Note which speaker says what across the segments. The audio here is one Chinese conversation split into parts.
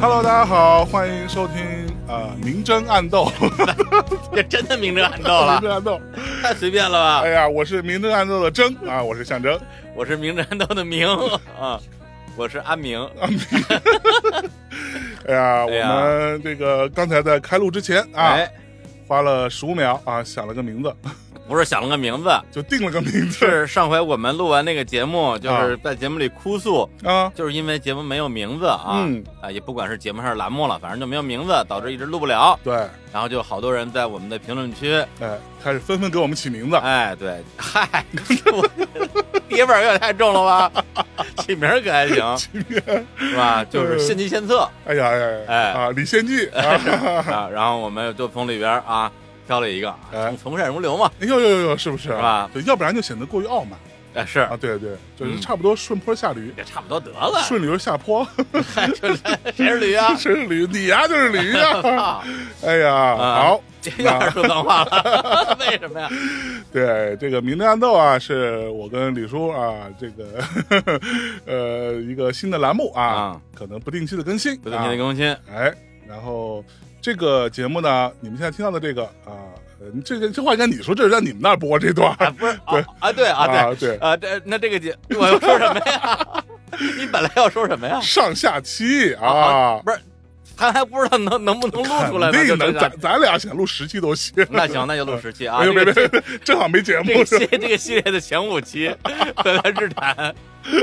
Speaker 1: Hello，大家好，欢迎收听呃明争暗 斗，
Speaker 2: 这真的明争暗斗
Speaker 1: 明
Speaker 2: 了，
Speaker 1: 争暗 斗。
Speaker 2: 太随便了吧？
Speaker 1: 哎呀，我是明争暗斗的争啊，我是象征。
Speaker 2: 我是明争暗斗的明 啊，我是安明，
Speaker 1: 啊哎呀，
Speaker 2: 哎呀
Speaker 1: 我们这个刚才在开录之前啊，
Speaker 2: 哎，
Speaker 1: 花了十五秒啊，想了个名字，
Speaker 2: 不是想了个名字，
Speaker 1: 就定了个名字
Speaker 2: 是上回我们录完那个节目，就是在节目里哭诉，
Speaker 1: 啊。
Speaker 2: 就是因为节目没有名字啊，
Speaker 1: 嗯
Speaker 2: 啊，也不管是节目还是栏目了，反正就没有名字，导致一直录不了。
Speaker 1: 对，
Speaker 2: 然后就好多人在我们的评论区，
Speaker 1: 哎，开始纷纷给我们起名字。
Speaker 2: 哎，对，嗨， 我爹味儿有点太重了吧？起名儿可还行，是吧？
Speaker 1: 呃
Speaker 2: 就是先机先策。
Speaker 1: 哎呀哎呀
Speaker 2: 哎
Speaker 1: 啊，李献计啊，
Speaker 2: 啊，然后我们就从里边儿啊挑了一个，
Speaker 1: 哎
Speaker 2: 从从善如流嘛，
Speaker 1: 哎呦呦呦呦，是不是
Speaker 2: 是吧
Speaker 1: 对，要不然就显得过于傲慢
Speaker 2: 哎是
Speaker 1: 啊。对对，就是
Speaker 2: 嗯
Speaker 1: 差不多顺坡下驴，
Speaker 2: 也差不多得了，
Speaker 1: 顺流下坡，？
Speaker 2: 嗨就是谁是驴 啊
Speaker 1: 谁是驴？你呀就是驴 呀。
Speaker 2: 啊，
Speaker 1: 哎呀，
Speaker 2: 啊
Speaker 1: 好，
Speaker 2: 这又开始说脏话了，为什么呀？
Speaker 1: 对这个《明争暗斗》啊，是我跟李叔啊，这个 呃一个新的栏目啊，
Speaker 2: 啊
Speaker 1: 可能不定期的更新，
Speaker 2: 不对，你得
Speaker 1: 啊、
Speaker 2: 更新，
Speaker 1: 哎，然后这个节目呢，你们现在听到的这个啊，呃这个这话应该你说，这是在你们那儿播这段
Speaker 2: 啊不是啊啊对啊
Speaker 1: 啊
Speaker 2: 对
Speaker 1: 对
Speaker 2: 啊这那这个节我要说什么呀？你本来要说什么呀？
Speaker 1: 上下期啊。
Speaker 2: 不是，他还不知道能能不能录出来呢，
Speaker 1: 肯
Speaker 2: 就
Speaker 1: 定能，
Speaker 2: 这
Speaker 1: 咱
Speaker 2: 样。
Speaker 1: 咱俩想录十期都行。
Speaker 2: 那行，那就录十期啊
Speaker 1: 哎，呦，
Speaker 2: 这
Speaker 1: 别
Speaker 2: 个
Speaker 1: 别别， 正好没节目
Speaker 2: 这个
Speaker 1: 是
Speaker 2: 系
Speaker 1: 吧
Speaker 2: 这个系列的前五期本来日产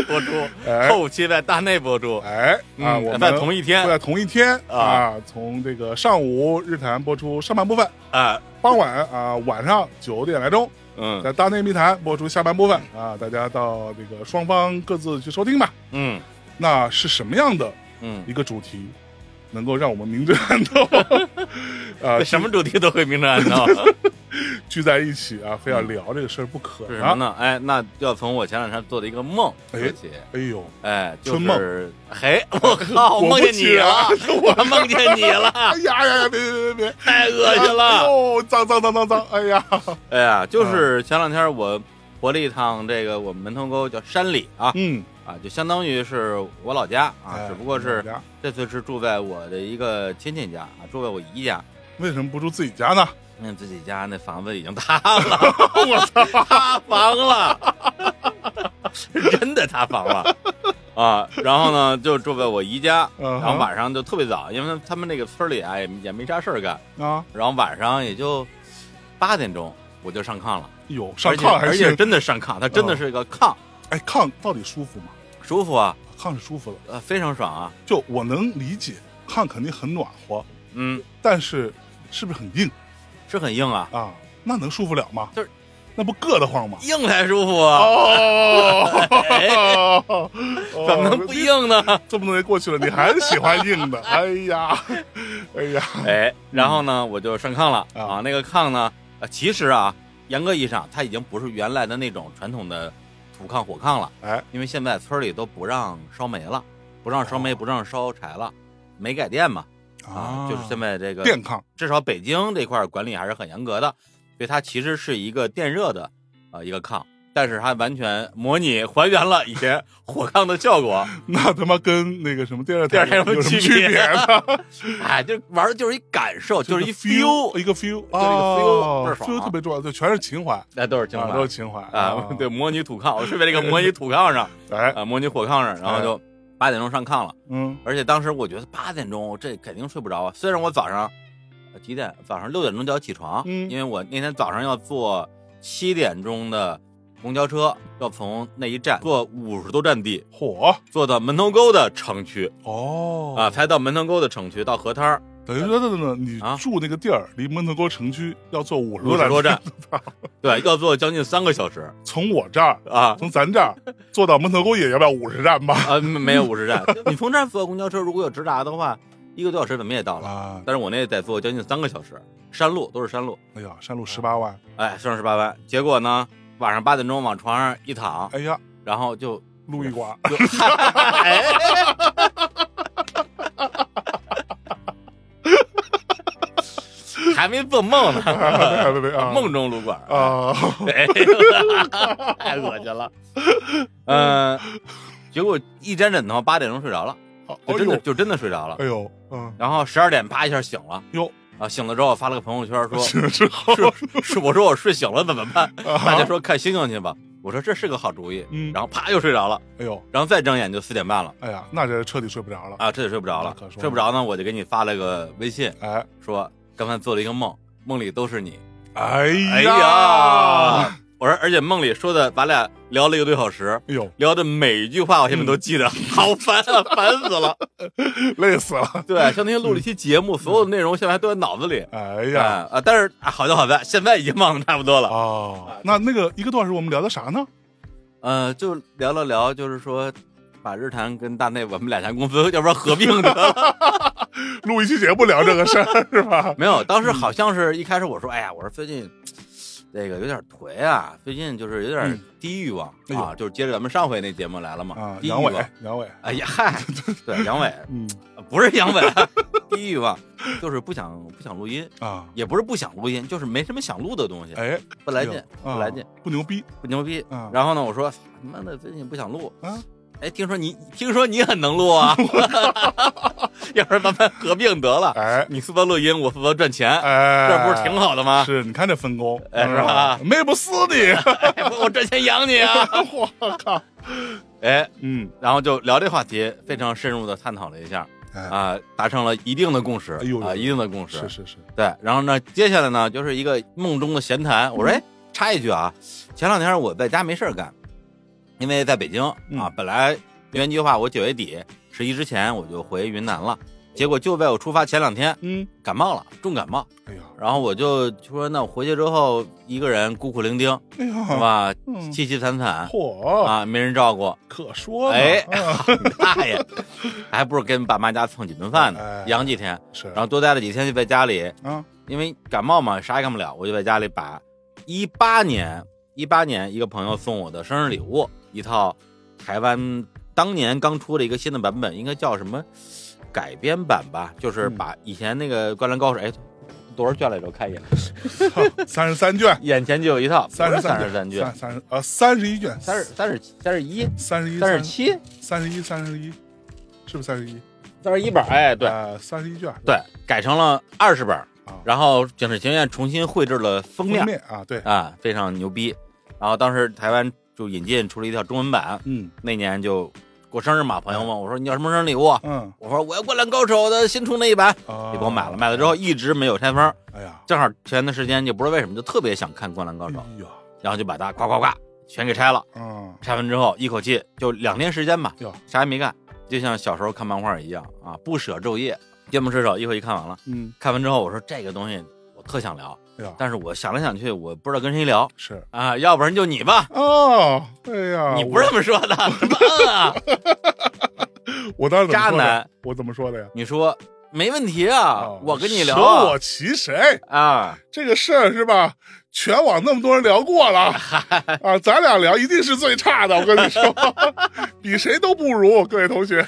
Speaker 2: 播出
Speaker 1: 哎，
Speaker 2: 后五期在大内播出。
Speaker 1: 哎啊，
Speaker 2: 嗯
Speaker 1: 我们
Speaker 2: 在同一天
Speaker 1: 在同一天
Speaker 2: 啊
Speaker 1: 啊，从这个上午日坛播出上半部分，
Speaker 2: 啊，
Speaker 1: 傍晚啊、晚上九点来钟，
Speaker 2: 嗯
Speaker 1: 在大内密谈播出下半部分啊，大家到这个双方各自去收听吧。
Speaker 2: 嗯
Speaker 1: 那是什么样的
Speaker 2: 嗯，
Speaker 1: 一个主题，能够让我们明争暗斗 啊
Speaker 2: 这 什么主题都会明争暗斗，
Speaker 1: 聚在一起啊，非要聊这个事儿不可
Speaker 2: 是什么
Speaker 1: 啊？
Speaker 2: 呢？哎，那要从我前两天做的一个梦说起。
Speaker 1: 哎呦，
Speaker 2: 哎，就
Speaker 1: 春梦
Speaker 2: 是嘿，我
Speaker 1: 我
Speaker 2: 靠，哦梦
Speaker 1: 不
Speaker 2: 见
Speaker 1: 起
Speaker 2: 你
Speaker 1: 啊
Speaker 2: 了， 我梦见你
Speaker 1: 哎
Speaker 2: 了，
Speaker 1: 呀呀呀，别别别别，
Speaker 2: 太恶心
Speaker 1: 哎
Speaker 2: 了。
Speaker 1: 呦，脏脏脏脏脏，哎 呀，
Speaker 2: 哎呀，就是前两天我回了一趟这个我们门头沟叫山里啊
Speaker 1: 嗯
Speaker 2: 啊，就相当于是我老家啊
Speaker 1: 哎，
Speaker 2: 只不过是
Speaker 1: 你家
Speaker 2: 这次是住在我的一个亲戚家啊，住在我姨家。
Speaker 1: 为什么不住自己家呢？
Speaker 2: 那自己家那房子已经塌了，
Speaker 1: 我操，
Speaker 2: 塌房了，真的塌房了啊！然后呢，就住在我姨家，
Speaker 1: 嗯哼
Speaker 2: 然后晚上就特别早，因为他们那个村里啊也也没啥事儿干，
Speaker 1: 啊，
Speaker 2: 然后晚上也就八点钟我就上炕了，
Speaker 1: 有上
Speaker 2: 而且
Speaker 1: 炕还嗯
Speaker 2: 而且
Speaker 1: 是
Speaker 2: 真的上炕，它真的是个炕，
Speaker 1: 哎炕到底舒服吗？
Speaker 2: 舒服啊，
Speaker 1: 炕是舒服的，
Speaker 2: 呃，非常爽啊，
Speaker 1: 就我能理解，炕肯定很暖和，
Speaker 2: 嗯，
Speaker 1: 但是是不是很硬
Speaker 2: 是很硬啊，
Speaker 1: 啊？那能舒服了吗？
Speaker 2: 就是
Speaker 1: 那不硌得慌吗？
Speaker 2: 硬才舒服啊，
Speaker 1: 哦，怎
Speaker 2: 怎么能不？硬呢？
Speaker 1: 这么多年过去了，你还是喜欢硬 的？哎呀，哎 呀，
Speaker 2: 哎，然后呢，我就上炕了
Speaker 1: 啊
Speaker 2: 啊。那个炕呢，呃，其实啊，严格意义上，它已经不是原来的那种传统的土炕、火炕了。
Speaker 1: 哎，
Speaker 2: 因为现在村里都不让烧煤了，不让烧煤，
Speaker 1: 哦
Speaker 2: 不让烧柴了，煤改电嘛啊，就是现在这个，
Speaker 1: 电炕
Speaker 2: 至少北京这块儿管理还是很严格的，所以它其实是一个电热的呃一个炕。但是它完全模拟还原了以前火炕的 效果，
Speaker 1: 那他妈跟那个什么电热台
Speaker 2: 电热台
Speaker 1: 有
Speaker 2: 有
Speaker 1: 什
Speaker 2: 什
Speaker 1: 么区
Speaker 2: 么区别
Speaker 1: 别呢？
Speaker 2: 哎，就玩的就是一感受， 就是一 feel，
Speaker 1: feel，一个 feel，
Speaker 2: 个 feel，倍
Speaker 1: 哦
Speaker 2: 儿爽啊
Speaker 1: ，feel 特别重要，就全是情怀，
Speaker 2: 那哎都是情
Speaker 1: 啊
Speaker 2: 怀
Speaker 1: 都是情怀
Speaker 2: 啊， 对，，模拟土炕，我睡在这个模拟土炕上
Speaker 1: 哎，
Speaker 2: 啊，模拟火炕上，然后就八点钟上炕了。
Speaker 1: 嗯，
Speaker 2: 而且当时我觉得八点钟这肯定睡不着啊，虽然我早上呃几点，早上六点钟就要起床，
Speaker 1: 嗯
Speaker 2: 因为我那天早上要坐七点钟的公交车，要从那一站坐五十多站地，
Speaker 1: 火
Speaker 2: 坐到门头沟的城区
Speaker 1: 哦
Speaker 2: 啊，才到门头沟的城区，到河滩儿
Speaker 1: 等于说，等等，你
Speaker 2: 啊
Speaker 1: 住那个地儿离门头沟城区要坐 五十
Speaker 2: 五十
Speaker 1: 多
Speaker 2: 多站，对，要坐将近三个小时
Speaker 1: 从我这 儿，
Speaker 2: 啊。
Speaker 1: 从咱这儿坐到门头沟也要不要五十站 吧？
Speaker 2: 啊，没没有五十站，你从这儿坐公交车，如果有直达的话，一个多小时怎么也到了。
Speaker 1: 啊，
Speaker 2: 但是我那得坐将近三个小时，山路都是山路，
Speaker 1: 哎呀，山路十八万，
Speaker 2: 哎，上十八弯。结果呢，晚上八点钟往床上一躺，
Speaker 1: 哎呀，
Speaker 2: 然后就，
Speaker 1: 路易 瓜，
Speaker 2: 就哎还没做梦呢，
Speaker 1: 对对对啊，
Speaker 2: 哎 梦中撸管，
Speaker 1: 啊，
Speaker 2: 哎呃太恶心了。嗯、结果一沾枕头，八点钟睡着了。
Speaker 1: 哦
Speaker 2: 就真的
Speaker 1: 呦，
Speaker 2: 就真的睡着了
Speaker 1: 哎。呦，嗯，
Speaker 2: 然后十二点啪一下醒了，
Speaker 1: 哟，
Speaker 2: 啊，醒了之后发了个朋友圈说
Speaker 1: 醒了之后，
Speaker 2: 是是，我说我睡醒了怎么办？
Speaker 1: 啊
Speaker 2: 大家说看星星去吧，我说这是个好主意，
Speaker 1: 嗯
Speaker 2: 然后啪又睡着了，
Speaker 1: 哎呦，
Speaker 2: 然后再睁眼就四点半了
Speaker 1: 哎呀，那这彻底睡不着了。
Speaker 2: 啊，这也睡不着
Speaker 1: 那
Speaker 2: 了
Speaker 1: 可，说
Speaker 2: 睡不着呢，我就给你发了个微信，
Speaker 1: 哎，
Speaker 2: 说刚才做了一个梦，梦里都是你，
Speaker 1: 哎呀，
Speaker 2: 哎呀，我说而且梦里说的，咱俩聊了一个多小时。
Speaker 1: 哎呦，
Speaker 2: 聊的每一句话我现在都记得，
Speaker 1: 嗯
Speaker 2: 好烦啊，烦死 了！
Speaker 1: 累死了。
Speaker 2: 对，像那天录了一期节目，所有的内容现在还都在脑子里。
Speaker 1: 嗯哎
Speaker 2: 哎
Speaker 1: 呀，
Speaker 2: 啊，但是啊，好就好在现在已经忘得差不多了。
Speaker 1: 哦，那那个一个多小时我们聊的啥呢？
Speaker 2: 呃，就聊了聊，就是说把日坛跟大内我们两家公司，要 不然合并得了。
Speaker 1: 录一期节目聊这个事儿是吧？
Speaker 2: 没有，当时好像是一开始我说，哎呀，我说最近这个有点颓啊，最近就是有点
Speaker 1: 嗯
Speaker 2: 低欲望、
Speaker 1: 哎呦
Speaker 2: 啊，就是接着咱们上回那节目来了嘛，
Speaker 1: 啊，
Speaker 2: 低欲
Speaker 1: 杨
Speaker 2: 望
Speaker 1: 伟。，杨伟，
Speaker 2: 哎 呀，嗨，对，杨伟
Speaker 1: 嗯
Speaker 2: 不是杨伟，啊 低欲望就是不想不想录音，
Speaker 1: 啊，
Speaker 2: 也不是不想录音，就是没什么想录的东西，
Speaker 1: 哎，
Speaker 2: 不来劲
Speaker 1: 哎，呦
Speaker 2: 不来劲，，
Speaker 1: 啊不牛逼
Speaker 2: 不牛逼。
Speaker 1: 啊。
Speaker 2: 然后呢，我说他妈的最近不想录
Speaker 1: 啊。
Speaker 2: 哎，听说你听说你很能 录啊， 要不然咱们合并得了，
Speaker 1: 哎
Speaker 2: 你负责录音，我负责赚钱，
Speaker 1: 哎，
Speaker 2: 这不是挺好的吗？
Speaker 1: 是，你看这分工，
Speaker 2: 哎是吧
Speaker 1: 妹不撕 你，
Speaker 2: 哎我我赚钱养你 啊！
Speaker 1: 我靠，
Speaker 2: 哎，
Speaker 1: 嗯，
Speaker 2: 然后就聊这话题，非常深入的探讨了一下，
Speaker 1: 哎
Speaker 2: 啊、达成了一定的共识，啊
Speaker 1: 哎、呦呦
Speaker 2: 一定的共识。
Speaker 1: 是是是，
Speaker 2: 对，然后呢，接下来呢，就是一个梦中的闲谈。
Speaker 1: 嗯
Speaker 2: 我说，哎，插一句啊，前两天我在家没事儿干，因为在北京、
Speaker 1: 嗯
Speaker 2: 啊，本来原计划我九月底十一之前我就回云南了，结果就在我出发前两天
Speaker 1: 嗯，
Speaker 2: 感冒了，重感冒，
Speaker 1: 哎呀，
Speaker 2: 然后我就说，那我回去之后一个人孤苦伶仃
Speaker 1: 哎
Speaker 2: 是
Speaker 1: 呀，
Speaker 2: 吧，
Speaker 1: 嗯
Speaker 2: 凄凄惨惨
Speaker 1: 嚯，
Speaker 2: 啊，没人照顾，
Speaker 1: 可说呢，
Speaker 2: 哎
Speaker 1: 啊
Speaker 2: 大爷，还不如跟爸妈家蹭几顿饭
Speaker 1: 哎
Speaker 2: 呢，养几天，
Speaker 1: 是，
Speaker 2: 然后多待了几天就在家里。
Speaker 1: 啊，
Speaker 2: 因为感冒嘛，啥也干不了，我就在家里把一八年一八年一个朋友送我的生日礼物，一套台湾当年刚出的一个新的版本，应该叫什么改编版吧？
Speaker 1: 嗯
Speaker 2: 就是把以前那个《灌篮高手》哎多少卷来着？我看一眼，
Speaker 1: 三十三卷，
Speaker 2: 眼前就有一套，
Speaker 1: 三
Speaker 2: 不
Speaker 1: 十
Speaker 2: 是三
Speaker 1: 卷，三
Speaker 2: 三卷，
Speaker 1: 三十啊，三十一卷，
Speaker 2: 三十三十三十一，
Speaker 1: 三十一，
Speaker 2: 三十七，
Speaker 1: 三十一，三十一，是不是三十一？
Speaker 2: 三十一本儿，哎，对。
Speaker 1: 呃，三十一卷，
Speaker 2: 对，改成了二十本儿
Speaker 1: 啊，
Speaker 2: 然后《警视学院》重新绘制了封面
Speaker 1: 封，面啊，对，
Speaker 2: 啊，非常牛逼。然后当时台湾就引进出了一条中文版，
Speaker 1: 嗯
Speaker 2: 那年就过生日嘛，朋友们，我说你要什么生日礼物啊？
Speaker 1: 嗯，
Speaker 2: 我说我要《灌篮高手》的新出那一版，
Speaker 1: 啊，
Speaker 2: 就给我买了。买了之后，一直没有拆封，
Speaker 1: 哎呀，
Speaker 2: 正好前段时间就不知道为什么就特别想看《灌篮高
Speaker 1: 哎
Speaker 2: 手》，
Speaker 1: 呀，
Speaker 2: 然后就把它夸夸夸全给拆了。
Speaker 1: 嗯，
Speaker 2: 拆完之后一口气就两天时间吧
Speaker 1: 哟，
Speaker 2: 啥也没干，就像小时候看漫画一样啊，不舍昼夜，颠不失手一口气看完了。
Speaker 1: 嗯，
Speaker 2: 看完之后我说这个东西我特想聊，
Speaker 1: 哎呀，
Speaker 2: 但是我想来想去，我不知道跟谁聊
Speaker 1: 是，
Speaker 2: 啊，要不然就你吧，
Speaker 1: 哦，哎呀，
Speaker 2: 你不是这么说的，什么 嗯啊？
Speaker 1: 我我当时怎么
Speaker 2: 渣
Speaker 1: 说的
Speaker 2: 男，
Speaker 1: 我怎么说的呀？
Speaker 2: 你说没问题啊，
Speaker 1: 啊
Speaker 2: 我跟你聊
Speaker 1: 舍
Speaker 2: 啊
Speaker 1: 我其谁？
Speaker 2: 啊，
Speaker 1: 这个事儿是吧？全网那么多人聊过 了啊，咱俩聊一定是最差的。我跟你 说，比谁都不如，各位同学，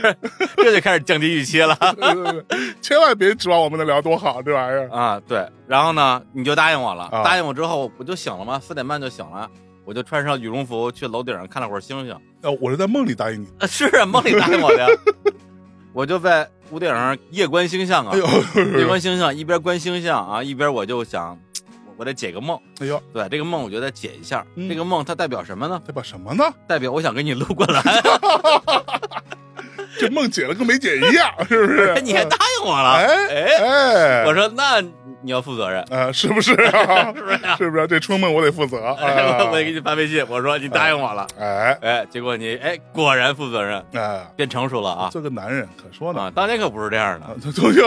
Speaker 2: 这就开始降低预期了
Speaker 1: 对对对千万别指望我们能聊多好，哎这玩意儿。
Speaker 2: 啊。对，然后呢，你就答应我了，
Speaker 1: 啊
Speaker 2: 答应我之后我就醒了嘛，四点半就醒了，我就穿上羽绒服去楼顶上看了会儿星星。
Speaker 1: 呃，我是在梦里答应你。
Speaker 2: 啊是啊，梦里答应我的呀， 我就在屋顶上夜观星象啊
Speaker 1: 哎，呦，
Speaker 2: 夜观星象，一边观星象啊，一边我就想，我我得解个梦。
Speaker 1: 哎呦，
Speaker 2: 对，这个梦我觉得解一下，
Speaker 1: 嗯
Speaker 2: 这个梦它代表什么呢？
Speaker 1: 代表什么呢？
Speaker 2: 代表我想跟你撸过来。
Speaker 1: 这梦解了跟没解一样，是不 是？
Speaker 2: 你还答应我了？
Speaker 1: 哎
Speaker 2: 哎，
Speaker 1: 哎，
Speaker 2: 我说那你要负责任，
Speaker 1: 呃，是不是啊？
Speaker 2: 是不是呀？
Speaker 1: 是不是啊？这春梦我得负 责。啊
Speaker 2: 我我也给你发微信，我说你答应我了。
Speaker 1: 哎
Speaker 2: 哎，结果你哎果然负责任，
Speaker 1: 哎，
Speaker 2: 变成熟了啊
Speaker 1: 做个男人可说呢。
Speaker 2: 啊！当年可不是这样的，，
Speaker 1: 啊， 都都有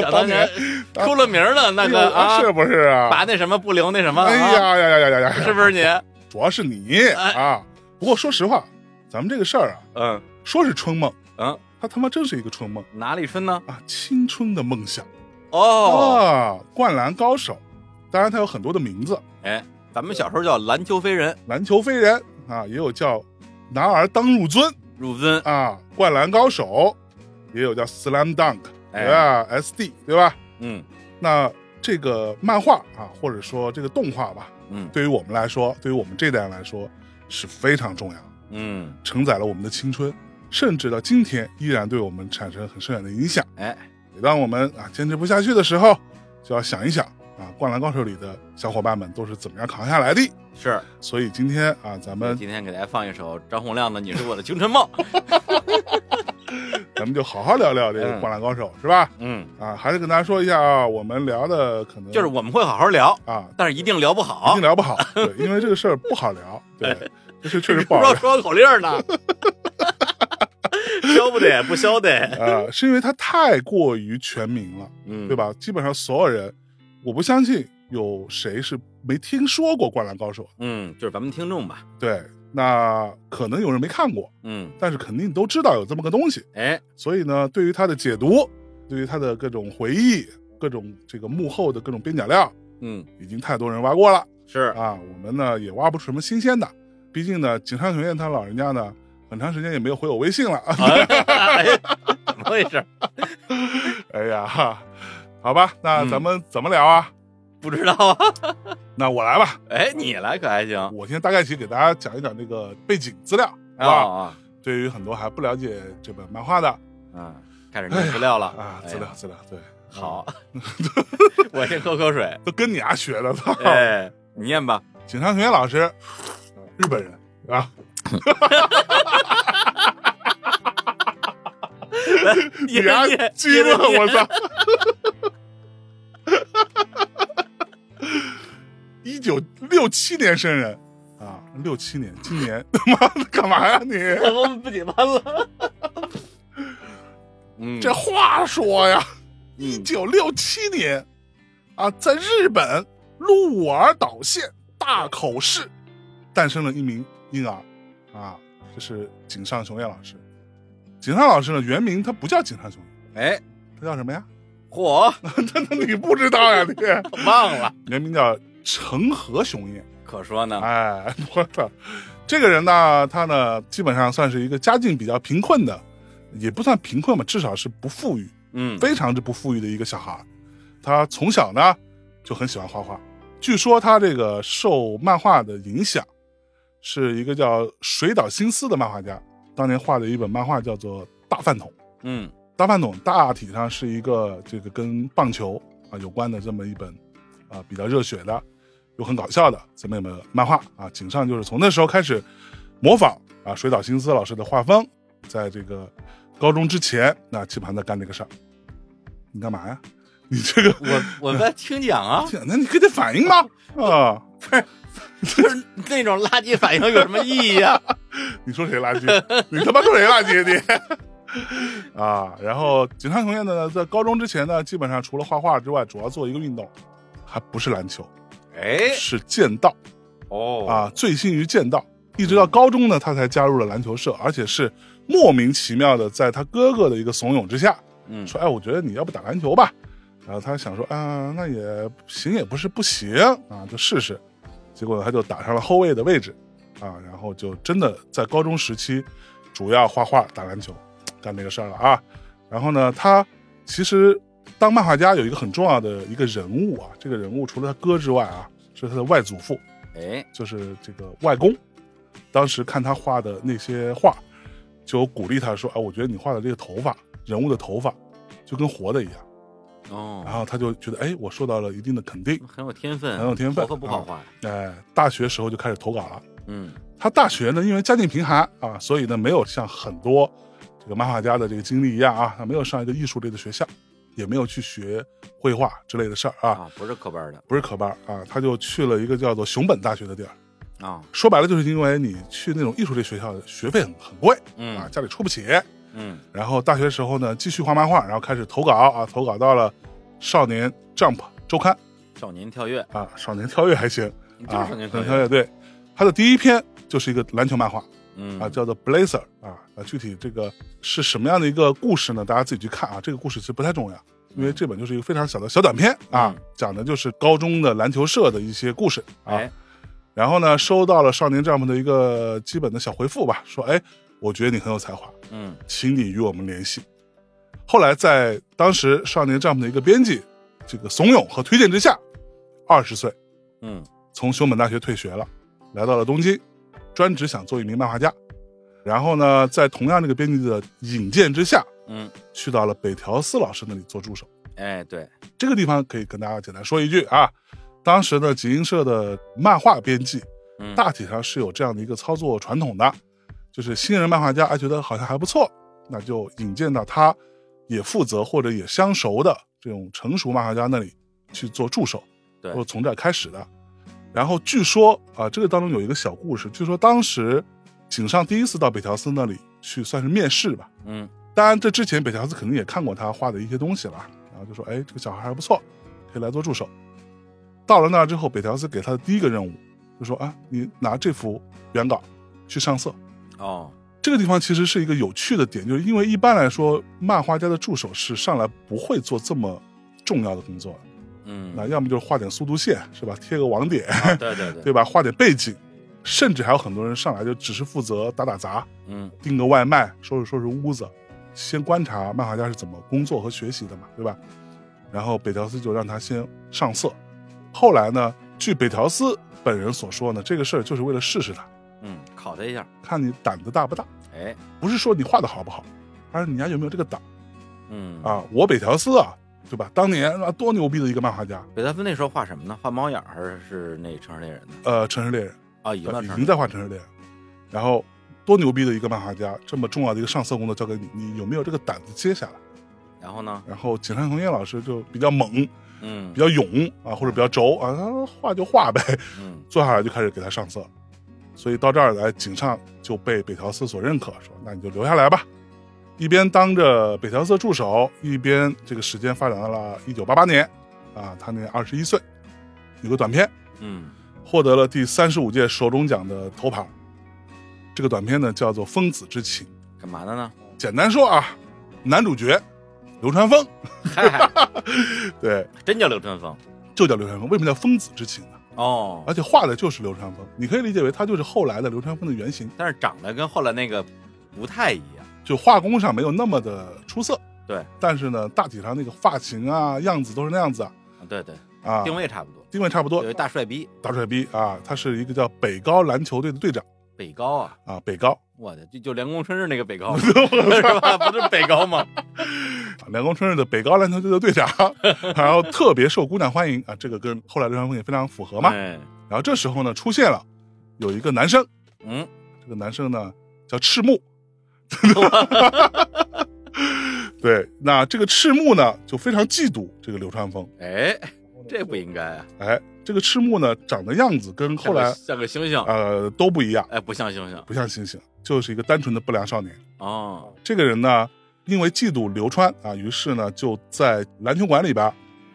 Speaker 2: 想 当年出了名了，那
Speaker 1: 哎
Speaker 2: 个
Speaker 1: 呦
Speaker 2: 啊，
Speaker 1: 是不是啊？
Speaker 2: 把那什么不留那什么，
Speaker 1: 哎
Speaker 2: 啊，
Speaker 1: 呀呀呀呀呀呀！
Speaker 2: 是不是你？
Speaker 1: 主要是你
Speaker 2: 哎
Speaker 1: 啊。不过说实话，咱们这个事儿啊，
Speaker 2: 嗯
Speaker 1: 说是春梦，
Speaker 2: 嗯，
Speaker 1: 它他妈真是一个春梦
Speaker 2: 哪里春呢？
Speaker 1: 啊，青春的梦想
Speaker 2: 哦，
Speaker 1: 啊，灌篮高手，当然它有很多的名字，
Speaker 2: 哎，咱们小时候叫篮球飞人，
Speaker 1: 篮球飞人啊，也有叫男儿当入樽
Speaker 2: 入樽，
Speaker 1: 啊，灌篮高手，也有叫 slam dunk
Speaker 2: 哎
Speaker 1: 啊 SD 对吧？
Speaker 2: 嗯
Speaker 1: 那这个漫画啊，或者说这个动画吧，
Speaker 2: 嗯
Speaker 1: 对于我们来说，对于我们这代人来说是非常重要，
Speaker 2: 嗯，
Speaker 1: 承载了我们的青春，甚至到今天依然对我们产生很深远的影响。
Speaker 2: 哎，
Speaker 1: 每当我们啊坚持不下去的时候，就要想一想啊，《灌篮高手》里的小伙伴们啊都是怎么样扛下来的。
Speaker 2: 是
Speaker 1: 所以今天啊，咱 们
Speaker 2: 今天给大家放一首张洪量的《你是我的青春梦》。
Speaker 1: 咱们就好好聊聊这个
Speaker 2: 嗯
Speaker 1: 《灌篮高手》，是吧？
Speaker 2: 嗯，
Speaker 1: 啊，还是跟大家说一下啊，我们聊的可能
Speaker 2: 就是我们会好好聊，
Speaker 1: 啊，
Speaker 2: 但是一定聊不
Speaker 1: 一
Speaker 2: 好哎
Speaker 1: 定，聊不好，对，因为这个事儿不好 聊，对，就是确实不
Speaker 2: 不
Speaker 1: 好
Speaker 2: 知
Speaker 1: 聊
Speaker 2: 道。说口令儿呢，消不得，不消得，
Speaker 1: 啊，是因为它太过于全民了，
Speaker 2: 嗯，
Speaker 1: 对？吧？基本上所有人，我不相信有谁是没听说过《灌篮高手》的。
Speaker 2: 嗯，就是咱们听众吧，
Speaker 1: 对，那可能有人没看过，
Speaker 2: 嗯，
Speaker 1: 但是肯定都知道有这么个东西。
Speaker 2: 哎，
Speaker 1: 所以呢，对于它的解读，对于它的各种回忆、各种这个幕后的各种边角料，
Speaker 2: 嗯，
Speaker 1: 已经太多人挖过了
Speaker 2: 是，
Speaker 1: 啊。我们呢也挖不出什么新鲜的，毕竟呢，井上雄彦他老人家呢，很长时间也没有回我微信了。
Speaker 2: 哎怎么回事？
Speaker 1: 哎呀，哈好吧，那
Speaker 2: 嗯
Speaker 1: 咱们怎么聊啊？
Speaker 2: 不知道啊？
Speaker 1: 那我来吧，
Speaker 2: 哎，你来可还行？
Speaker 1: 我先大概去给大家讲一讲这个背景资料，好
Speaker 2: 啊
Speaker 1: 吧？
Speaker 2: 啊
Speaker 1: 对于很多还不了解这本漫画的
Speaker 2: 啊！开始念资料了
Speaker 1: 啊，
Speaker 2: 哎
Speaker 1: 资料资料，对，
Speaker 2: 好，我先喝口水。
Speaker 1: 都跟你啊学的，操！
Speaker 2: 哎，你念吧。
Speaker 1: 井上雄彦老师，日本人啊，
Speaker 2: 你
Speaker 1: 啊
Speaker 2: 念
Speaker 1: 激
Speaker 2: 接着
Speaker 1: 我
Speaker 2: 念
Speaker 1: 操！一九六七年生人啊，六七年，今年 他妈的干嘛呀你？
Speaker 2: 我们自己班了。嗯，
Speaker 1: 这话说呀，一
Speaker 2: 嗯
Speaker 1: 九六七年，啊，在日本鹿儿岛县大口市诞生了一名婴儿，啊，这是井上雄彦老师。井上老师呢，原名他不叫井上雄彦，
Speaker 2: 哎，
Speaker 1: 他叫什么呀？
Speaker 2: 嚯，
Speaker 1: 那那你不知道呀？你
Speaker 2: 忘了，
Speaker 1: 原名叫成和雄彦。
Speaker 2: 可说呢。
Speaker 1: 哎，我操！这个人呢，他呢，基本上算是一个家境比较贫困的，也不算贫困吧，至少是不富裕。
Speaker 2: 嗯，
Speaker 1: 非常之不富裕的一个小孩儿。他从小呢就很喜欢画画，据说他这个受漫画的影响，是一个叫水岛新司的漫画家当年画的一本漫画叫做《大饭桶》。
Speaker 2: 嗯
Speaker 1: 大饭桶大体上是一个这个跟棒球啊有关的这么一本啊比较热血的又很搞笑的这么一本漫画啊。井上就是从那时候开始模仿啊水岛新司老师的画风，在这个高中之前，那基本上在干这个事儿。你干嘛呀？你这个，
Speaker 2: 我我在听 讲啊，
Speaker 1: 天那你给得反应吧啊！
Speaker 2: 就是那种垃圾反应有什么意义 啊？
Speaker 1: 你说谁垃圾？你他妈说谁垃圾？你 啊！然后井上雄彦呢，在高中之前呢，基本上除了画画之外，主要做一个运动，还不是篮球，
Speaker 2: 哎，
Speaker 1: 是剑道
Speaker 2: 哦，
Speaker 1: 啊，醉心于剑道。一直到高中呢，他才加入了篮球社，而且是莫名其妙的，在他哥哥的一个怂恿之下，
Speaker 2: 嗯，
Speaker 1: 说：“哎，我觉得你要不打篮球吧。”然后他想说：“啊，那也行，也不是不行啊，就试试。”结果他就打上了后卫的位置，啊，然后就真的在高中时期主要画画、打篮球，干这个事儿了啊。然后呢，他其实当漫画家有一个很重要的一个人物啊，这个人物除了他哥之外啊，是他的外祖父，
Speaker 2: 哎，
Speaker 1: 就是这个外公。当时看他画的那些画，就鼓励他说：“啊，我觉得你画的这个头发，人物的头发，就跟活的一样。”然
Speaker 2: 哦，
Speaker 1: 后他就觉得，哎，我受到了一定的肯定。
Speaker 2: 很有天分，
Speaker 1: 很有天分
Speaker 2: 头发不好画。
Speaker 1: 哎，大学时候就开始投稿了。
Speaker 2: 嗯
Speaker 1: 他大学呢，因为家境贫寒啊，所以呢，没有像很多这个漫画家的这个经历一样啊，他没有上一个艺术类的学校，也没有去学绘画之类的事儿啊，
Speaker 2: 啊，不是科班的
Speaker 1: 不是科班啊，他就去了一个叫做熊本大学的地儿。
Speaker 2: 啊，
Speaker 1: 说白了，就是因为你去那种艺术类学校的学费很很贵啊，
Speaker 2: 嗯
Speaker 1: 家里出不起。
Speaker 2: 嗯，
Speaker 1: 然后大学时候呢，继续画漫画，然后开始投稿啊，投稿到了《少年 Jump》周刊
Speaker 2: 少年跳跃，
Speaker 1: 啊，《少年跳跃》还行。
Speaker 2: 嗯就是
Speaker 1: 啊，
Speaker 2: 少年跳
Speaker 1: 很
Speaker 2: 跃，
Speaker 1: 对，他的第一篇就是一个篮球漫画
Speaker 2: 嗯
Speaker 1: 啊，叫做《Blazer》啊，啊，具体这个是什么样的一个故事呢？大家自己去看啊，这个故事其实不太重要，因为这本就是一个非常小的小短片啊
Speaker 2: 嗯，
Speaker 1: 讲的就是高中的篮球社的一些故事啊。
Speaker 2: 哎，
Speaker 1: 然后呢，收到了少年 Jump 的一个基本的小回复吧，说，哎，我觉得你很有才华，
Speaker 2: 嗯
Speaker 1: 请你与我们联系。后来在当时少年 Jump 的一个编辑这个怂恿和推荐之下，二十岁
Speaker 2: 嗯
Speaker 1: 从熊本大学退学了，来到了东京，专职想做一名漫画家。然后呢，在同样这个编辑的引荐之下，
Speaker 2: 嗯，
Speaker 1: 去到了北条司老师那里做助手。
Speaker 2: 哎，对，
Speaker 1: 这个地方可以跟大家简单说一句啊，当时的集英社的漫画编辑
Speaker 2: 嗯，
Speaker 1: 大体上是有这样的一个操作传统的，就是新人漫画家哎觉得好像还不错，那就引荐到他也负责或者也相熟的这种成熟漫画家那里去做助手，
Speaker 2: 对
Speaker 1: 或者从这儿开始的。然后据说啊，这个当中有一个小故事，据说当时井上第一次到北条司那里去算是面试吧，
Speaker 2: 嗯
Speaker 1: 当然，这之前北条司肯定也看过他画的一些东西了，然后就说：“哎，这个小孩还不错，可以来做助手。”到了那儿之后，北条司给他的第一个任务就说：“啊，你拿这幅原稿去上色。
Speaker 2: 哦，”
Speaker 1: 这个地方其实是一个有趣的点，就是因为一般来说，漫画家的助手是上来不会做这么重要的工作的，
Speaker 2: 嗯，
Speaker 1: 那要么就是画点速度线，是吧？贴个网点，
Speaker 2: 啊对对对，
Speaker 1: 对吧？画点背景，甚至还有很多人上来就只是负责打打杂，
Speaker 2: 嗯
Speaker 1: 订个外卖，收拾收拾屋子，先观察漫画家是怎么工作和学习的嘛，对吧？然后北条司就让他先上色。后来呢，据北条司本人所说呢，这个事儿就是为了试试他，
Speaker 2: 嗯，考他一下，
Speaker 1: 看你胆子大不大，
Speaker 2: 哎，
Speaker 1: 不是说你画的好不好，而是你家有没有这个胆
Speaker 2: 嗯，
Speaker 1: 啊。我北条司啊，对吧？当年啊多牛逼的一个漫画家，
Speaker 2: 北大夫那时候画什么呢？画猫眼儿还是那城市猎人呢？
Speaker 1: 呃，城市猎人，
Speaker 2: 啊，已经到
Speaker 1: 已
Speaker 2: 城市
Speaker 1: 经在画城市猎人，然后多牛逼的一个漫画家，这么重要的一个上色工作交给你，你有没有这个胆子接下来？
Speaker 2: 然后呢？
Speaker 1: 然后井上雄彦老师就比较猛，
Speaker 2: 嗯
Speaker 1: 比较勇啊，或者比较轴啊，他画就画呗，
Speaker 2: 嗯
Speaker 1: 坐下来就开始给他上色。所以到这儿来，井上就被北条司所认可，说那你就留下来吧。一边当着北条司助手，一边这个时间发展到了一九八八年，啊，他那二十一岁，有个短片
Speaker 2: 嗯，
Speaker 1: 获得了第三十五届手冢奖的头牌。这个短片呢叫做《风子之情》，
Speaker 2: 干嘛的呢？
Speaker 1: 简单说啊，男主角流川枫，
Speaker 2: 嗨，
Speaker 1: 对，
Speaker 2: 真叫刘春风
Speaker 1: 就叫流川枫。为什么叫风子之情呢？
Speaker 2: 哦，
Speaker 1: 而且画的就是流川枫，你可以理解为他就是后来的流川枫的原型，
Speaker 2: 但是长得跟后来那个不太一样。
Speaker 1: 就画工上没有那么的出色，
Speaker 2: 对，
Speaker 1: 但是呢，大体上那个发型啊、样子都是那样子啊，
Speaker 2: 啊对啊对，
Speaker 1: 啊，
Speaker 2: 定位差不多，
Speaker 1: 定位差不多
Speaker 2: 有一，大帅逼，
Speaker 1: 大帅逼啊，他是一个叫北高篮球队的队长
Speaker 2: 北高啊，
Speaker 1: 啊，北高，
Speaker 2: 我的就就梁公春日那个北高 嘛，是吧？不是北高吗？
Speaker 1: 两啊宫春日的北高篮球队的队 长，然后特别受姑娘欢迎啊，这个跟后来流川枫也非常符合嘛。
Speaker 2: 哎，
Speaker 1: 然后这时候呢，出现了有一个男生，
Speaker 2: 嗯，
Speaker 1: 这个男生呢叫赤木。对，那这个赤木呢就非常嫉妒这个流川枫。
Speaker 2: 哎，这不应该啊，
Speaker 1: 哎，这个赤木呢长的样子跟后来
Speaker 2: 像个像个猩猩，
Speaker 1: 呃都不一样，
Speaker 2: 哎，不像猩猩
Speaker 1: 不像猩猩，就是一个单纯的不良少年。
Speaker 2: 哦，
Speaker 1: 这个人呢，因为嫉妒流川啊，于是呢就在篮球馆里边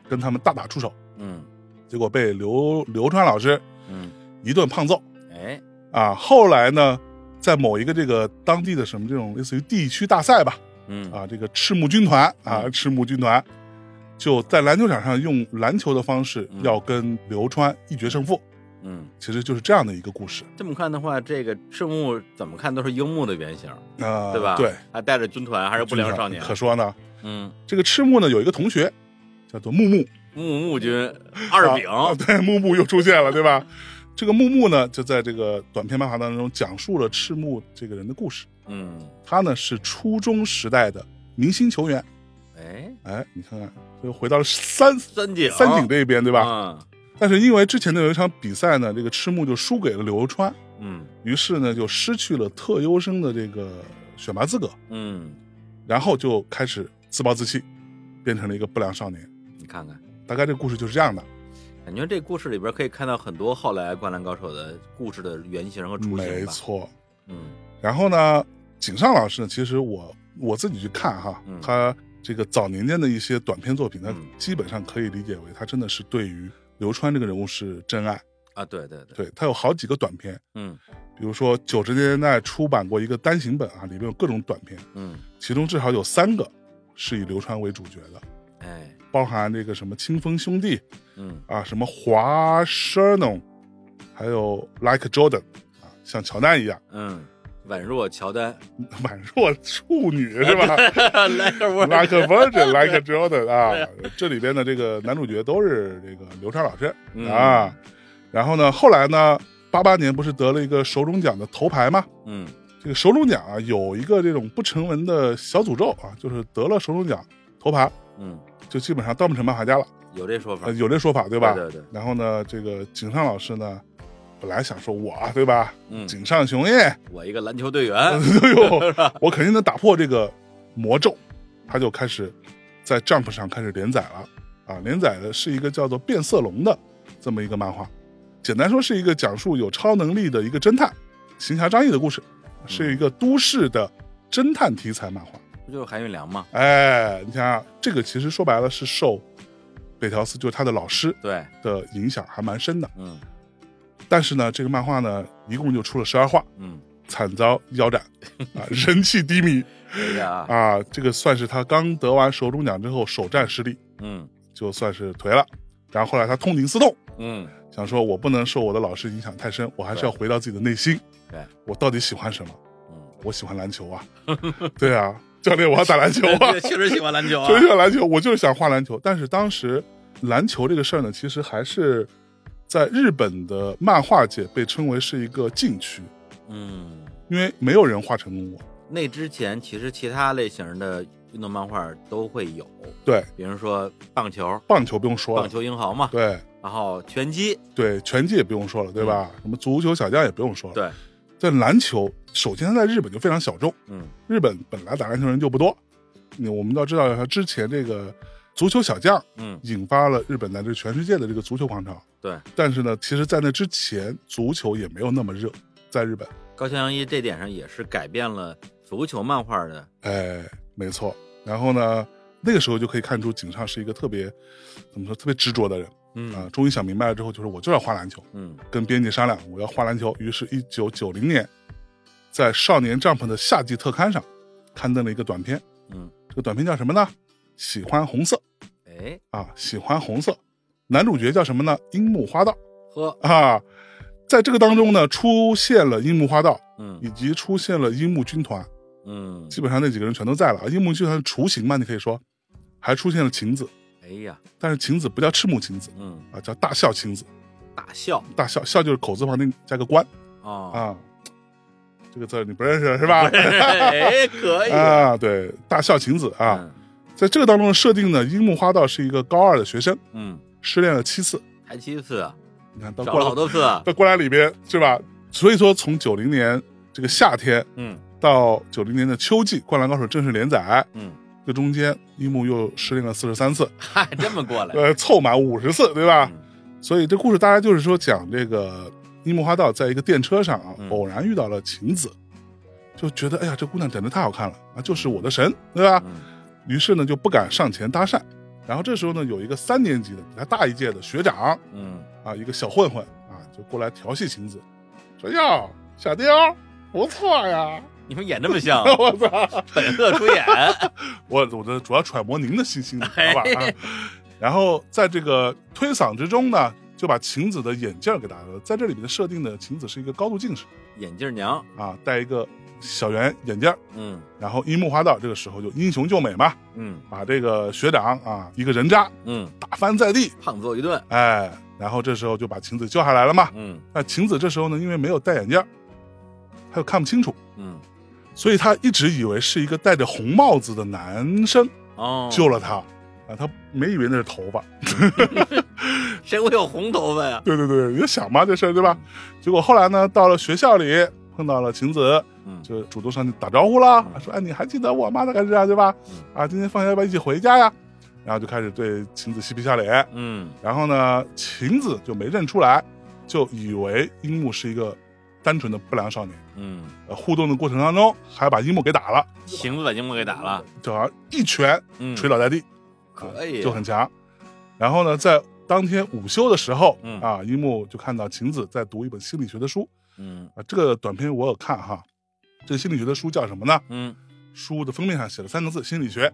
Speaker 1: 跟他们大打出手，
Speaker 2: 嗯
Speaker 1: 结果被流流川老师
Speaker 2: 嗯，
Speaker 1: 一顿胖揍
Speaker 2: 哎，
Speaker 1: 啊。后来呢，在某一个这个当地的什么这种类似于地区大赛吧，
Speaker 2: 嗯
Speaker 1: 啊，这个赤木军团啊，
Speaker 2: 嗯
Speaker 1: 赤木军团就在篮球场上用篮球的方式
Speaker 2: 嗯
Speaker 1: 要跟流川一决胜负，
Speaker 2: 嗯，
Speaker 1: 其实就是这样的一个故事，
Speaker 2: 这么看的话，这个赤木怎么看都是樱木的原型，
Speaker 1: 啊，
Speaker 2: 对吧？
Speaker 1: 对，，
Speaker 2: 还带着军团，还是不良少年，
Speaker 1: 可说呢，
Speaker 2: 嗯，
Speaker 1: 这个赤木呢有一个同学叫做木木，
Speaker 2: 木木军二饼，
Speaker 1: 啊对，木木又出现了，对吧？这个木木呢就在这个短篇漫画当中讲述了赤木这个人的故事，
Speaker 2: 嗯，
Speaker 1: 他呢是初中时代的明星球员，
Speaker 2: 哎，
Speaker 1: 哎，你看看，又回到了三
Speaker 2: 三井，啊
Speaker 1: 三井这边，对
Speaker 2: 对
Speaker 1: 吧？？但是因为之前的有一场比赛呢，这个赤木就输给了流川，
Speaker 2: 嗯
Speaker 1: 于是呢就失去了特优生的这个选拔资格，
Speaker 2: 嗯，
Speaker 1: 然后就开始自暴自弃，变成了一个不良少年。
Speaker 2: 你看看，
Speaker 1: 大概这个故事就是这样的，
Speaker 2: 感觉这故事里边可以看到很多后来《灌篮高手》的故事的原型和雏形吧。
Speaker 1: 哎没，错。
Speaker 2: 嗯
Speaker 1: 然后呢，井上老师呢，其实我我自己去看哈，
Speaker 2: 嗯
Speaker 1: 他这个早年间的一些短篇作品，他
Speaker 2: 嗯
Speaker 1: 基本上可以理解为他真的是对于流川这个人物是真爱。
Speaker 2: 啊，对对对，
Speaker 1: 对他有好几个短篇，
Speaker 2: 嗯
Speaker 1: 比如说九十年代出版过一个单行本啊，里面有各种短篇。
Speaker 2: 嗯，
Speaker 1: 其中至少有三个是以流川为主角的，
Speaker 2: 哎
Speaker 1: 包含这个什么清风兄弟
Speaker 2: 嗯
Speaker 1: 啊，什么华 Shernon，还有 Like Jordan 啊，像乔丹一样
Speaker 2: 嗯，宛若乔丹
Speaker 1: 宛若处女是吧
Speaker 2: ，Like a word，
Speaker 1: ？Like Virgin, Like Jordan 啊，这里边的这个男主角都是这个流川老师啊
Speaker 2: 嗯
Speaker 1: 啊。然后呢，后来呢，八八年不是得了一个手冢奖的头牌吗？
Speaker 2: 嗯
Speaker 1: 这个手冢奖啊，有一个这种不成文的小诅咒啊，就是得了手冢奖头牌，
Speaker 2: 嗯，
Speaker 1: 就基本上当不成漫画家了，
Speaker 2: 有这说法
Speaker 1: 呃，有这说法对吧？
Speaker 2: 对对，
Speaker 1: 然后呢，这个井上老师呢，本来想说我啊对吧，
Speaker 2: 嗯，
Speaker 1: 井上雄彦，
Speaker 2: 我一个篮球队员，
Speaker 1: 哎呦，我肯定能打破这个魔咒，他就开始在 Jump 上开始连载了啊，连载的是一个叫做《变色龙》的这么一个漫画，简单说是一个讲述有超能力的一个侦探行侠仗义的故事，
Speaker 2: 嗯
Speaker 1: 是一个都市的侦探题材漫画。
Speaker 2: 不就是韩玉良吗？
Speaker 1: 哎，你想想，这个其实说白了是受北条司就是他的老师
Speaker 2: 对，
Speaker 1: 的影响还蛮深的，
Speaker 2: 嗯
Speaker 1: 但是呢，这个漫画呢一共就出了十二话，
Speaker 2: 嗯，
Speaker 1: 惨遭腰 斩啊，人气低迷。
Speaker 2: 哎呀，
Speaker 1: 啊，这个算是他刚得完首中奖之后首战失利，
Speaker 2: 嗯
Speaker 1: 就算是颓了。然后后来他痛定思痛，
Speaker 2: 嗯，
Speaker 1: 想说我不能受我的老师影响太深，我还是要回到自己的内心。
Speaker 2: 对，
Speaker 1: 我到底喜欢什么？
Speaker 2: 嗯，
Speaker 1: 我喜欢篮球啊！ 对啊，教练，我要打篮球啊
Speaker 2: 哎 对！确实喜欢篮球啊
Speaker 1: 就，是篮球，我就是想画篮球。但是当时篮球这个事儿呢，其实还是在日本的漫画界被称为是一个禁区，
Speaker 2: 嗯，
Speaker 1: 因为没有人画成功过。
Speaker 2: 那之前其实其他类型的运动漫画都会有，
Speaker 1: 对，
Speaker 2: 比如说棒球，
Speaker 1: 棒球不用说
Speaker 2: 棒
Speaker 1: 了，
Speaker 2: 球英豪嘛，
Speaker 1: 对，
Speaker 2: 然后拳击，
Speaker 1: 对，拳击也不用说了，对吧？什么足球小将也不用说了。
Speaker 2: 嗯对，
Speaker 1: 在篮球，首先它在日本就非常小众，
Speaker 2: 嗯
Speaker 1: 日本本来打篮球人就不多。你我们要知道，它之前这个足球小将
Speaker 2: 嗯，
Speaker 1: 引发了日本乃至全世界的这个足球狂潮。
Speaker 2: 对，
Speaker 1: 但是呢，其实，在那之前，足球也没有那么热，在日本。
Speaker 2: 高桥阳一这点上也是改变了足球漫画的，
Speaker 1: 哎，没错。然后呢，那个时候就可以看出井上是一个特别怎么说特别执着的人啊、
Speaker 2: 嗯
Speaker 1: 终于想明白了之后，就是我就要画篮球。
Speaker 2: 嗯
Speaker 1: 跟编辑商量，我要画篮球。于是，一九九零年，在《少年 Jump》的夏季特刊上刊登了一个短片。
Speaker 2: 嗯，
Speaker 1: 这个短片叫什么呢？喜欢红色
Speaker 2: 哎
Speaker 1: 啊，喜欢红色。男主角叫什么呢？樱木花道
Speaker 2: 呵，
Speaker 1: 啊。在这个当中呢，出现了樱木花道，
Speaker 2: 嗯
Speaker 1: 以及出现了樱木军团，
Speaker 2: 嗯，
Speaker 1: 基本上那几个人全都在了。啊。樱木军团是雏形嘛，你可以说，还出现了晴子，
Speaker 2: 哎呀，
Speaker 1: 但是晴子不叫赤木晴子
Speaker 2: 嗯，
Speaker 1: 啊，叫大笑晴子。
Speaker 2: 大笑
Speaker 1: 大笑笑就是口字旁那加个关
Speaker 2: 啊，
Speaker 1: 啊，这个字儿你不认识是吧？
Speaker 2: 哎，嗯可以
Speaker 1: 啊，对，大笑晴子啊，，在这个当中的设定呢，樱木花道是一个高二的学生，
Speaker 2: 嗯，
Speaker 1: 失恋了七次。
Speaker 2: 嗯还七次，
Speaker 1: 你看到
Speaker 2: 找
Speaker 1: 过
Speaker 2: 了好
Speaker 1: 来，
Speaker 2: 多次，
Speaker 1: 到过来里边是吧？所以说，从九零年这个夏天
Speaker 2: 嗯
Speaker 1: 到九零年的秋季，《灌篮高手》正式连载，
Speaker 2: 嗯，
Speaker 1: 这中间樱木又失恋了四十三次，
Speaker 2: 嗨，这么过来，
Speaker 1: 呃，凑满五十次，对吧？
Speaker 2: 嗯
Speaker 1: 所以这故事大家就是说讲这个樱木花道在一个电车上啊，
Speaker 2: 嗯
Speaker 1: 偶然遇到了晴子，就觉得哎呀，这姑娘长得太好看了啊，就是我的神，对吧？
Speaker 2: 嗯
Speaker 1: 于是呢就不敢上前搭讪。然后这时候呢，有一个三年级的比他大一届的学长
Speaker 2: 嗯，
Speaker 1: 啊，一个小混混啊，就过来调戏晴子，说：“哟，小雕，不错呀！，
Speaker 2: 你们演这么 像啊
Speaker 1: 我操，
Speaker 2: 本色出演，
Speaker 1: 我我这主要揣摩您的心性，好吧？”啊然后在这个推搡之中呢，就把晴子的眼镜给打了。在这里面的设定呢，晴子是一个高度近视
Speaker 2: 眼镜娘，
Speaker 1: 啊，戴一个小圆眼镜儿。
Speaker 2: 嗯
Speaker 1: 然后樱木花道这个时候就英雄救美嘛，
Speaker 2: 嗯
Speaker 1: 把这个学长啊一个人渣
Speaker 2: 嗯，
Speaker 1: 打翻在地，
Speaker 2: 胖揍一顿，
Speaker 1: 哎，然后这时候就把晴子救下来了嘛。
Speaker 2: 嗯
Speaker 1: 那晴子这时候呢，因为没有戴眼镜儿，她又看不清楚，
Speaker 2: 嗯，
Speaker 1: 所以她一直以为是一个戴着红帽子的男生
Speaker 2: 哦，
Speaker 1: 救了她，啊，她没以为那是头发。
Speaker 2: 谁会有红头发呀？
Speaker 1: 对对对，你就想吧，这事儿对吧？结果后来呢，到了学校里碰到了晴子，
Speaker 2: 嗯
Speaker 1: 就主动上去打招呼啦，
Speaker 2: 嗯
Speaker 1: 说：“哎，你还记得我吗？”大概是这样对吧？啊，今天放学要不要一起回家呀？然后就开始对晴子嬉皮笑脸，
Speaker 2: 嗯
Speaker 1: 然后呢，晴子就没认出来，就以为樱木是一个单纯的不良少年。
Speaker 2: 嗯，
Speaker 1: 呃，互动的过程当中还把樱木给打了，
Speaker 2: 行子把樱木给打了，
Speaker 1: 就好像一拳
Speaker 2: 嗯，哎
Speaker 1: 捶倒在地，
Speaker 2: 可以，
Speaker 1: 就很强。然后呢，在当天午休的时候，
Speaker 2: 嗯
Speaker 1: 啊，樱木就看到晴子在读一本心理学的书
Speaker 2: 嗯
Speaker 1: 啊。这个短片我有看哈，这个心理学的书叫什么呢？
Speaker 2: 嗯，
Speaker 1: 书的封面上写了三个字“心理学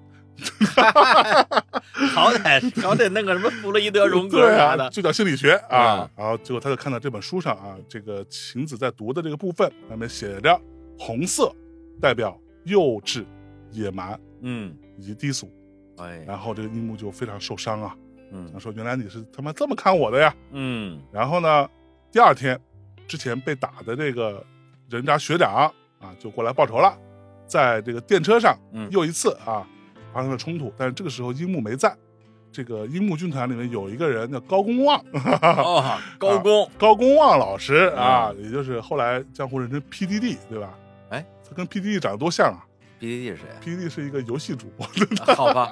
Speaker 2: 好歹 好歹弄个什么弗洛伊”，德荣格
Speaker 1: 对
Speaker 2: 啥
Speaker 1: 啊，
Speaker 2: 的，
Speaker 1: 就叫心理学啊。然后结果他就看到这本书上啊，这个晴子在读的这个部分上面写着红色代表幼稚、野蛮
Speaker 2: 嗯，
Speaker 1: 以及低俗，
Speaker 2: 哎，
Speaker 1: 然后这个樱木就非常受伤啊。他
Speaker 2: 嗯
Speaker 1: 说：“原来你是他妈这么看我的呀
Speaker 2: 嗯！”
Speaker 1: 然后呢，第二天，之前被打的这个人渣学长啊，就过来报仇了。在这个电车上
Speaker 2: 嗯
Speaker 1: 又一次啊发生了冲突，但是这个时候樱木没在。这个樱木军团里面有一个人叫高公望，
Speaker 2: 哦，高工，
Speaker 1: 高公望老师啊，也就是后来江湖人称 PDD，对吧？
Speaker 2: 嗯哎，
Speaker 1: 他跟 PDD 长得多像啊
Speaker 2: PDD 是谁啊？
Speaker 1: ！PDD 是一个游戏主 播，
Speaker 2: 啊好 吧，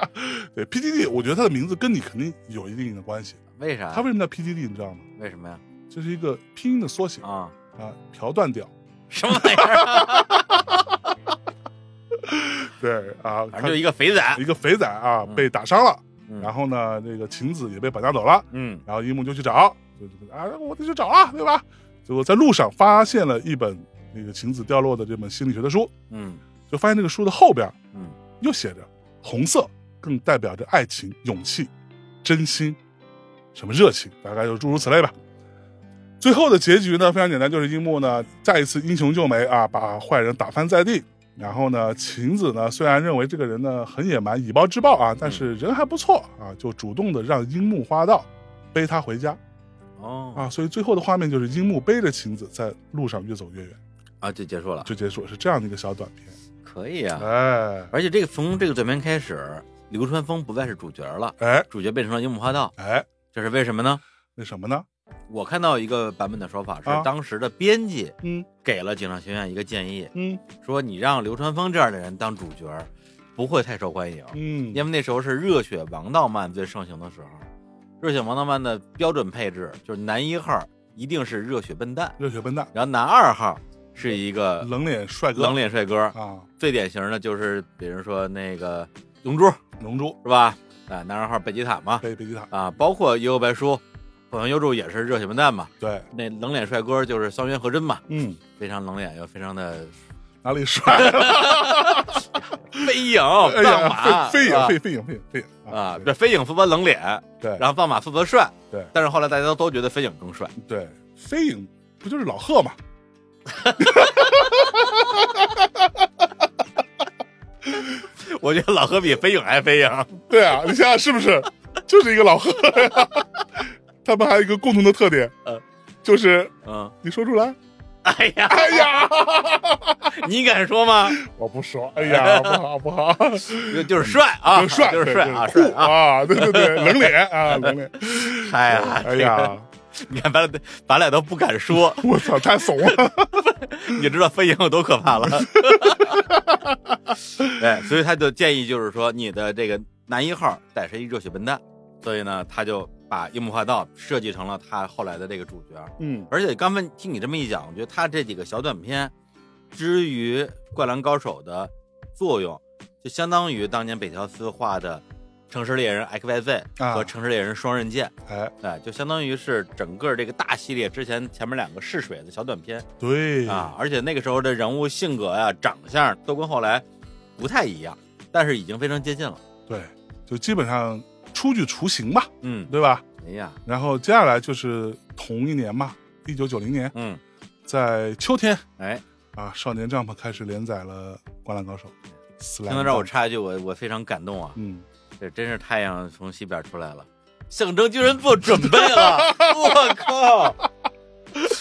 Speaker 1: 对 PDD，我觉得他的名字跟你肯定有一定的关系。
Speaker 2: 为啥？
Speaker 1: 他为什么叫 PDD，你知道吗？
Speaker 2: 为什么呀？
Speaker 1: 这是一个拼音的缩写
Speaker 2: 啊，
Speaker 1: 啊，朴断掉。
Speaker 2: 什么玩 意儿？
Speaker 1: 对啊，
Speaker 2: 反
Speaker 1: 他
Speaker 2: 正就一个肥仔。
Speaker 1: 一个肥仔啊
Speaker 2: 嗯
Speaker 1: 被打伤了，
Speaker 2: 嗯
Speaker 1: 然后呢，这个晴子也被绑架走了，
Speaker 2: 嗯
Speaker 1: 然后樱木就去找，就就啊，我得去找啊，对吧？结果在路上发现了一本那个晴子掉落的这本心理学的书，
Speaker 2: 嗯
Speaker 1: 就发现这个书的后边
Speaker 2: 嗯，
Speaker 1: 又写着红色，更代表着爱情、勇气、真心，什么热情，大概就诸如此类吧。最后的结局呢，非常简单，就是樱木呢再一次英雄救美啊，把坏人打翻在地。然后呢，晴子呢虽然认为这个人呢很野蛮，以暴制暴啊，
Speaker 2: 嗯
Speaker 1: 但是人还不错啊，就主动的让樱木花道背他回家
Speaker 2: 哦
Speaker 1: 啊。所以最后的画面就是樱木背着晴子在路上越走越远，
Speaker 2: 啊，就结束了，
Speaker 1: 就结束，是这样的一个小短片。
Speaker 2: 可以啊。
Speaker 1: 哎
Speaker 2: 而且这个从这个短片开始，流川枫不再是主角了，
Speaker 1: 哎
Speaker 2: 主角变成了樱木花道，
Speaker 1: 哎，
Speaker 2: 这是为什么呢？
Speaker 1: 那什么呢？
Speaker 2: 我看到一个版本的说法是
Speaker 1: 啊，
Speaker 2: 当时的编辑
Speaker 1: 嗯
Speaker 2: 给了井上学院一个建议，
Speaker 1: 嗯
Speaker 2: 说你让流川枫这样的人当主角，不会太受欢迎，
Speaker 1: 嗯，
Speaker 2: 因为那时候是热血王道漫最盛行的时候。热血王道漫的标准配置就是男一号一定是热血笨蛋，
Speaker 1: 热血笨蛋，
Speaker 2: 然后男二号是一个
Speaker 1: 冷脸帅哥，
Speaker 2: 冷脸帅哥，
Speaker 1: 啊，
Speaker 2: 最典型的就是比如说那个龙珠是
Speaker 1: 龙珠
Speaker 2: 吧？啊，男二号贝吉塔嘛，
Speaker 1: 贝贝吉塔，
Speaker 2: 啊，包括幽游白书，火影优助也是热血笨蛋嘛，
Speaker 1: 对，
Speaker 2: 那冷脸帅哥就是桑原和真嘛，
Speaker 1: 嗯，
Speaker 2: 非常冷脸又非常的
Speaker 1: 哪里
Speaker 2: 哎
Speaker 1: 帅了？
Speaker 2: 飞影
Speaker 1: 哎
Speaker 2: 放马
Speaker 1: 呀，飞飞影，
Speaker 2: 啊
Speaker 1: 飞飞影，飞影，飞影
Speaker 2: 啊，这飞影负责冷脸，
Speaker 1: 对
Speaker 2: 然后放马负责帅，
Speaker 1: 对
Speaker 2: 但是后来大家都都觉得飞影更帅，
Speaker 1: 对，飞影不就是老贺嘛？
Speaker 2: 我觉得老何比飞影还飞影，
Speaker 1: 对啊，你想想是不是？就是一个老贺 呀。他们还有一个共同的特点，
Speaker 2: 呃，
Speaker 1: 就是
Speaker 2: 嗯，
Speaker 1: 你说出来。
Speaker 2: 哎呀，
Speaker 1: 哎呀，
Speaker 2: 你敢说吗？
Speaker 1: 我不说，哎呀，不好不 好，
Speaker 2: 就就是帅啊，
Speaker 1: 就帅，
Speaker 2: 就是
Speaker 1: 对
Speaker 2: 帅啊，
Speaker 1: 就
Speaker 2: 帅
Speaker 1: 是酷
Speaker 2: 啊，
Speaker 1: 啊，对对对，冷脸啊，冷脸，
Speaker 2: 哎呀，
Speaker 1: 哎
Speaker 2: 这个
Speaker 1: 呀，
Speaker 2: 你看，咱俩咱俩都不敢说，
Speaker 1: 我操，太怂了，
Speaker 2: 你知道飞影有多可怕了。 哎，所以他就建议就是说，你的这个男一号得是一热血笨蛋，所以呢，他就把樱木花道设计成了他后来的这个主角。
Speaker 1: 嗯，
Speaker 2: 而且刚才听你这么一讲，我觉得他这几个小短片，之于《灌篮高手》的作用，就相当于当年北条司画的《城市猎人 XYZ》
Speaker 1: 啊
Speaker 2: 和《城市猎人双刃剑》
Speaker 1: 哎，
Speaker 2: 哎，就相当于是整个这个大系列之前前面两个试水的小短片
Speaker 1: 对
Speaker 2: 啊，，而且那个时候的人物性格呀、长相都跟后来不太一样，但是已经非常接近了。
Speaker 1: 对，就基本上初具雏形吧，
Speaker 2: 嗯，
Speaker 1: 对吧？
Speaker 2: 哎呀，
Speaker 1: 然后接下来就是同一年嘛，一九九零年，
Speaker 2: 嗯，
Speaker 1: 在秋天
Speaker 2: 哎，
Speaker 1: 啊，《少年 Jump》开始连载了《灌篮高手》。
Speaker 2: 听
Speaker 1: 听
Speaker 2: 到这儿我插一句，我我非常感动啊，
Speaker 1: 嗯，
Speaker 2: 这真是太阳从西边出来了，象征军人部准备了，我靠！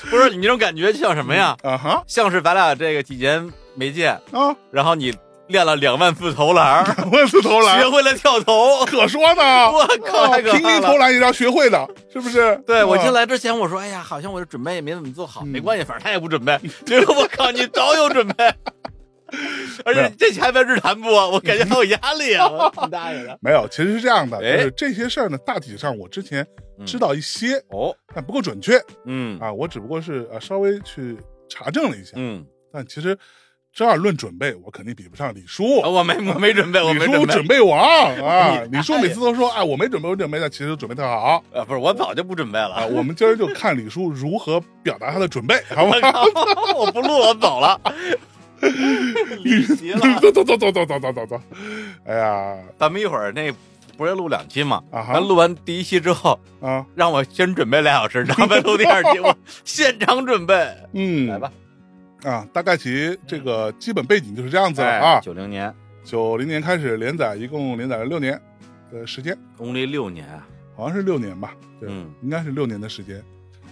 Speaker 2: 不是你这种感觉像什么呀？
Speaker 1: 啊哈
Speaker 2: 像是咱俩这个几年没见，
Speaker 1: 啊，
Speaker 2: 然后你练了两万次投篮儿，
Speaker 1: 我也是投
Speaker 2: 学
Speaker 1: 篮，
Speaker 2: 会了跳投，
Speaker 1: 可说呢。
Speaker 2: 我靠太可怕了
Speaker 1: 拼音哦投篮也是要学会的，是不是？
Speaker 2: 对我
Speaker 1: 啊
Speaker 2: 进，来之前我说，哎呀，好像我这准备也没怎么做好，
Speaker 1: 嗯
Speaker 2: 没关系，反正他也不准备。结果我靠，你早有准备， 而且这期还在日坛播，我感觉好有压力 啊！我挺大爷的
Speaker 1: 没有，其实是这样的，
Speaker 2: 哎嗯
Speaker 1: 就是这些事儿呢，大体上我之前知道一些，
Speaker 2: 哦，
Speaker 1: 但不够准确
Speaker 2: 嗯
Speaker 1: 啊，我只不过是啊稍微去查证了一下，
Speaker 2: 嗯，
Speaker 1: 但其实这样论准备，我肯定比不上李叔。
Speaker 2: 啊我没我没准备，我
Speaker 1: 李
Speaker 2: 没
Speaker 1: 叔
Speaker 2: 准备
Speaker 1: 准备王啊！
Speaker 2: 你
Speaker 1: 李叔每次都说，哎，我没准备，我准备的，其实准备特好
Speaker 2: 啊，不是我早就不准备
Speaker 1: 啊。
Speaker 2: 了。
Speaker 1: 我们今儿就看李叔如何表达他的准备，好吧？
Speaker 2: 我不录，我 走了，离席了。
Speaker 1: 走走走走走走走走走。哎呀
Speaker 2: 咱们一会儿那不是录两期嘛？
Speaker 1: 啊哈
Speaker 2: 咱录完第一期之后，
Speaker 1: 啊
Speaker 2: 让我先准备俩小时，然后再录第二期，我现场准备。
Speaker 1: 嗯，
Speaker 2: 来吧，
Speaker 1: 啊！大概其这个基本背景就是这样子了
Speaker 2: 在
Speaker 1: 啊。
Speaker 2: 哎九零年，
Speaker 1: 九零年开始连载，一共连载了六年的时间，
Speaker 2: 公历六年啊，
Speaker 1: 好像是六年吧？对，
Speaker 2: 嗯
Speaker 1: 应该是六年的时间。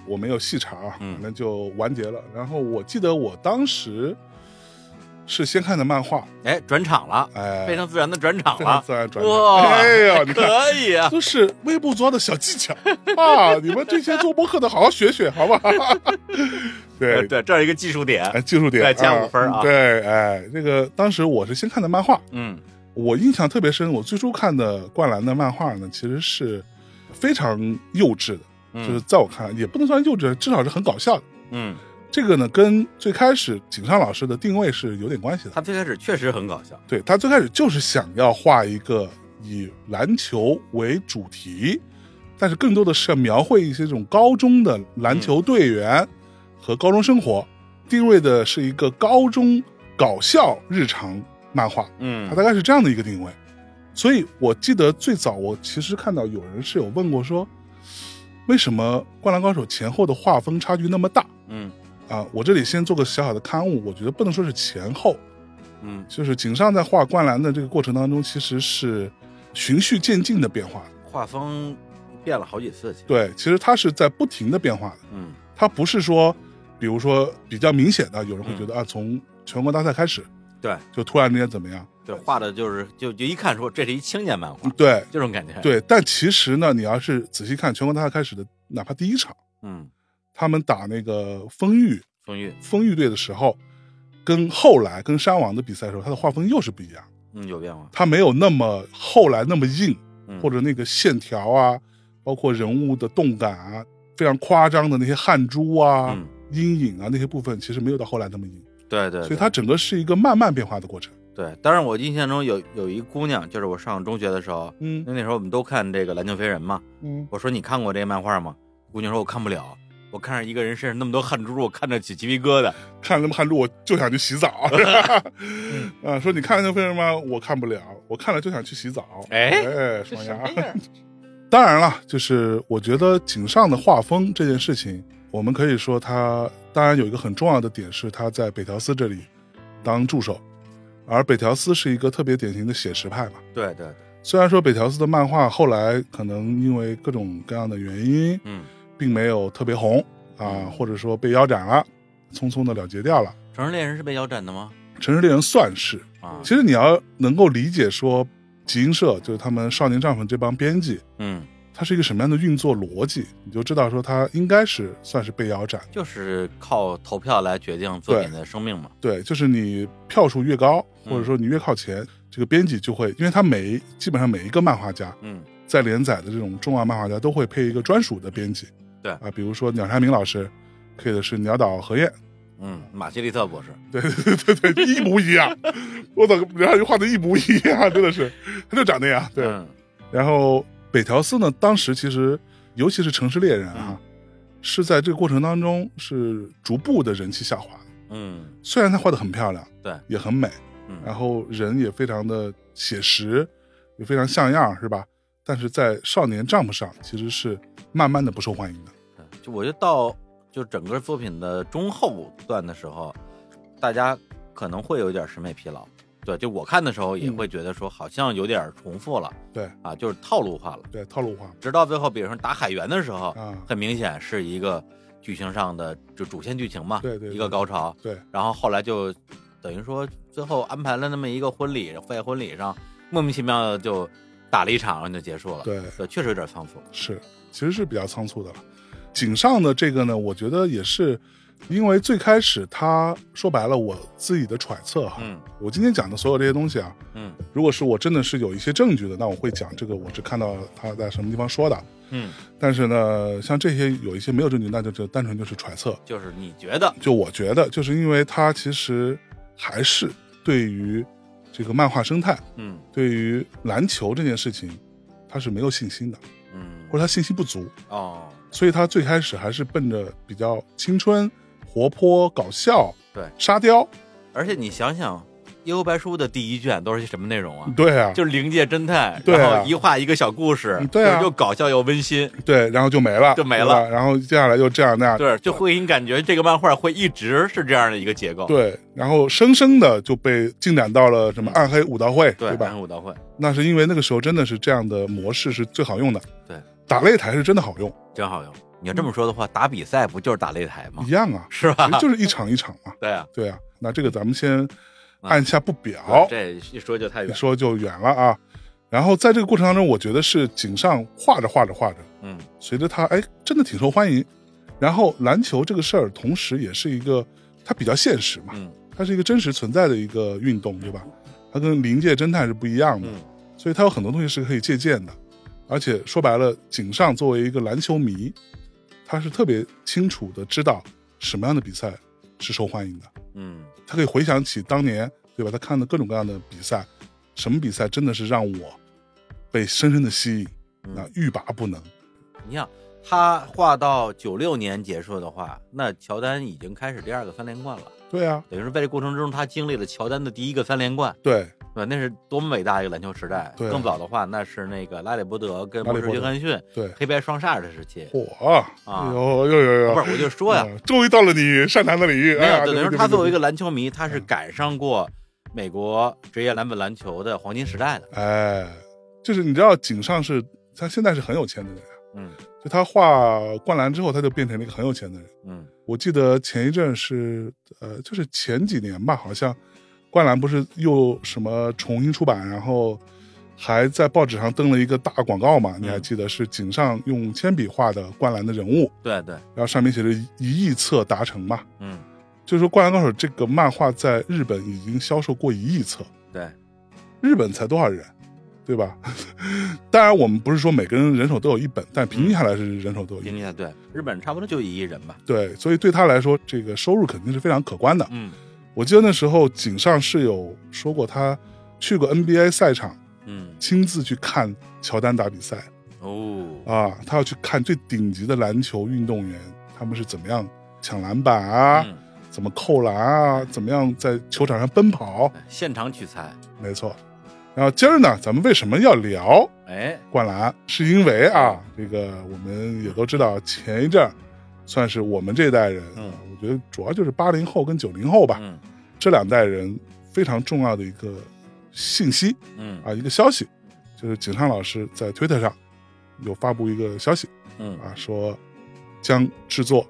Speaker 1: 我没有细查啊，
Speaker 2: 嗯
Speaker 1: 反正就完结了。然后我记得我当时是先看的漫画，
Speaker 2: 哎，转场了，
Speaker 1: 哎，
Speaker 2: 非常自然的转场
Speaker 1: 非常
Speaker 2: 了，
Speaker 1: 自然转场，
Speaker 2: 哇，
Speaker 1: 哎呦，你看
Speaker 2: 可以啊，
Speaker 1: 就是微不足道的小技巧 啊！你们这些做播客的，好好学学，好不好？ 对，
Speaker 2: 对，这是一个技术点，
Speaker 1: 哎，技术点
Speaker 2: 再加五分啊
Speaker 1: 对，哎，那个当时我是先看的漫画，
Speaker 2: 嗯
Speaker 1: 我印象特别深。我最初看的《灌篮》的漫画呢，其实是非常幼稚的，就是
Speaker 2: 嗯
Speaker 1: 在我看来也不能算幼稚，至少是很搞笑的。
Speaker 2: 嗯，
Speaker 1: 这个呢，跟最开始井上老师的定位是有点关系的。
Speaker 2: 他最开始确实很搞笑，
Speaker 1: 对他最开始就是想要画一个以篮球为主题，但是更多的是要描绘一些这种高中的篮球队员和高中生活，定位的是一个高中搞笑日常漫画，
Speaker 2: 嗯
Speaker 1: 它大概是这样的一个定位。所以我记得最早我其实看到有人是有问过说，为什么《灌篮高手》前后的画风差距那么大
Speaker 2: 嗯
Speaker 1: 啊？我这里先做个小小的刊物，我觉得不能说是前后，
Speaker 2: 嗯，
Speaker 1: 就是井上在画灌篮的这个过程当中，其实是循序渐进的变化的。
Speaker 2: 画风变了好几次，其实，
Speaker 1: 对，其实它是在不停的变化的，
Speaker 2: 嗯
Speaker 1: 它不是说，比如说比较明显的，有人会觉得、啊，从全国大赛开始，
Speaker 2: 对，
Speaker 1: 就突然之间怎么样？
Speaker 2: 对，画的就是就就一看说这是一青年漫画，
Speaker 1: 对
Speaker 2: 这种感觉，，
Speaker 1: 嗯对，但其实呢，你要是仔细看全国大赛开始的，哪怕第一场
Speaker 2: 嗯，
Speaker 1: 他们打那个丰裕
Speaker 2: 风裕，
Speaker 1: 丰裕队的时候，跟后来跟山王的比赛的时候，他的画风又是不一样，
Speaker 2: 嗯，有变化，
Speaker 1: 他没有那么后来那么硬，
Speaker 2: 嗯
Speaker 1: 或者那个线条啊，包括人物的动感啊，非常夸张的那些汗珠啊、
Speaker 2: 嗯
Speaker 1: 阴影啊那些部分，其实没有到后来那么硬，
Speaker 2: 对对，
Speaker 1: 所以
Speaker 2: 对
Speaker 1: 它整个是一个慢慢变化的过程。
Speaker 2: 对，当然我印象中有有一姑娘，就是我上中学的时候，
Speaker 1: 嗯
Speaker 2: 那那时候我们都看这个《篮球飞人》嘛，
Speaker 1: 嗯，
Speaker 2: 我说你看过这漫画吗？姑娘说我看不了，我看着一个人身上那么多汗珠，我看着起鸡皮疙瘩。
Speaker 1: 看了那么汗珠，我就想去洗澡。 啊，说你看了那为什么我看不了？我看了就想去洗澡。
Speaker 2: 哎
Speaker 1: 哎，
Speaker 2: 这
Speaker 1: 双
Speaker 2: 什
Speaker 1: 鸭
Speaker 2: 么。样？
Speaker 1: 当然了，就是我觉得井上的画风这件事情，我们可以说他当然有一个很重要的点是他在北条司这里当助手，而北条司是一个特别典型的写实派嘛。
Speaker 2: 对对，对
Speaker 1: 虽然说北条司的漫画后来可能因为各种各样的原因，
Speaker 2: 嗯，
Speaker 1: 并没有特别红啊，或者说被腰斩了，匆匆的了结掉了。
Speaker 2: 《城市猎人》是被腰斩的吗？
Speaker 1: 《城市猎人》算是，
Speaker 2: 啊，
Speaker 1: 其实你要能够理解说集英社就是他们少年丈夫这帮编辑，
Speaker 2: 嗯，
Speaker 1: 它是一个什么样的运作逻辑，你就知道说它应该是算是被腰斩。
Speaker 2: 就是靠投票来决定作
Speaker 1: 对
Speaker 2: 品的生命嘛。
Speaker 1: 对，就是你票数越高，
Speaker 2: 嗯
Speaker 1: 或者说你越靠前，这个编辑就会，因为他每一基本上每一个漫画家
Speaker 2: 嗯
Speaker 1: 在连载的这种重要漫画家都会配一个专属的编辑。
Speaker 2: 对
Speaker 1: 啊，比如说鸟山明老师配的是鸟岛和彦，
Speaker 2: 嗯，马西利特博士，
Speaker 1: 对对对对对，一模一样。我操，人家就画的一模一样，真的是，他就长那样。对，
Speaker 2: 嗯
Speaker 1: 然后北条司呢，当时其实尤其是城市猎人啊，
Speaker 2: 嗯
Speaker 1: 是在这个过程当中是逐步的人气下滑的。
Speaker 2: 嗯
Speaker 1: 虽然他画的很漂亮，
Speaker 2: 对
Speaker 1: 也很美，然
Speaker 2: 嗯，
Speaker 1: 后人也非常的写实，也非常像样，是吧？但是在少年丈夫上，其实是慢慢的不受欢迎的。
Speaker 2: 就我就到就整个作品的中后段的时候，大家可能会有点审美疲劳。对，就我看的时候也
Speaker 1: 嗯
Speaker 2: 会觉得说好像有点重复了
Speaker 1: 对
Speaker 2: 啊，就是套路化了。
Speaker 1: 对，套路化
Speaker 2: 直到最后，比如说打海员的时候，
Speaker 1: 啊，
Speaker 2: 很明显是一个剧情上的就主线剧情嘛，
Speaker 1: 对对对
Speaker 2: 一个高潮。
Speaker 1: 对，
Speaker 2: 然后后来就等于说最后安排了那么一个婚礼，在婚礼上莫名其妙的就打了一场，然后就结束了。
Speaker 1: 对啊
Speaker 2: 确实有点仓促。
Speaker 1: 是，其实是比较仓促的了。井上的这个呢，我觉得也是，因为最开始他说白了，我自己的揣测哈，
Speaker 2: 嗯
Speaker 1: 我今天讲的所有这些东西啊，
Speaker 2: 嗯
Speaker 1: 如果是我真的是有一些证据的，那我会讲这个，我是看到他在什么地方说的。
Speaker 2: 嗯，
Speaker 1: 但是呢，像这些有一些没有证据，那就就单纯就是揣测。
Speaker 2: 就是你觉得，
Speaker 1: 就我觉得，就是因为他其实还是对于这个漫画生态，
Speaker 2: 嗯
Speaker 1: 对于篮球这件事情，他是没有信心的，
Speaker 2: 嗯
Speaker 1: 或者他信心不足，
Speaker 2: 哦，
Speaker 1: 所以他最开始还是奔着比较青春、活泼、搞笑、
Speaker 2: 对
Speaker 1: 沙雕，
Speaker 2: 而且你想想，《幽游白书》的第一卷都是些什么内容啊？
Speaker 1: 对啊，
Speaker 2: 就是灵界侦探，
Speaker 1: 对啊
Speaker 2: 然后一画一个小故事，
Speaker 1: 对啊
Speaker 2: 就又搞笑又温馨，
Speaker 1: 对，然后就没了，
Speaker 2: 就没
Speaker 1: 对吧然后接下来又这样那样，
Speaker 2: 对，就会给你感觉这个漫画会一直是这样的一个结构，
Speaker 1: 对，然后生生的就被进展到了什么暗黑武道会，对
Speaker 2: 嗯对，
Speaker 1: 吧？
Speaker 2: 武道会，
Speaker 1: 那是因为那个时候真的是这样的模式是最好用的，
Speaker 2: 对，
Speaker 1: 打擂台是真的好用，
Speaker 2: 真好用。你
Speaker 1: 嗯
Speaker 2: 要这么说的话，打比赛不就是打擂台吗
Speaker 1: 一？样啊，
Speaker 2: 是吧
Speaker 1: 其实？就是一场一场嘛，
Speaker 2: 对啊，
Speaker 1: 对啊。那这个咱们先按下不表，
Speaker 2: 啊这一说就太
Speaker 1: 一
Speaker 2: 远。
Speaker 1: 说就远了啊。然后在这个过程当中，我觉得是井上画着画着画着，
Speaker 2: 嗯
Speaker 1: 随着他哎真的挺受欢迎。然后篮球这个事儿，同时也是一个它比较现实嘛，
Speaker 2: 嗯
Speaker 1: 它是一个真实存在的一个运动，对吧？它跟临界侦探是不一样的，
Speaker 2: 嗯
Speaker 1: 所以它有很多东西是可以借鉴的。而且说白了，井上作为一个篮球迷，他是特别清楚的知道什么样的比赛是受欢迎的。
Speaker 2: 嗯
Speaker 1: 他可以回想起当年，对吧？他看的各种各样的比赛，什么比赛真的是让我被深深的吸引，
Speaker 2: 嗯
Speaker 1: 那欲罢不能。
Speaker 2: 你想，他画到九六年结束的话，那乔丹已经开始第二个三连冠了。
Speaker 1: 对啊，
Speaker 2: 等于是在这过程之中，他经历了乔丹的第一个三连冠，
Speaker 1: 对
Speaker 2: 对吧？那是多么伟大一个篮球时代！
Speaker 1: 对
Speaker 2: 更早的话，那是那个拉里伯德跟
Speaker 1: 拉
Speaker 2: 波
Speaker 1: 里
Speaker 2: 士
Speaker 1: 伯
Speaker 2: 约
Speaker 1: 德
Speaker 2: 翰逊
Speaker 1: 对，
Speaker 2: 黑白双煞的时期。
Speaker 1: 火哎
Speaker 2: 啊
Speaker 1: 呦呦呦呦，
Speaker 2: 不是，我就说呀，
Speaker 1: 嗯终于到了你擅长的领域。
Speaker 2: 没
Speaker 1: 哎呀
Speaker 2: 有，就等于说他作为一个，篮球迷，他是
Speaker 1: 嗯
Speaker 2: 赶上过美国职业篮本篮球的黄金时代的。
Speaker 1: 对对对对哎，就是你知道井上是他现在是很有钱的人，
Speaker 2: 嗯
Speaker 1: 就他画灌篮之后，他就变成了一个很有钱的人。
Speaker 2: 嗯
Speaker 1: 我记得前一阵是呃，就是前几年吧，好像灌篮不是又什么重新出版，然后还在报纸上登了一个大广告
Speaker 2: 嗯
Speaker 1: 嘛？你还记得是井上用铅笔画的灌篮的人物，
Speaker 2: 对对，
Speaker 1: 然后上面写着“一亿册达成”嘛。
Speaker 2: 嗯
Speaker 1: 就是说，《灌篮高手》这个漫画在日本已经销售过一亿册，
Speaker 2: 对，
Speaker 1: 日本才多少人，对吧？ 当然，我们不是说每个人人手都有一本，但平均下来是人手都有一
Speaker 2: 经
Speaker 1: 本。
Speaker 2: 历了对日本差不多就一亿人吧。
Speaker 1: 对，所以对他来说，这个收入肯定是非常可观的。
Speaker 2: 嗯
Speaker 1: 我记得那时候井上是有说过，他去过 NBA 赛场，
Speaker 2: 嗯
Speaker 1: 亲自去看乔丹打比赛
Speaker 2: 哦
Speaker 1: 啊，他要去看最顶级的篮球运动员他们是怎么样抢篮板啊，
Speaker 2: 嗯
Speaker 1: 怎么扣篮啊，怎么样在球场上奔跑，
Speaker 2: 现场取材，
Speaker 1: 没错。然后今儿呢，咱们为什么要聊
Speaker 2: 哎，
Speaker 1: 灌篮？是因为啊，
Speaker 2: 嗯
Speaker 1: 这个我们也都知道，前一阵儿算是我们这代人，
Speaker 2: 嗯
Speaker 1: 我觉得主要就是八零后跟九零后吧，
Speaker 2: 嗯
Speaker 1: 这两代人非常重要的一个信息
Speaker 2: 嗯
Speaker 1: 啊，一个消息，就是井上老师在推特上有发布一个消息
Speaker 2: 嗯，
Speaker 1: 啊，说将制作《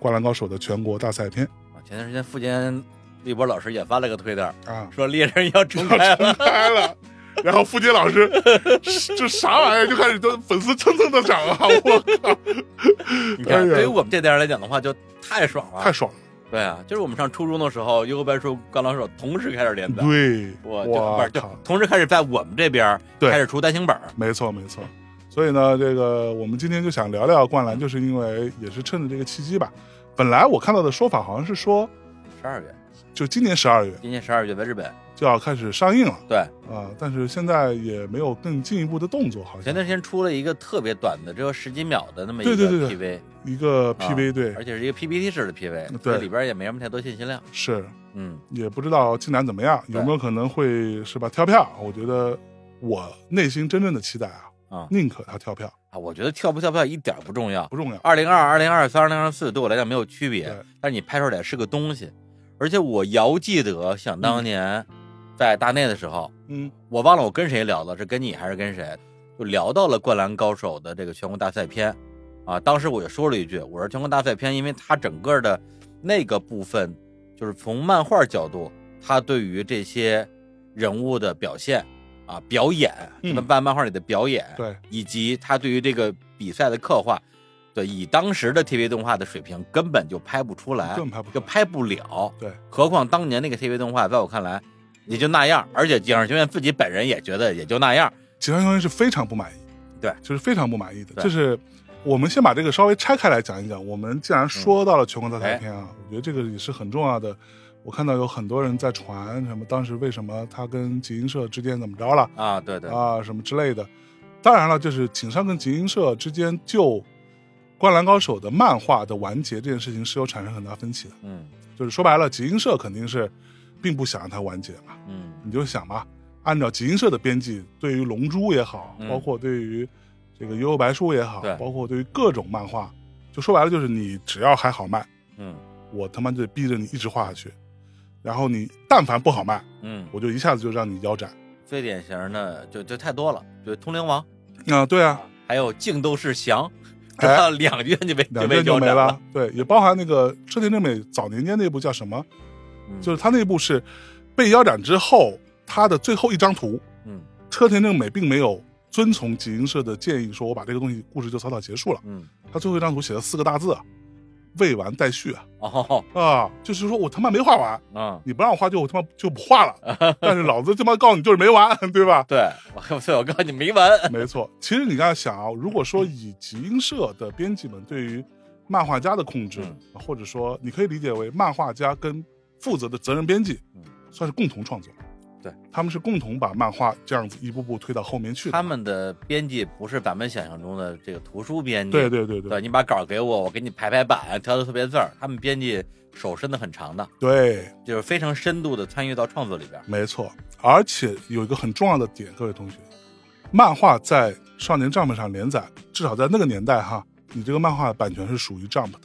Speaker 1: 灌篮高手》的全国大赛篇
Speaker 2: 前段时间富坚立博老师也发了个推特，，
Speaker 1: 啊
Speaker 2: 说猎人要重开了，
Speaker 1: 开了。然后付杰老师这啥玩意儿就开始都粉丝蹭蹭的涨啊！我靠，
Speaker 2: 你看，
Speaker 1: 哎呀
Speaker 2: 对于我们这代人来讲的话，就太爽了，
Speaker 1: 太爽了！
Speaker 2: 对啊，就是我们上初中的时候，《幽游白书》《灌篮高手》同时开始连载，
Speaker 1: 对，
Speaker 2: 我就不
Speaker 1: 我
Speaker 2: 是就
Speaker 1: 靠，
Speaker 2: 同时开始在我们这边儿
Speaker 1: 对
Speaker 2: 开始出单行本儿，
Speaker 1: 没错没错。所以呢，这个我们今天就想聊聊灌篮，就是因为也是趁着这个契机吧。本来我看到的说法好像是说，
Speaker 2: 十二月，
Speaker 1: 就今年十二月
Speaker 2: 今年十二月在日本，
Speaker 1: 就要开始上映了
Speaker 2: 对，
Speaker 1: 啊、但是现在也没有更进一步的动作，好
Speaker 2: 前
Speaker 1: 像
Speaker 2: 段时间出了一个特别短的，只有十几秒的那么一
Speaker 1: 对
Speaker 2: 个
Speaker 1: 对对
Speaker 2: PV，
Speaker 1: 对一个 PV
Speaker 2: 啊
Speaker 1: 对
Speaker 2: 而且是一个 PPT 式的 PV，
Speaker 1: 对
Speaker 2: 这里边也没什么太多信息量，
Speaker 1: 是
Speaker 2: 嗯
Speaker 1: 也不知道进展怎么样，有没有可能会是吧跳票？我觉得我内心真正的期待啊，
Speaker 2: 啊
Speaker 1: 宁可他跳票
Speaker 2: 啊，我觉得跳不跳票一点儿不重要，
Speaker 1: 不重要，
Speaker 2: 二零二、二零二三、二零二四对我来讲没有区别
Speaker 1: 对，
Speaker 2: 但是你拍出来是个东西。而且我遥记得，想当年在大内的时候，
Speaker 1: 嗯
Speaker 2: 我忘了我跟谁聊了，是跟你还是跟谁，就聊到了《灌篮高手》的这个全国大赛篇啊。当时我就说了一句，我说全国大赛篇，因为它整个的那个部分，就是从漫画角度，它对于这些人物的表现啊、表演，
Speaker 1: 嗯
Speaker 2: 他们漫漫画里的表演，
Speaker 1: 对，
Speaker 2: 以及他对于这个比赛的刻画，对，以当时的 TV 动画的水平，根本就拍不出来，
Speaker 1: 根本拍不出
Speaker 2: 就
Speaker 1: 来
Speaker 2: 拍不了。
Speaker 1: 对，
Speaker 2: 何况当年那个 TV 动画，在我看来也就那样，而且井上学院自己本人也觉得也就那样。
Speaker 1: 吉川雄一是非常不满意，
Speaker 2: 对，
Speaker 1: 就是非常不满意的。
Speaker 2: 对
Speaker 1: 就是我们先把这个稍微拆开来讲一讲。我们既然
Speaker 2: 嗯
Speaker 1: 说到了全国大赛篇
Speaker 2: 哎
Speaker 1: 啊，我觉得这个也是很重要的。我看到有很多人在传什么当时为什么他跟集英社之间怎么着了
Speaker 2: 啊，对对，
Speaker 1: 啊，什么之类的。当然了，就是井上跟集英社之间就《灌篮高手》的漫画的完结这件事情是有产生很大分歧的。
Speaker 2: 嗯
Speaker 1: 就是说白了，集英社肯定是并不想让它完结嘛，
Speaker 2: 嗯
Speaker 1: 你就想吧，按照集英社的编辑，对于《龙珠》也好，
Speaker 2: 嗯
Speaker 1: 包括对于这个《幽游白书》也好
Speaker 2: 对，
Speaker 1: 包括对于各种漫画，就说白了就是你只要还好卖，
Speaker 2: 嗯
Speaker 1: 我他妈就得逼着你一直画下去。然后你但凡不好卖，
Speaker 2: 嗯，
Speaker 1: 我就一下子就让你腰斩。
Speaker 2: 最典型的就就太多了，就通灵王，
Speaker 1: 啊、对啊，
Speaker 2: 还有镜斗士翔，
Speaker 1: 哎
Speaker 2: 这两卷就被
Speaker 1: 两
Speaker 2: 被
Speaker 1: 卷就
Speaker 2: 腰
Speaker 1: 没
Speaker 2: 斩
Speaker 1: 了。。对，也包含那个车田正美早年间那部叫什么，
Speaker 2: 嗯
Speaker 1: 就是他那部是被腰斩之后，他的最后一张图，
Speaker 2: 嗯
Speaker 1: 车田正美并没有遵从集英社的建议，说我把这个东西故事就草草结束了。
Speaker 2: 嗯，
Speaker 1: 他最后一张图写了四个大字啊，未完待续啊
Speaker 2: 哦，
Speaker 1: 啊，就是说我他妈没画完，
Speaker 2: 嗯，
Speaker 1: 你不让我画就我他妈就不画 了，但是老子他妈告诉你就是没完，对吧？
Speaker 2: 对，我 对我告诉你没完，
Speaker 1: 没错，其实你刚才想啊，如果
Speaker 2: 嗯
Speaker 1: 说以集英社的编辑们对于漫画家的控制，
Speaker 2: 嗯
Speaker 1: 或者说你可以理解为漫画家跟负责的责任编辑，
Speaker 2: 嗯
Speaker 1: 算是共同创作。
Speaker 2: 对，
Speaker 1: 他们是共同把漫画这样子一步步推到后面去的。
Speaker 2: 他们的编辑不是咱们想象中的这个图书编辑，
Speaker 1: 对对对对
Speaker 2: 对，你把稿给我，我给你排排版，挑挑错别字儿。他们编辑手伸的很长的，
Speaker 1: 对，
Speaker 2: 就是非常深度的参与到创作里边。
Speaker 1: 没错。而且有一个很重要的点，各位同学，漫画在少年 Jump 上连载，至少在那个年代哈，你这个漫画版权是属于 Jump 的。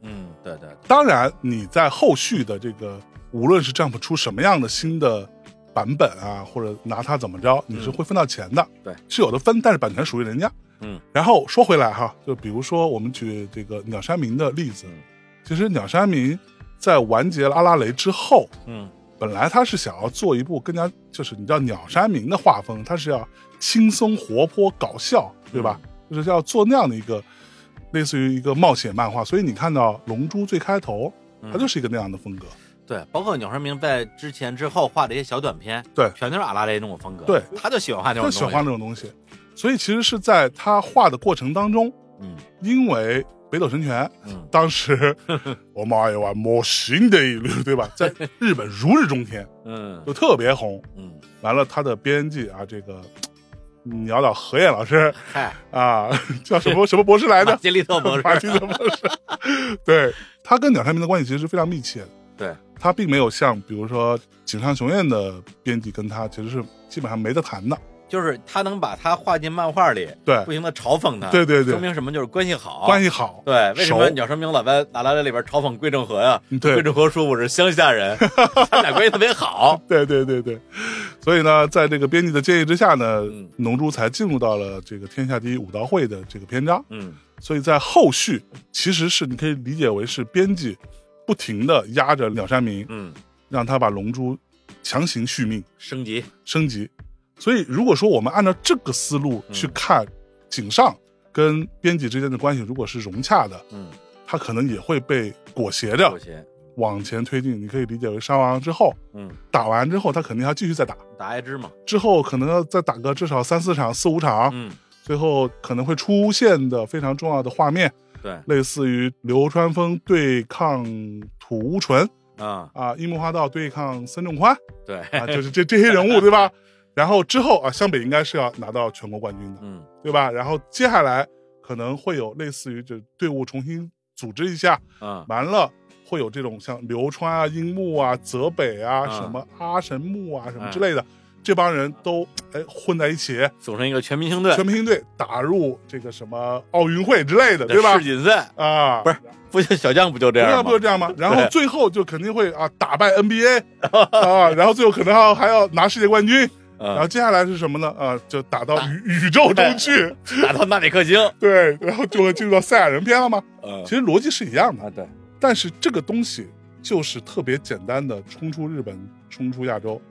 Speaker 2: 嗯，对对对，
Speaker 1: 当然，你在后续的这个，无论是 Jump 出什么样的新的版本啊，或者拿它怎么着，你是会分到钱的。
Speaker 2: 对
Speaker 1: 是有的分，但是版权属于人家。
Speaker 2: 嗯，
Speaker 1: 然后说回来哈，就比如说我们举这个鸟山明的例子
Speaker 2: 嗯，
Speaker 1: 其实鸟山明在完结了阿拉蕾之后，
Speaker 2: 嗯
Speaker 1: 本来他是想要做一部更加就是你知道鸟山明的画风，他是要轻松活泼搞笑，对吧？
Speaker 2: 嗯
Speaker 1: 就是要做那样的一个类似于一个冒险漫画，所以你看到《龙珠》最开头，
Speaker 2: 嗯
Speaker 1: 它就是一个那样的风格。
Speaker 2: 对，包括鸟山明在之前之后画的一些小短片，
Speaker 1: 对
Speaker 2: 全都是阿拉蕾那种风格，
Speaker 1: 对
Speaker 2: 他就喜欢画那
Speaker 1: 他
Speaker 2: 种东西，
Speaker 1: 喜欢这种东西，所以其实是在他画的过程当中，
Speaker 2: 嗯
Speaker 1: 因为北斗神拳
Speaker 2: 嗯，
Speaker 1: 当 时我妈呀，魔神的一路，对吧？在日本如日中天，
Speaker 2: 嗯
Speaker 1: 就特别红。
Speaker 2: 嗯，
Speaker 1: 完了，他的编辑啊，这个嗯鸟岛和彦老师，
Speaker 2: 嗨，
Speaker 1: 啊， 叫什么什么博士来
Speaker 2: 马
Speaker 1: 的？
Speaker 2: 杰利特 博
Speaker 1: 马
Speaker 2: 士，
Speaker 1: 蒂的博士。对他跟鸟山明的关系其实是非常密切的。
Speaker 2: 对，
Speaker 1: 他并没有像比如说井上雄彦的编辑跟他其实是基本上没得谈的。
Speaker 2: 就是他能把他画进漫画里，
Speaker 1: 对
Speaker 2: 不，停的嘲讽他，
Speaker 1: 对对对
Speaker 2: 说明什么？就是关系好，
Speaker 1: 关系好。
Speaker 2: 对，为什么
Speaker 1: 熟
Speaker 2: 鸟山明老在阿拉蕾里边嘲讽桂正和呀？
Speaker 1: 嗯对
Speaker 2: 桂正和说我是乡下人，他们俩关系特别好。
Speaker 1: 对对对对，所以呢，在这个编辑的建议之下呢，
Speaker 2: 嗯
Speaker 1: 龙珠》才进入到了这个天下第一武道会的这个篇章。
Speaker 2: 嗯，
Speaker 1: 所以在后续其实是你可以理解为是编辑不停的压着鸟山明，
Speaker 2: 嗯，
Speaker 1: 让他把龙珠强行续命。
Speaker 2: 升级，
Speaker 1: 升级。所以如果说我们按照这个思路去看井上跟编辑之间的关系，如果是融洽的，
Speaker 2: 嗯，
Speaker 1: 它可能也会被裹挟
Speaker 2: 妥
Speaker 1: 着
Speaker 2: 协，
Speaker 1: 往前推进。你可以理解为杀完之后，
Speaker 2: 嗯，
Speaker 1: 打完之后他肯定还要继续再打，
Speaker 2: 打艾之嘛，
Speaker 1: 之后可能要再打个至少三四场、四五场，
Speaker 2: 嗯，
Speaker 1: 最后可能会出现的非常重要的画面，
Speaker 2: 对，
Speaker 1: 类似于流川枫对抗土屋纯
Speaker 2: 啊，
Speaker 1: 啊，樱木花道对抗森重宽。
Speaker 2: 对，
Speaker 1: 啊，就是这这些人物对吧？然后之后啊，湘北应该是要拿到全国冠军的，
Speaker 2: 嗯，
Speaker 1: 对吧？然后接下来可能会有类似于就队伍重新组织一下，
Speaker 2: 嗯，
Speaker 1: 完了会有这种像流川啊、樱木啊、泽北啊、
Speaker 2: 嗯
Speaker 1: 什么阿神木啊什么
Speaker 2: 嗯
Speaker 1: 之类的，这帮人都哎混在一起，
Speaker 2: 组成一个全明星队，
Speaker 1: 全明星队打入这个什么奥运会之类的，对吧
Speaker 2: 世？锦赛，
Speaker 1: 啊，
Speaker 2: 不是不就小将不就这
Speaker 1: 同
Speaker 2: 样吗？
Speaker 1: 样不就这样吗？ 然后
Speaker 2: 对
Speaker 1: 最后就肯定会啊打败 NBA 啊，然后最后可能还要还要拿世界冠军，然后
Speaker 2: 嗯，
Speaker 1: 接下来是什么呢？啊，就打到宇宇宙中去，
Speaker 2: 打到纳米克星，
Speaker 1: 对，然后就会进入到赛亚人篇了吗？
Speaker 2: 嗯
Speaker 1: 其，实逻辑是一样的，
Speaker 2: 啊，对，
Speaker 1: 但是这个东西就是特别简单的冲出日本，冲出亚洲，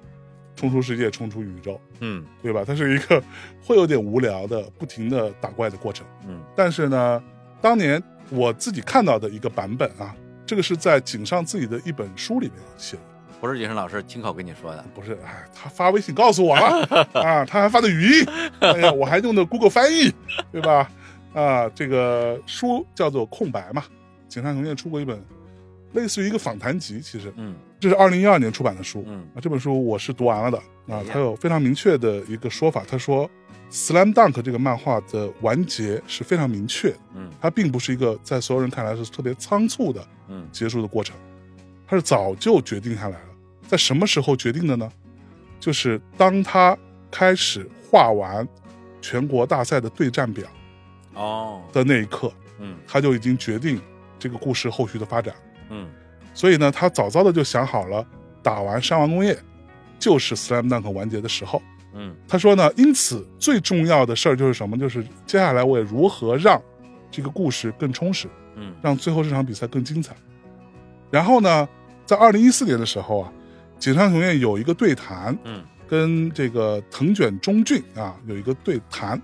Speaker 1: 冲出世界，冲出宇宙，
Speaker 2: 嗯
Speaker 1: 对吧？它是一个会有点无聊的，不停的打怪的过程。
Speaker 2: 嗯
Speaker 1: 但是呢，当年我自己看到的一个版本啊，这个是在井上自己的一本书里面写的。
Speaker 2: 不是景生老师亲口跟你说的，
Speaker 1: 不是，哎，他发微信告诉我 了啊，他还发的语音，哎呀，我还用的 Google 翻译，对吧？啊，这个书叫做《空白》嘛，井上雄彦出过一本类似于一个访谈集，其实
Speaker 2: 嗯
Speaker 1: 这是二零一二年出版的书
Speaker 2: 嗯
Speaker 1: 啊。这本书我是读完了的
Speaker 2: 哎
Speaker 1: 啊
Speaker 2: 呀，
Speaker 1: 他有非常明确的一个说法，他说《Slam Dunk》这个漫画的完结是非常明确的，
Speaker 2: 嗯
Speaker 1: 它并不是一个在所有人看来是特别仓促的
Speaker 2: 嗯
Speaker 1: 结束的过程，他是早就决定下来了。在什么时候决定的呢？就是当他开始画完全国大赛的对战表
Speaker 2: 哦，
Speaker 1: 的那一刻，
Speaker 2: 嗯
Speaker 1: 他就已经决定这个故事后续的发展。
Speaker 2: 嗯
Speaker 1: 所以呢，他早早的就想好了，打完山王工业就是 slam dunk 完结的时候。
Speaker 2: 嗯
Speaker 1: 他说呢，因此最重要的事儿就是什么？就是接下来我也如何让这个故事更充实。
Speaker 2: 嗯
Speaker 1: 让最后这场比赛更精彩。然后呢，在二零一四年的时候啊，井上雄彦有一个对谈，
Speaker 2: 嗯
Speaker 1: 跟这个藤卷忠俊啊有一个对谈，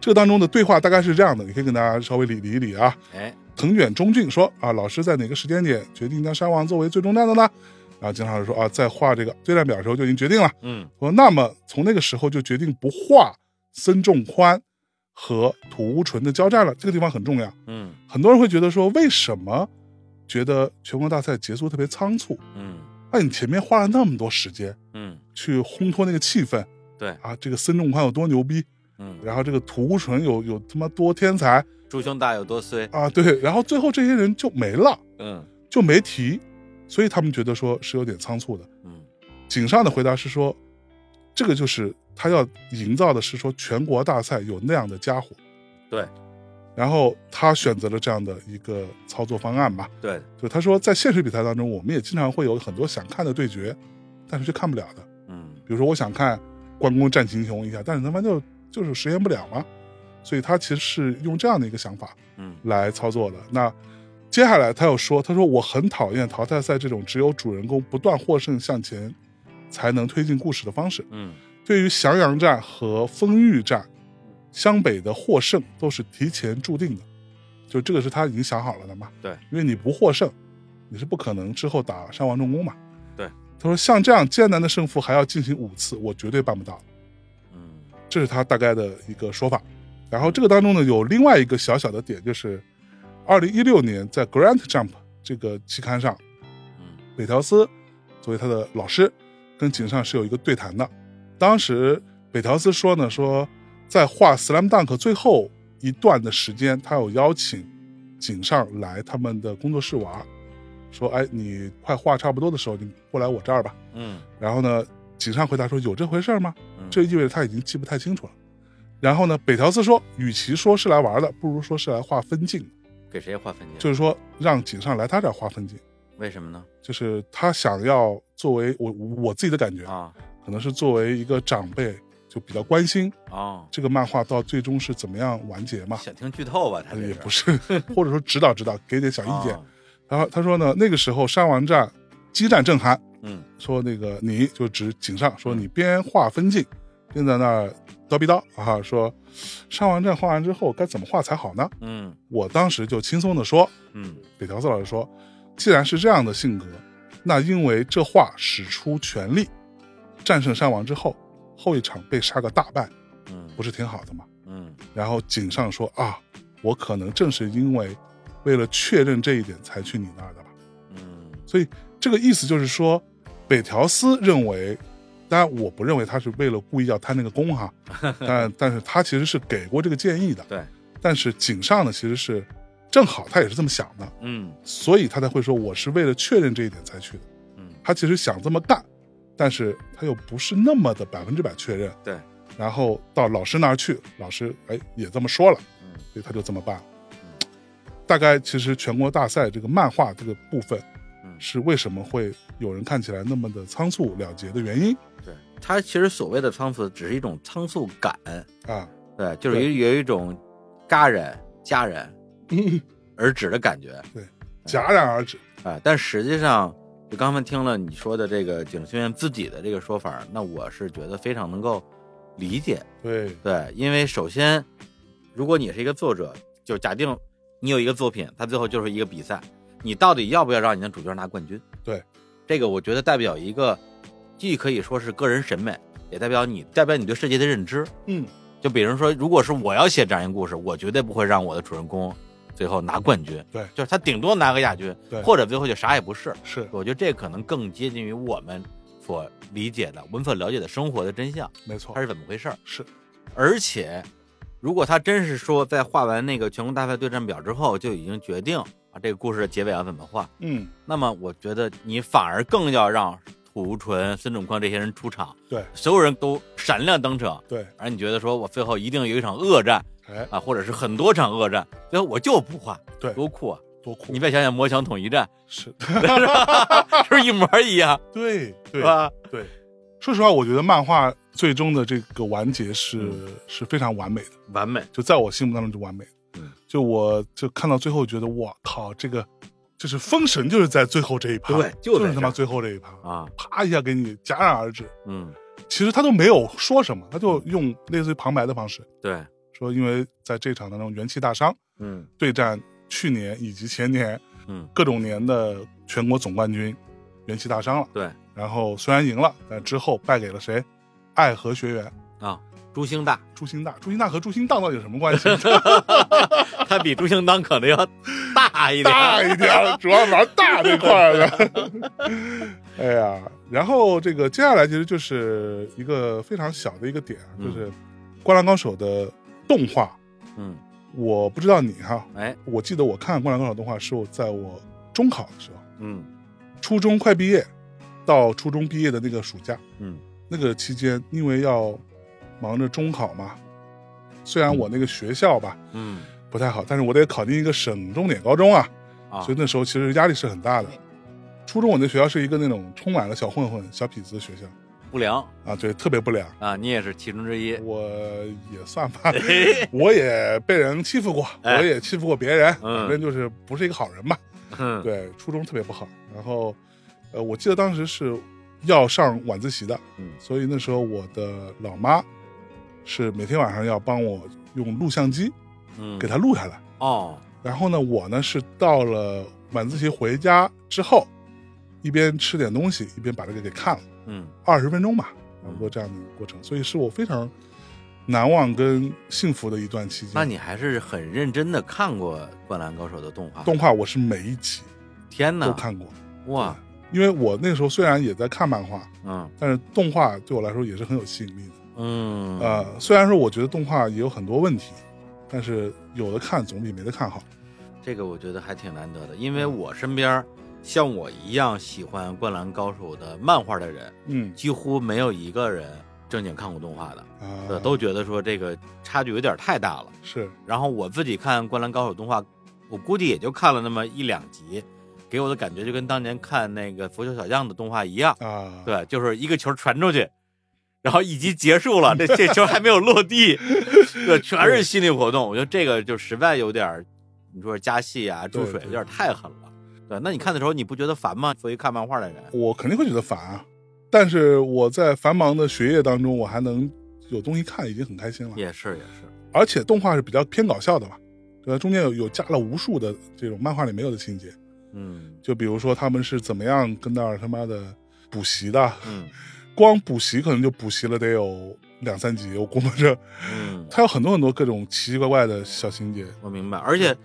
Speaker 1: 这当中的对话大概是这样的，你可以跟大家稍微理理一理啊。
Speaker 2: 哎
Speaker 1: 藤卷忠俊说啊，老师在哪个时间点决定将山王作为最终战的呢？啊，井上老师说啊，在画这个对战表的时候就已经决定了。
Speaker 2: 嗯
Speaker 1: 说那么从那个时候就决定不画森重宽和土屋纯的交战了，这个地方很重要。
Speaker 2: 嗯
Speaker 1: 很多人会觉得说，为什么觉得全国大赛结束特别仓促？哎
Speaker 2: 嗯
Speaker 1: 那、你前面花了那么多时间
Speaker 2: 嗯
Speaker 1: 去烘托那个气氛，
Speaker 2: 对
Speaker 1: 啊，这个森重宽有多牛逼，
Speaker 2: 嗯，
Speaker 1: 然后这个土屋纯有有他妈多天才
Speaker 2: 朱兄大有多衰，
Speaker 1: 啊，对，然后最后这些人就没了，
Speaker 2: 嗯
Speaker 1: 就没提，所以他们觉得说是有点仓促的。
Speaker 2: 嗯
Speaker 1: 井上的回答是说，这个就是他要营造的是说全国大赛有那样的家伙，
Speaker 2: 对
Speaker 1: 然后他选择了这样的一个操作方案吧。
Speaker 2: 对，
Speaker 1: 就他说，在现实比赛当中，我们也经常会有很多想看的对决，但是却看不了的。
Speaker 2: 嗯
Speaker 1: 比如说，我想看关公战秦琼一下，但是他妈就就是实现不了嘛。所以他其实是用这样的一个想法
Speaker 2: 嗯
Speaker 1: 来操作的。那接下来他又说，他说我很讨厌淘汰赛这种只有主人公不断获胜向前才能推进故事的方式。
Speaker 2: 嗯
Speaker 1: 对于襄阳战和丰裕战，湘北的获胜都是提前注定的，就这个是他已经想好了的嘛。
Speaker 2: 对，
Speaker 1: 因为你不获胜，你是不可能之后打山王重工嘛。
Speaker 2: 对，
Speaker 1: 他说像这样艰难的胜负还要进行五次，我绝对办不到。
Speaker 2: 嗯
Speaker 1: 这是他大概的一个说法。然后这个当中呢，有另外一个小小的点，就是二零一六年在 Grant Jump 这个期刊上，
Speaker 2: 嗯
Speaker 1: 北条司作为他的老师，跟井上是有一个对谈的。当时北条司说呢，说在画《Slam Dunk》最后一段的时间，他有邀请井上来他们的工作室玩，说：“哎，你快画差不多的时候，你过来我这儿吧。
Speaker 2: 嗯”
Speaker 1: 然后呢，井上回答说：“有这回事儿吗？”
Speaker 2: 嗯，
Speaker 1: 这意味着他已经记不太清楚了。然后呢，北条司说，与其说是来玩的，不如说是来画分镜，
Speaker 2: 给谁划分界？
Speaker 1: 就是说让井上来他这儿画分镜，
Speaker 2: 为什么呢？
Speaker 1: 就是他想要作为我我自己的感觉，
Speaker 2: 啊
Speaker 1: 可能是作为一个长辈，就比较关心
Speaker 2: 哦，
Speaker 1: 这个漫画到最终是怎么样完结嘛，
Speaker 2: 想听剧透吧？他这
Speaker 1: 也哎不是，或者说指导指导，给点小意见。
Speaker 2: 啊
Speaker 1: 然后他说呢，那个时候山王战激战正酣，
Speaker 2: 嗯
Speaker 1: 说那个你就指井上说你边画分镜，边在那儿叨逼叨啊，说上完站画完之后该怎么画才好呢？
Speaker 2: 嗯
Speaker 1: 我当时就轻松的说，
Speaker 2: 嗯
Speaker 1: 北条司老师说，既然是这样的性格，那因为这画使出全力，战胜山王之后，后一场被杀个大败，
Speaker 2: 嗯
Speaker 1: 不是挺好的吗？
Speaker 2: 嗯
Speaker 1: 然后井上说啊，我可能正是因为为了确认这一点才去你那儿的吧。
Speaker 2: 嗯
Speaker 1: 所以这个意思就是说，北条司认为，当然我不认为他是为了故意要贪那个功哈，但但是他其实是给过这个建议的。
Speaker 2: 对，
Speaker 1: 但是井上呢，其实是正好他也是这么想的，
Speaker 2: 嗯
Speaker 1: 所以他才会说我是为了确认这一点才去的。
Speaker 2: 嗯
Speaker 1: 他其实想这么干，但是他又不是那么的百分之百确认。
Speaker 2: 对，
Speaker 1: 然后到老师那儿去，老师哎也这么说了，
Speaker 2: 嗯
Speaker 1: 所以他就这么办了。大概其实全国大赛这个漫画这个部分，
Speaker 2: 嗯
Speaker 1: 是为什么会有人看起来那么的仓促了结的原因
Speaker 2: 对，他其实所谓的仓促，只是一种仓促感，
Speaker 1: 啊。
Speaker 2: 对，就是有有一种戛然戛然而止的感觉啊、
Speaker 1: 戛然而止，
Speaker 2: 哎但实际上，就刚才听了你说的这个景训院自己的这个说法，那我是觉得非常能够理解。
Speaker 1: 对
Speaker 2: 对，因为首先，如果你是一个作者，就假定你有一个作品，它最后就是一个比赛，你到底要不要让你的主角拿冠军？
Speaker 1: 对，
Speaker 2: 这个我觉得代表一个，既可以说是个人审美，也代表你代表你对世界的认知。
Speaker 1: 嗯，
Speaker 2: 就比如说，如果是我要写这样一个故事，我绝对不会让我的主人公最后拿冠军。
Speaker 1: 对
Speaker 2: 就是他顶多拿个亚军，
Speaker 1: 对
Speaker 2: 或者最后就啥也不是。
Speaker 1: 是
Speaker 2: 我觉得这可能更接近于我们所理解的、我们所了解的生活的真相。
Speaker 1: 没错
Speaker 2: 它，是怎么回事儿？
Speaker 1: 哦是，
Speaker 2: 而且如果他真是说在画完那个全国大赛对战表之后就已经决定啊这个故事的结尾要怎么画，
Speaker 1: 嗯，
Speaker 2: 那么我觉得你反而更要让土屋纯、孙仲宽这些人出场，
Speaker 1: 对
Speaker 2: 所有人都闪亮登场。
Speaker 1: 对，
Speaker 2: 而你觉得说我最后一定有一场恶战
Speaker 1: 哎，
Speaker 2: 啊，或者是很多场恶战，最后我就不画，
Speaker 1: 对
Speaker 2: 多酷啊！
Speaker 1: 多酷
Speaker 2: 你，再想想魔墙统一战，
Speaker 1: 是，
Speaker 2: 是吧是不是一模一样？
Speaker 1: 对对
Speaker 2: 是吧？
Speaker 1: 对。说实话，我觉得漫画最终的这个完结是、
Speaker 2: 嗯
Speaker 1: 是非常完美的，
Speaker 2: 完美，
Speaker 1: 就在我心目当中就完美的。
Speaker 2: 嗯
Speaker 1: 就我就看到最后觉得，哇靠，这个就是封神就是在最后这一趴，
Speaker 2: 对就
Speaker 1: 就是
Speaker 2: 在
Speaker 1: 他
Speaker 2: 这
Speaker 1: 妈
Speaker 2: 儿
Speaker 1: 最后这一趴，
Speaker 2: 啊，
Speaker 1: 啪一下给你戛然而止。
Speaker 2: 嗯，
Speaker 1: 其实他都没有说什么，他就用类似于旁白的方式
Speaker 2: 对，
Speaker 1: 说，因为在这场当中元气大伤，
Speaker 2: 嗯
Speaker 1: 对战去年以及前年
Speaker 2: 嗯，
Speaker 1: 各种年的全国总冠军，元气大伤了。
Speaker 2: 对
Speaker 1: 然后虽然赢了，但之后败给了谁？爱河学员
Speaker 2: 啊，朱星大，
Speaker 1: 朱星大，朱星大和朱星荡到底有什么关系？
Speaker 2: 他比朱星当可能要大一 点，
Speaker 1: 大一点儿，主要玩大这块儿的。哎呀，然后这个接下来其实就是一个非常小的一个点，啊，
Speaker 2: 嗯
Speaker 1: 就是《灌篮高手》的动画。
Speaker 2: 嗯，
Speaker 1: 我不知道你哈，
Speaker 2: 哎，
Speaker 1: 我记得我看《灌篮高手》动画是我在我中考的时候，
Speaker 2: 嗯
Speaker 1: 初中快毕业到初中毕业的那个暑假，
Speaker 2: 嗯
Speaker 1: 那个期间因为要忙着中考嘛，虽然我那个学校吧
Speaker 2: 嗯
Speaker 1: 不太好，但是我得考进一个省重点高中啊。
Speaker 2: 啊
Speaker 1: 所以那时候其实压力是很大的。初中我那学校是一个那种充满了小混混、小痞子的学校
Speaker 2: 不良
Speaker 1: 啊，对，特别不良。
Speaker 2: 啊，你也是其中之一，
Speaker 1: 我也算 吧，我也被人欺负过，
Speaker 2: 哎
Speaker 1: 我也欺负过别人，
Speaker 2: 嗯
Speaker 1: 反正就是不是一个好人吧。
Speaker 2: 嗯
Speaker 1: 对，初中特别不好。然后，呃，我记得当时是要上晚自习的，
Speaker 2: 嗯
Speaker 1: 所以那时候我的老妈是每天晚上要帮我用录像机
Speaker 2: 嗯
Speaker 1: 给她录下来。
Speaker 2: 哦，
Speaker 1: 然后呢，我呢是到了晚自习回家之后，一边吃点东西，一边把这个给看了
Speaker 2: 嗯
Speaker 1: 二十分钟吧，
Speaker 2: 嗯
Speaker 1: 差不多这样的一个过程，所以是我非常难忘跟幸福的一段期间。
Speaker 2: 那你还是很认真的看过《灌篮高手》的动画，
Speaker 1: 动画我是每一集
Speaker 2: 天哪
Speaker 1: 都，看过，
Speaker 2: 哇，
Speaker 1: 因为我那时候虽然也在看漫画，
Speaker 2: 嗯
Speaker 1: 但是动画对我来说也是很有吸引力的。
Speaker 2: 嗯
Speaker 1: 呃，虽然说我觉得动画也有很多问题，但是有的看总比没得看好。
Speaker 2: 这个我觉得还挺难得的，因为我身边儿像我一样喜欢《灌篮高手》的漫画的人，
Speaker 1: 嗯
Speaker 2: 几乎没有一个人正经看过动画的，
Speaker 1: 啊、
Speaker 2: 呃都觉得说这个差距有点太大了。
Speaker 1: 是
Speaker 2: 然后我自己看《灌篮高手》动画，我估计也就看了那么一两集，给我的感觉就跟当年看那个《足球小将》的动画一样，
Speaker 1: 啊，
Speaker 2: 对，就是一个球传出去。然后一集结束了，这这球还没有落地，对，全是心理活动。我觉得这个就实在有点儿，你说加戏啊、注
Speaker 1: 对
Speaker 2: 水
Speaker 1: 对
Speaker 2: 有点太狠了。对，那你看的时候你不觉得烦吗？作为看漫画的人，
Speaker 1: 我肯定会觉得烦啊。但是我在繁忙的学业当中，我还能有东西看，已经很开心了。
Speaker 2: 也是也是，
Speaker 1: 而且动画是比较偏搞笑的嘛，对吧？中间有有加了无数的这种漫画里没有的情节，
Speaker 2: 嗯
Speaker 1: 就比如说他们是怎么样跟那儿他妈的补习的，
Speaker 2: 嗯
Speaker 1: 光补习可能就补习了得有两三集，我估摸着，
Speaker 2: 嗯，
Speaker 1: 它有很多很多各种奇奇怪怪的小情节。
Speaker 2: 我明白。而且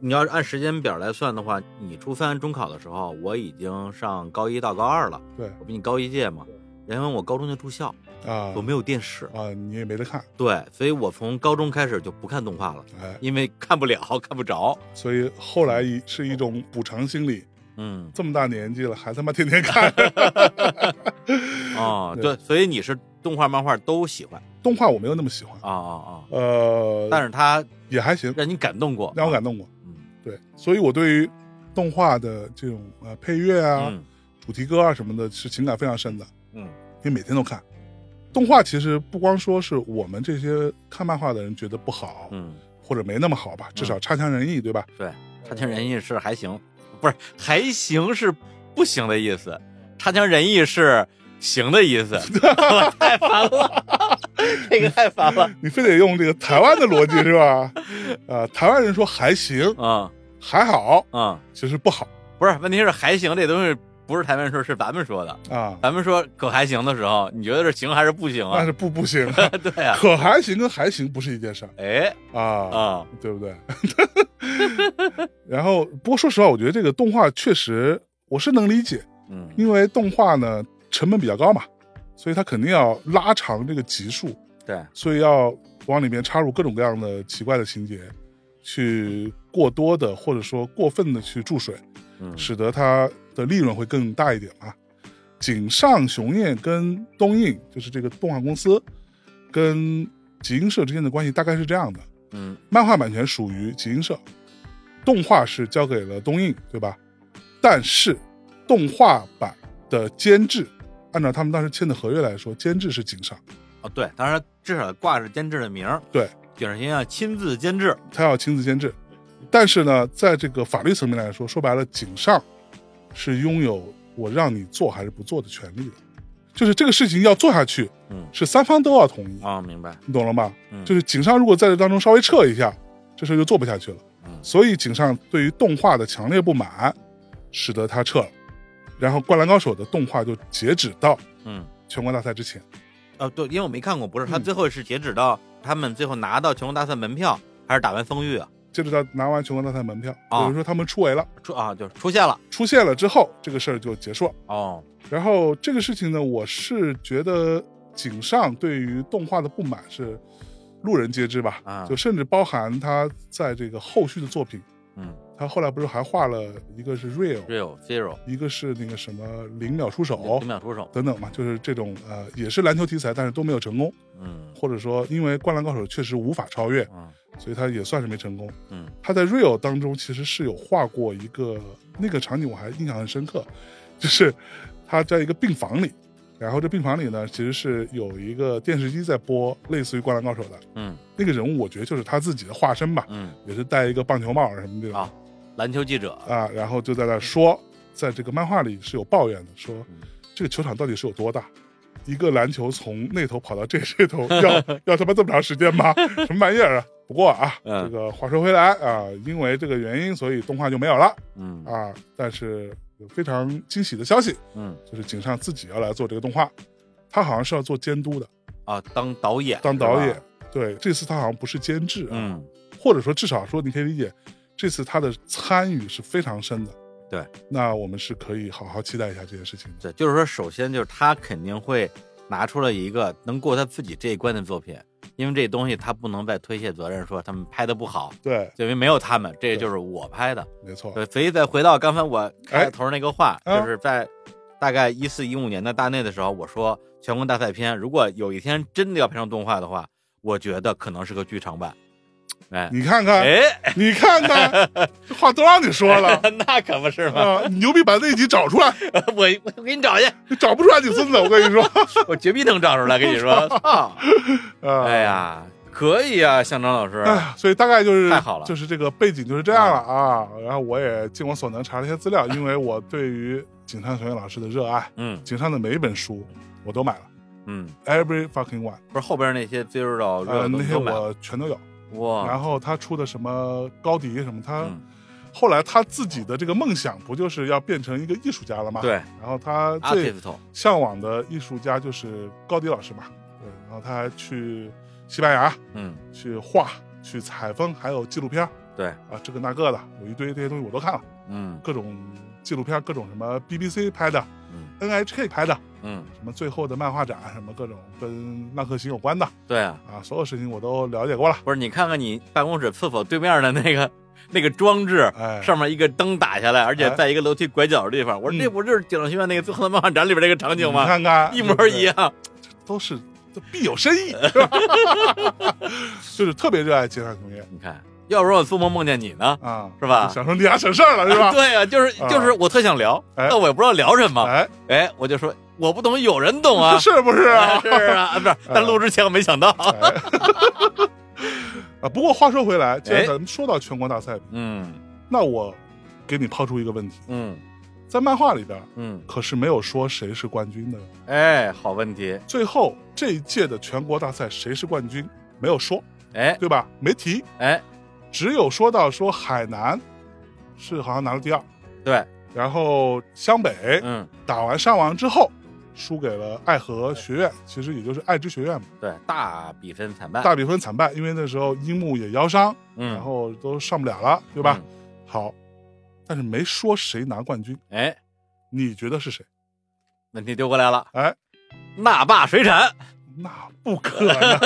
Speaker 2: 你要是按时间表来算的话，你初三中考的时候，我已经上高一到高二了，
Speaker 1: 对
Speaker 2: 我比你高一届嘛。因为我高中就住校，
Speaker 1: 啊
Speaker 2: 我没有电视，
Speaker 1: 啊，你也没得看，
Speaker 2: 对，所以我从高中开始就不看动画了，
Speaker 1: 哎，
Speaker 2: 因为看不了，看不着。
Speaker 1: 所以后来一是一种补偿心理，
Speaker 2: 嗯，
Speaker 1: 这么大年纪了还他妈天天看。
Speaker 2: 哦，对，所以你是动画、漫画都喜欢
Speaker 1: 动画我没有那么喜欢，
Speaker 2: 啊啊啊！
Speaker 1: 呃，
Speaker 2: 但是它
Speaker 1: 也还行，
Speaker 2: 让你感动过，
Speaker 1: 让我感动过。
Speaker 2: 嗯
Speaker 1: 对，所以我对于动画的这种呃配乐啊、
Speaker 2: 嗯
Speaker 1: 主题歌啊什么的，是情感非常深的，
Speaker 2: 嗯
Speaker 1: 因为每天都看。动画其实不光说是我们这些看漫画的人觉得不好，
Speaker 2: 嗯，
Speaker 1: 或者没那么好吧，至少差强人意，对吧？
Speaker 2: 对，差强人意是还行，不是还行是不行的意思，差强人意是行的意 思。我太烦了， 这个太烦了。
Speaker 1: 你非得用这个台湾的逻辑是 吧？呃，台湾人说还行，
Speaker 2: 嗯
Speaker 1: 还好，
Speaker 2: 嗯，
Speaker 1: 其实不好
Speaker 2: 不是，问题是还行这东西不是台湾说，是咱们说的。
Speaker 1: 啊，
Speaker 2: 咱们说可还行的时候，你觉得是行还是不行
Speaker 1: 那
Speaker 2: 啊？
Speaker 1: 是不不行啊
Speaker 2: 对啊，
Speaker 1: 可还行跟还行不是一件事儿
Speaker 2: 哎
Speaker 1: 啊
Speaker 2: 啊，
Speaker 1: 对不对？ 然后，不过说实话，我觉得这个动画确实我是能理解，
Speaker 2: 嗯
Speaker 1: 因为动画呢成本比较高嘛，所以它肯定要拉长这个集数，
Speaker 2: 对，
Speaker 1: 所以要往里面插入各种各样的奇怪的情节，去过多的或者说过分的去注水，
Speaker 2: 嗯
Speaker 1: 使得它的利润会更大一点嘛。井上雄彦跟东映就是这个动画公司跟集英社之间的关系大概是这样的，
Speaker 2: 嗯
Speaker 1: 漫画版权属于集英社，动画是交给了东映，对吧？但是动画版的监制，按照他们当时签的合约来说，监制是井上，
Speaker 2: 哦对，当然至少挂着监制的名儿，
Speaker 1: 对，
Speaker 2: 井上先生亲自监制，
Speaker 1: 他要亲自监制。但是呢，在这个法律层面来说，说白了，井上是拥有我让你做还是不做的权利的，就是这个事情要做下去，
Speaker 2: 嗯
Speaker 1: 是三方都要同意，
Speaker 2: 啊、明白，
Speaker 1: 你懂了吗？
Speaker 2: 嗯
Speaker 1: 就是井上如果在这当中稍微撤一下，这事儿就做不下去了。
Speaker 2: 嗯
Speaker 1: 所以井上对于动画的强烈不满，使得他撤了，然后《灌篮高手》的动画就截止到
Speaker 2: 嗯，
Speaker 1: 全国大赛之前。
Speaker 2: 哦，对，因为我没看过，不是他
Speaker 1: 嗯
Speaker 2: 最后是截止到他们最后拿到全国大赛门票，还是打完封御啊？
Speaker 1: 截止到拿完全国大赛门票，
Speaker 2: 啊
Speaker 1: 也就是说他们出围了，
Speaker 2: 出啊，就是出现了
Speaker 1: 出现了之后，这个事儿就结束了。
Speaker 2: 哦，
Speaker 1: 然后这个事情呢，我是觉得井上对于动画的不满是路人皆知吧，
Speaker 2: 啊
Speaker 1: 就甚至包含他在这个后续的作品，
Speaker 2: 嗯
Speaker 1: 他后来不是还画了一个是 Real，
Speaker 2: ，real zero，
Speaker 1: 一个是那个什么零秒出手
Speaker 2: 零秒出手，
Speaker 1: 等等嘛，就是这种呃也是篮球题材，但是都没有成功，
Speaker 2: 嗯
Speaker 1: 或者说因为灌篮高手确实无法超越，
Speaker 2: 嗯
Speaker 1: 所以他也算是没成功。
Speaker 2: 嗯，
Speaker 1: 他在 Real 当中其实是有画过一个那个场景，我还印象很深刻，就是他在一个病房里，然后这病房里呢其实是有一个电视机在播类似于《灌篮高手》的
Speaker 2: 嗯
Speaker 1: 那个人物，我觉得就是他自己的化身吧，
Speaker 2: 嗯，
Speaker 1: 也是戴一个棒球帽什么这种
Speaker 2: 啊篮球记者，
Speaker 1: 啊，然后就在那说，在这个漫画里是有抱怨的，说
Speaker 2: 嗯
Speaker 1: 这个球场到底是有多大？一个篮球从那头跑到这这头，要 要他妈这么长时间吗？什么玩意儿啊！不过啊，
Speaker 2: 嗯
Speaker 1: 这个话说回来啊，因为这个原因，所以动画就没有了
Speaker 2: 嗯
Speaker 1: 啊。但是有非常惊喜的消息，
Speaker 2: 嗯
Speaker 1: 就是井上自己要来做这个动画，他好像是要做监督的，
Speaker 2: 啊，当导演，
Speaker 1: 当导
Speaker 2: 是
Speaker 1: 演
Speaker 2: 吧，。
Speaker 1: 对，这次他好像不是监制啊，
Speaker 2: 嗯
Speaker 1: 或者说至少说你可以理解，这次他的参与是非常深的。
Speaker 2: 对，
Speaker 1: 那我们是可以好好期待一下这件事情的。
Speaker 2: 对，就是说，首先就是他肯定会拿出了一个能过他自己这一关的作品，因为这东西他不能再推卸责任，说他们拍的不好，
Speaker 1: 对，
Speaker 2: 就因为没有他们，这就是我拍的。
Speaker 1: 没错。
Speaker 2: 对，所以再回到刚才我开
Speaker 1: 哎
Speaker 2: 头那个话，
Speaker 1: 啊
Speaker 2: 就是在大概一四一五年的大内的时候，我说全国大赛片如果有一天真的要拍成动画的话，我觉得可能是个剧场版。哎
Speaker 1: 你啊看看，
Speaker 2: 哎，
Speaker 1: 你看 看，这话都让你说了
Speaker 2: 那可不是吗？
Speaker 1: 啊！你牛逼，把那一集找出来，
Speaker 2: 我我给你找去，
Speaker 1: 你找不出来你孙子，我跟你说
Speaker 2: 我绝逼能找出来，跟你说。操
Speaker 1: 啊！
Speaker 2: 哎，呀，可以啊，向张老师。
Speaker 1: 哎呀， 所以大概就是
Speaker 2: 太好了嗯
Speaker 1: 就是这个背景就是这样了啊。然后我也尽我所能查了一些资料，因为我对于井上雄彦老师的热爱，
Speaker 2: 嗯
Speaker 1: 井上的每一本书我都买了
Speaker 2: 嗯，
Speaker 1: ，every fucking one，
Speaker 2: 不是后边那些 zero 到
Speaker 1: 呃，
Speaker 2: 热
Speaker 1: 那些
Speaker 2: 都买了
Speaker 1: 我全都有。
Speaker 2: 哇，
Speaker 1: 然后他出的什么高迪什么，他
Speaker 2: 啊嗯
Speaker 1: 后来他自己的这个梦想不就是要变成一个艺术家了吗？。
Speaker 2: 对
Speaker 1: 然后他最
Speaker 2: ，artist，
Speaker 1: 向往的艺术家就是高迪老师嘛，对，然后他还去西班牙
Speaker 2: 嗯，
Speaker 1: 去画、去采风，还有纪录片儿
Speaker 2: 对，
Speaker 1: 啊，这个那个的，有一堆这些东西我都看了，
Speaker 2: 嗯
Speaker 1: 各种纪录片儿，各种什么 BBC 拍的、
Speaker 2: 嗯
Speaker 1: NHK 拍的，
Speaker 2: 嗯，
Speaker 1: 什么最后的漫画展，什么各种跟浪客行有关的
Speaker 2: 对啊，
Speaker 1: 啊，所有事情我都了解过了。
Speaker 2: 不是你看看你办公室厕所对面的那个那个装置。
Speaker 1: 哎，
Speaker 2: 上面一个灯打下来，而且
Speaker 1: 哎
Speaker 2: 在一个楼梯拐角的地方，我说
Speaker 1: 嗯
Speaker 2: 这不就是《警上学院》那个《最后的漫画展》里边那个场景
Speaker 1: 你
Speaker 2: 吗？
Speaker 1: 看看，
Speaker 2: 一模一
Speaker 1: 样。
Speaker 2: 样。
Speaker 1: 都是都必有深意， 就是特别热爱街上雄彦
Speaker 2: 你看，要不然我做梦梦见你呢，
Speaker 1: 啊，
Speaker 2: 是吧
Speaker 1: 就想说你俩省事儿了是吧？
Speaker 2: 对呀、就是
Speaker 1: 啊
Speaker 2: 就是，我特想聊，
Speaker 1: 哎
Speaker 2: 但我也不知道聊什么。
Speaker 1: 哎，。
Speaker 2: 哎，我就说我不懂，有人懂 啊
Speaker 1: 是不是啊？
Speaker 2: 是啊，啊 不是，但录之前我没想到。
Speaker 1: 哎啊，不过话说回来，既然
Speaker 2: 哎
Speaker 1: 咱们说到全国大赛，
Speaker 2: 嗯
Speaker 1: 那我给你抛出一个问题，
Speaker 2: 嗯
Speaker 1: 在漫画里边
Speaker 2: 嗯，
Speaker 1: 可是没有说谁是冠军的，
Speaker 2: 哎，好问题，
Speaker 1: 最后这一届的全国大赛谁是冠军没有说，
Speaker 2: 哎
Speaker 1: 对吧？没提，
Speaker 2: 哎，
Speaker 1: 只有说到说海南是好像拿了第二，
Speaker 2: 对，
Speaker 1: 然后湘北
Speaker 2: 嗯
Speaker 1: 打完上王之后，输给了爱河学院，其实也就是爱知学院嘛，
Speaker 2: 对，大比分惨败，
Speaker 1: 大比分惨败，因为那时候樱木也腰伤，
Speaker 2: 嗯，
Speaker 1: 然后都上不了了，对吧？好，但是没说谁拿冠军，
Speaker 2: 嗯？哎，
Speaker 1: 你觉得是谁？
Speaker 2: 问题丢过来了，
Speaker 1: 哎，
Speaker 2: 那霸水产，
Speaker 1: 那不可能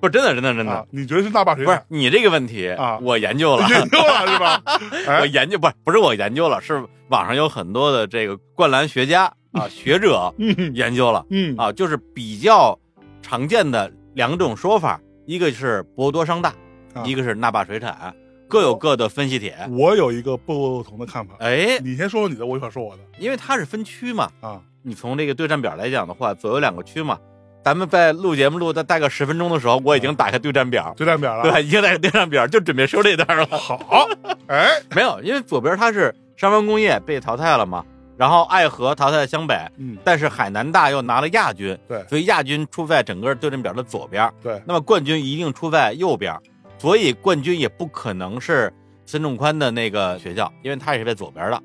Speaker 2: 不是真的，真的， 真的，
Speaker 1: 啊！你觉得是那霸水
Speaker 2: 不是
Speaker 1: 产？
Speaker 2: 你这个问题
Speaker 1: 啊
Speaker 2: 我研究了。
Speaker 1: 研究了是吧？
Speaker 2: 我
Speaker 1: 哎，
Speaker 2: 研究不是不是我研究了，是网上有很多的这个灌篮学家 啊学者
Speaker 1: 嗯
Speaker 2: 研究了
Speaker 1: 嗯
Speaker 2: 啊，就是比较常见的两种说法，一个是博多商大，
Speaker 1: 啊哦嗯
Speaker 2: 一个是纳霸水产，各有各的分析帖。
Speaker 1: 我有一个不同的看法，
Speaker 2: 哎，
Speaker 1: 你先说说你的，我一会儿说我的
Speaker 2: 因为它是分区嘛，
Speaker 1: 啊。
Speaker 2: 你从这个对战表来讲的话，左右两个区嘛，咱们在录节目录到大概十分钟的时候，我已经打开对战表，
Speaker 1: 嗯对战表
Speaker 2: 对
Speaker 1: 了。
Speaker 2: 吧？已经打开对战表，就准备说这段了。
Speaker 1: 好，哎，
Speaker 2: 没有，因为左边它是商湾工业被淘汰了嘛，然后爱河淘汰了湘北，
Speaker 1: 嗯，
Speaker 2: 但是海南大又拿了亚军，
Speaker 1: 对
Speaker 2: 所以亚军出在整个对阵表的左边，
Speaker 1: 对，
Speaker 2: 那么冠军一定出在右边，所以冠军也不可能是孙仲宽的那个学校，因为他也是在左边的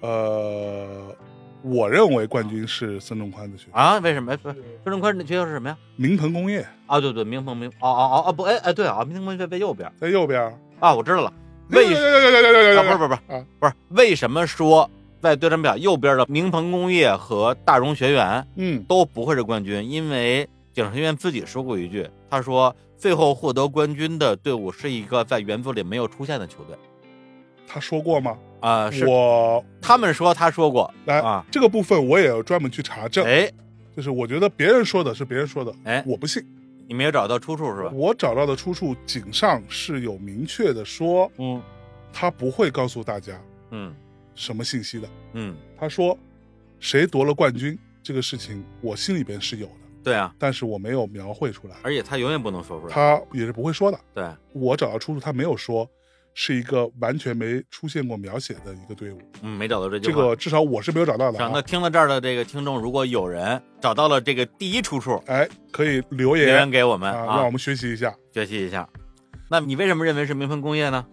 Speaker 1: 呃，我认为冠军是孙仲宽的学校，
Speaker 2: 啊？为什么？哎不是孙仲宽的学校是什么呀？
Speaker 1: 明腾工业
Speaker 2: 啊，对对，明鹏明哦哦哦哦不，哎哎对啊，明鹏明在在右边
Speaker 1: 在右边。
Speaker 2: 啊，我知道了，为什
Speaker 1: 为
Speaker 2: 啊不是不是不
Speaker 1: 啊
Speaker 2: 是不是为什么说在对战表右边的明鹏工业和大荣学园
Speaker 1: 嗯
Speaker 2: 都不会是冠军，因为井上院自己说过一句，他说最后获得冠军的队伍是一个在原作里没有出现的球队。
Speaker 1: 他说过吗？
Speaker 2: 啊、是
Speaker 1: 我
Speaker 2: 他们说他说过
Speaker 1: 来
Speaker 2: 啊，
Speaker 1: 这个部分我也有专门去查 证，
Speaker 2: 哎，
Speaker 1: 就是我觉得别人说的是别人说的，
Speaker 2: 哎
Speaker 1: 我不信。
Speaker 2: 你没有找到出处是吧？
Speaker 1: 我找到的出处，井上是有明确的说，
Speaker 2: 嗯
Speaker 1: 他不会告诉大家
Speaker 2: 嗯
Speaker 1: 什么信息的。
Speaker 2: 嗯，
Speaker 1: 他说，谁夺了冠军这个事情，我心里边是有的，
Speaker 2: 对啊，
Speaker 1: 但是我没有描绘出来，
Speaker 2: 而且他永远不能说出来，
Speaker 1: 他也是不会说的。
Speaker 2: 对，
Speaker 1: 我找到出处，他没有说，是一个完全没出现过描写的一个队伍，
Speaker 2: 嗯，没找到这句
Speaker 1: 这
Speaker 2: 话。
Speaker 1: 个至少我是没有找到的、
Speaker 2: 那
Speaker 1: 啊。
Speaker 2: 听到这儿的这个听众，如果有人找到了这个第一出处，
Speaker 1: 哎，可以留
Speaker 2: 留
Speaker 1: 言
Speaker 2: 言给我们
Speaker 1: 啊，让我们学习一下。
Speaker 2: 学习一下。那你为什么认为是明鹏工业呢？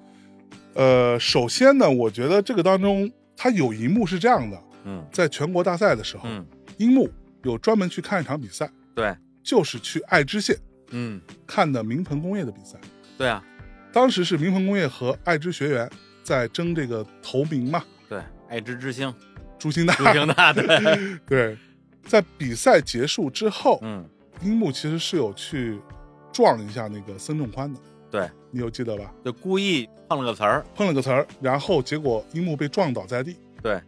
Speaker 1: 呃，首先呢，我觉得这个当中，它有一幕是这样的，
Speaker 2: 嗯
Speaker 1: 在全国大赛的时候，
Speaker 2: 嗯，
Speaker 1: 樱木有专门去看一场比赛，
Speaker 2: 对，
Speaker 1: 就是去爱知县
Speaker 2: 嗯，
Speaker 1: 看的明鹏工业的比赛。
Speaker 2: 对啊，
Speaker 1: 当时是明鹏工业和爱知学员在争这个头名嘛，
Speaker 2: 对，爱知 之星，
Speaker 1: 朱星大。
Speaker 2: 朱星大， 对，
Speaker 1: 对，在比赛结束之后，
Speaker 2: 嗯，
Speaker 1: 樱木其实是有去撞一下那个孙仲宽的，
Speaker 2: 对，
Speaker 1: 你有记得吧？
Speaker 2: 就故意碰了个词儿，
Speaker 1: 碰了个词儿，然后结果樱木被撞倒在地。
Speaker 2: 对，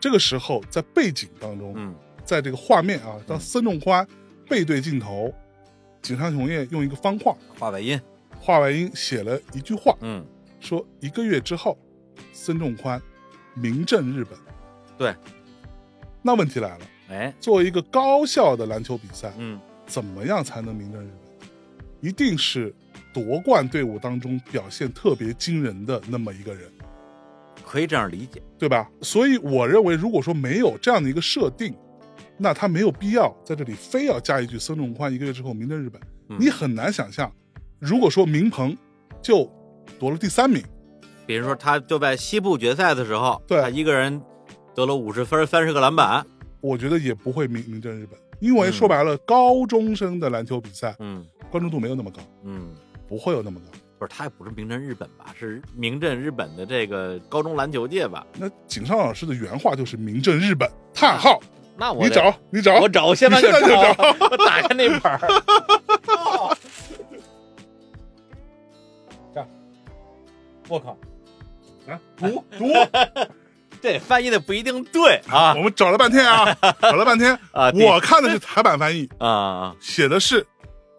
Speaker 1: 这个时候在背景当中，
Speaker 2: 嗯
Speaker 1: 在这个画面啊，当
Speaker 2: 嗯
Speaker 1: 孙仲宽背对镜头，井上雄彦用一个方块
Speaker 2: 嗯画外音，
Speaker 1: 画外音写了一句话，
Speaker 2: 嗯，
Speaker 1: 说一个月之后，孙仲宽名震日本。
Speaker 2: 对，
Speaker 1: 那问题来了，
Speaker 2: 哎，
Speaker 1: 作为一个高效的篮球比赛，
Speaker 2: 嗯，
Speaker 1: 怎么样才能名震日本？一定是夺冠队伍当中表现特别惊人的那么一个人。
Speaker 2: 可以这样理解，
Speaker 1: 对吧？所以我认为，如果说没有这样的一个设定，那他没有必要在这里非要加一句孙仲宽一个月之后名震日本。
Speaker 2: 嗯
Speaker 1: 你很难想象，如果说明鹏就夺了第三名，
Speaker 2: 比如说他就在西部决赛的时候，
Speaker 1: 对
Speaker 2: 他一个人得了五十分，三十个篮板，
Speaker 1: 我觉得也不会名名震日本，因为
Speaker 2: 嗯
Speaker 1: 说白了，高中生的篮球比赛
Speaker 2: 嗯
Speaker 1: 关注度没有那么高，
Speaker 2: 嗯，
Speaker 1: 不会有那么高。
Speaker 2: 不是他也不是名震日本吧，是名震日本的这个高中篮球界吧？
Speaker 1: 那井上老师的原话就是名震日本，叹号，
Speaker 2: 那我
Speaker 1: 你
Speaker 2: 得，
Speaker 1: 找你找，
Speaker 2: 我找，我现在
Speaker 1: 你现在就
Speaker 2: 找，
Speaker 1: 找
Speaker 2: 我打开那 本儿。哦这儿我靠，
Speaker 1: 啊读读，
Speaker 2: 这翻译的不一定对啊
Speaker 1: 我们找了半天 啊，找了半天，
Speaker 2: 啊！第
Speaker 1: 我看的是台版翻译。
Speaker 2: 啊啊
Speaker 1: 写的是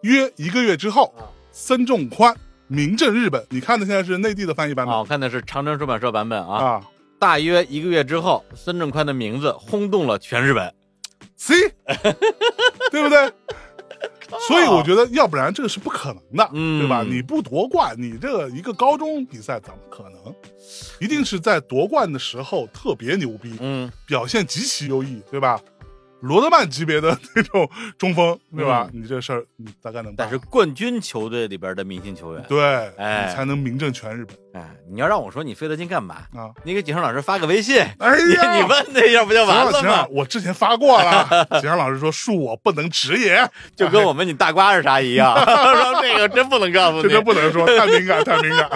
Speaker 1: 约一个月之后
Speaker 2: 啊，
Speaker 1: 森仲宽名震日本。你看的现在是内地的翻译版本
Speaker 2: 啊！我看的是长城出版社版本啊。
Speaker 1: 啊。
Speaker 2: 大约一个月之后，孙正宽的名字轰动了全日本。
Speaker 1: See，对不对？所以我觉得，要不然这个是不可能的，
Speaker 2: 嗯
Speaker 1: 对吧？你不夺冠，你这个一个高中比赛怎么可能？一定是在夺冠的时候特别牛逼，
Speaker 2: 嗯，
Speaker 1: 表现极其优异，对吧？罗德曼级别的那种中锋，对吧？你这事儿你大概能办
Speaker 2: 嗯但是冠军球队里边的明星球员，
Speaker 1: 啊对，
Speaker 2: 哎
Speaker 1: 你才能名震全日本
Speaker 2: 哎， 你要让我说你费这劲干嘛？
Speaker 1: 啊！
Speaker 2: 你给景胜老师发个微信，
Speaker 1: 哎
Speaker 2: 你
Speaker 1: 呀，
Speaker 2: 你问他一下不就
Speaker 1: 行啊
Speaker 2: 完了
Speaker 1: 行
Speaker 2: 吗？
Speaker 1: 我之前发过 了，景阳老师说恕我不能直言，
Speaker 2: 就
Speaker 1: 哎
Speaker 2: 跟我们你大瓜是啥一 样，说这个真不能告诉
Speaker 1: 这
Speaker 2: 你
Speaker 1: 就。不能说，太敏感， 太敏感。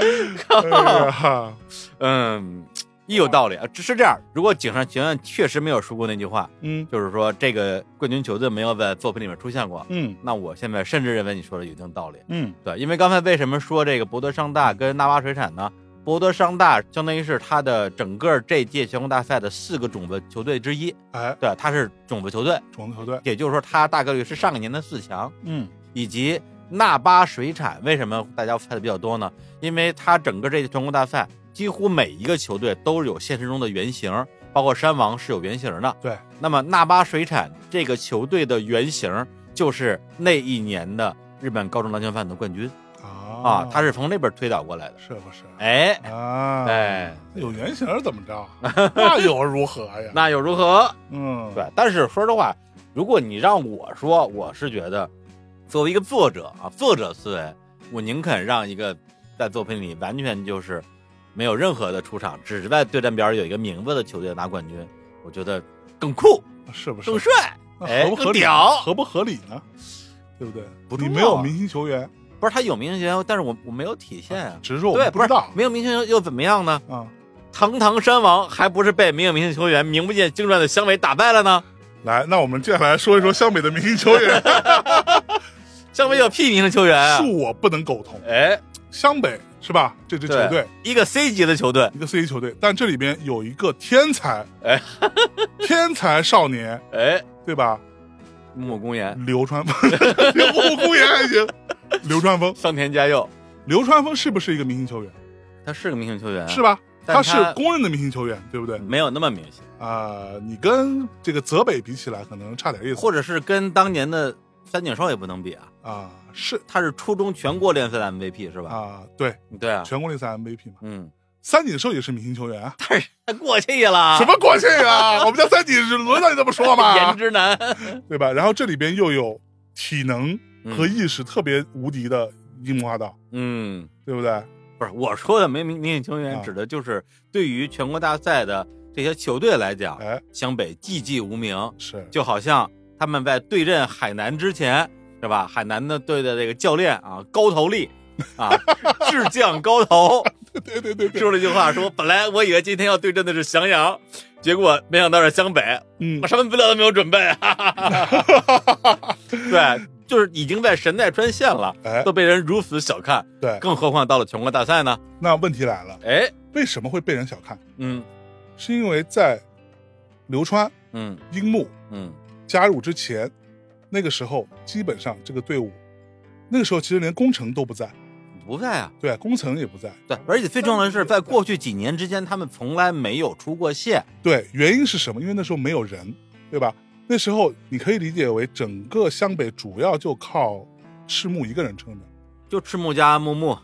Speaker 1: 哎呀
Speaker 2: 嗯，一有道理啊，只是这样。如果井上学院确实没有说过那句话，
Speaker 1: 嗯
Speaker 2: 就是说这个冠军球队没有在作品里面出现过，
Speaker 1: 嗯
Speaker 2: 那我现在甚至认为你说的有一定道理。
Speaker 1: 嗯，
Speaker 2: 对，因为刚才为什么说这个博德商大跟纳瓦水产呢？博德商大相当于是它的整个这届全国大赛的四个种子球队之一，
Speaker 1: 哎，
Speaker 2: 对，它是种子球队，
Speaker 1: 种子球队，
Speaker 2: 也就是说它大概率是上一年的四强，
Speaker 1: 嗯
Speaker 2: 以及纳巴水产为什么大家猜的比较多呢？因为它整个这届全国大赛几乎每一个球队都有现实中的原型，包括山王是有原型的。
Speaker 1: 对，
Speaker 2: 那么纳巴水产这个球队的原型就是那一年的日本高中篮球饭的冠军
Speaker 1: 啊
Speaker 2: 啊，他是从那边推导过来的。
Speaker 1: 是不是？
Speaker 2: 哎，
Speaker 1: 啊，
Speaker 2: 哎，
Speaker 1: 有原型儿怎么着？啊 那又如何呀？
Speaker 2: 那又如何？
Speaker 1: 嗯，
Speaker 2: 对，但是说实话，如果你让我说，我是觉得，作为一个作者啊，作者思维，我宁肯让一个在作品里完全就是没有任何的出场，只是在对战表里有一个名字的球队拿冠军，我觉得更酷、
Speaker 1: 是不是
Speaker 2: 更？帅。
Speaker 1: 那
Speaker 2: 哎
Speaker 1: 合不合
Speaker 2: 更
Speaker 1: 理？
Speaker 2: 屌
Speaker 1: 合不合理呢？对不对？
Speaker 2: 不
Speaker 1: 你
Speaker 2: 重
Speaker 1: 没
Speaker 2: 要
Speaker 1: 有
Speaker 2: 啊
Speaker 1: 明星球员
Speaker 2: 不是他有明星球员，但是我我没有体现啊。
Speaker 1: 植入，
Speaker 2: 对，
Speaker 1: 不知
Speaker 2: 是
Speaker 1: 道
Speaker 2: 没有明星球员又怎么样呢？
Speaker 1: 啊。
Speaker 2: 堂堂山王还不是被没有明星球员名不见经传的湘北打败了呢？
Speaker 1: 来，那我们接下来说一
Speaker 2: 哎
Speaker 1: 说湘北的明星球 员，
Speaker 2: 湘北有屁明星球员啊！
Speaker 1: 恕我不能苟同。
Speaker 2: 哎，
Speaker 1: 湘北是吧？这支球
Speaker 2: 对
Speaker 1: 队，
Speaker 2: 一个 C 级的球队，
Speaker 1: 一个 C 级球队，但这里边有一个天才，
Speaker 2: 哎，
Speaker 1: 天才少年，
Speaker 2: 哎，
Speaker 1: 对吧？
Speaker 2: 木木公园，
Speaker 1: 流川 枫， 我公园还行。流川枫，
Speaker 2: 桑田佳佑，
Speaker 1: 流川枫是不是一个明星球员？
Speaker 2: 他是个明星球员，
Speaker 1: 是？吧？
Speaker 2: 哎但
Speaker 1: 他
Speaker 2: 他嗯
Speaker 1: 是公认的明星球员，对不对？
Speaker 2: 没有那么明显，
Speaker 1: 啊、你跟这个泽北比起来，可能差点意思
Speaker 2: 或者是跟当年的三井寿也不能比啊，
Speaker 1: 啊、是
Speaker 2: 他是初中全国联赛的 MVP 是吧？
Speaker 1: 啊、对，
Speaker 2: 对啊，
Speaker 1: 全国联赛 MVP 嘛。
Speaker 2: 嗯，
Speaker 1: 三井寿也是明星球员啊？
Speaker 2: 但是他过气了，
Speaker 1: 什么过去 啊？我们家三井是轮到你这么说吗
Speaker 2: 颜？值 男？
Speaker 1: 对吧？然后这里边又有体能和
Speaker 2: 嗯
Speaker 1: 意识特别无敌的樱木花道，
Speaker 2: 嗯，
Speaker 1: 对不对？
Speaker 2: 不是我说的没明明星球员
Speaker 1: 啊，
Speaker 2: 指的就是对于全国大赛的这些球队来讲，
Speaker 1: 哎，
Speaker 2: 湘北寂寂无名，
Speaker 1: 是
Speaker 2: 就好像他们在对阵海南之前，是吧？海南的队的这个教练啊，高头 力啊，智将高头
Speaker 1: 对对对对，
Speaker 2: 说了一句话，说本来我以为今天要对阵的是襄阳，结果没想到是湘北，
Speaker 1: 嗯
Speaker 2: 我，什么资料都没有准备， 哈哈哈哈对，就是已经在神奈川县了，
Speaker 1: 哎，
Speaker 2: 都被人如此小看，
Speaker 1: 对。
Speaker 2: 更何况到了全国大赛呢？
Speaker 1: 那问题来了，
Speaker 2: 哎，
Speaker 1: 为什么会被人小看？
Speaker 2: 嗯
Speaker 1: 是因为在流川、
Speaker 2: 嗯
Speaker 1: 樱木
Speaker 2: 嗯，
Speaker 1: 加入之前，那个时候基本上这个队伍，那个时候其实连宫城都不在，
Speaker 2: 不在啊。
Speaker 1: 对，宫城也不在，
Speaker 2: 对，而且最重要的是，在过去几年之间，他们从来没有出过线。
Speaker 1: 对，原因是什么？因为那时候没有人，对吧？那时候你可以理解为整个湘北主要就靠赤木一个人撑着。
Speaker 2: 就赤木加木木，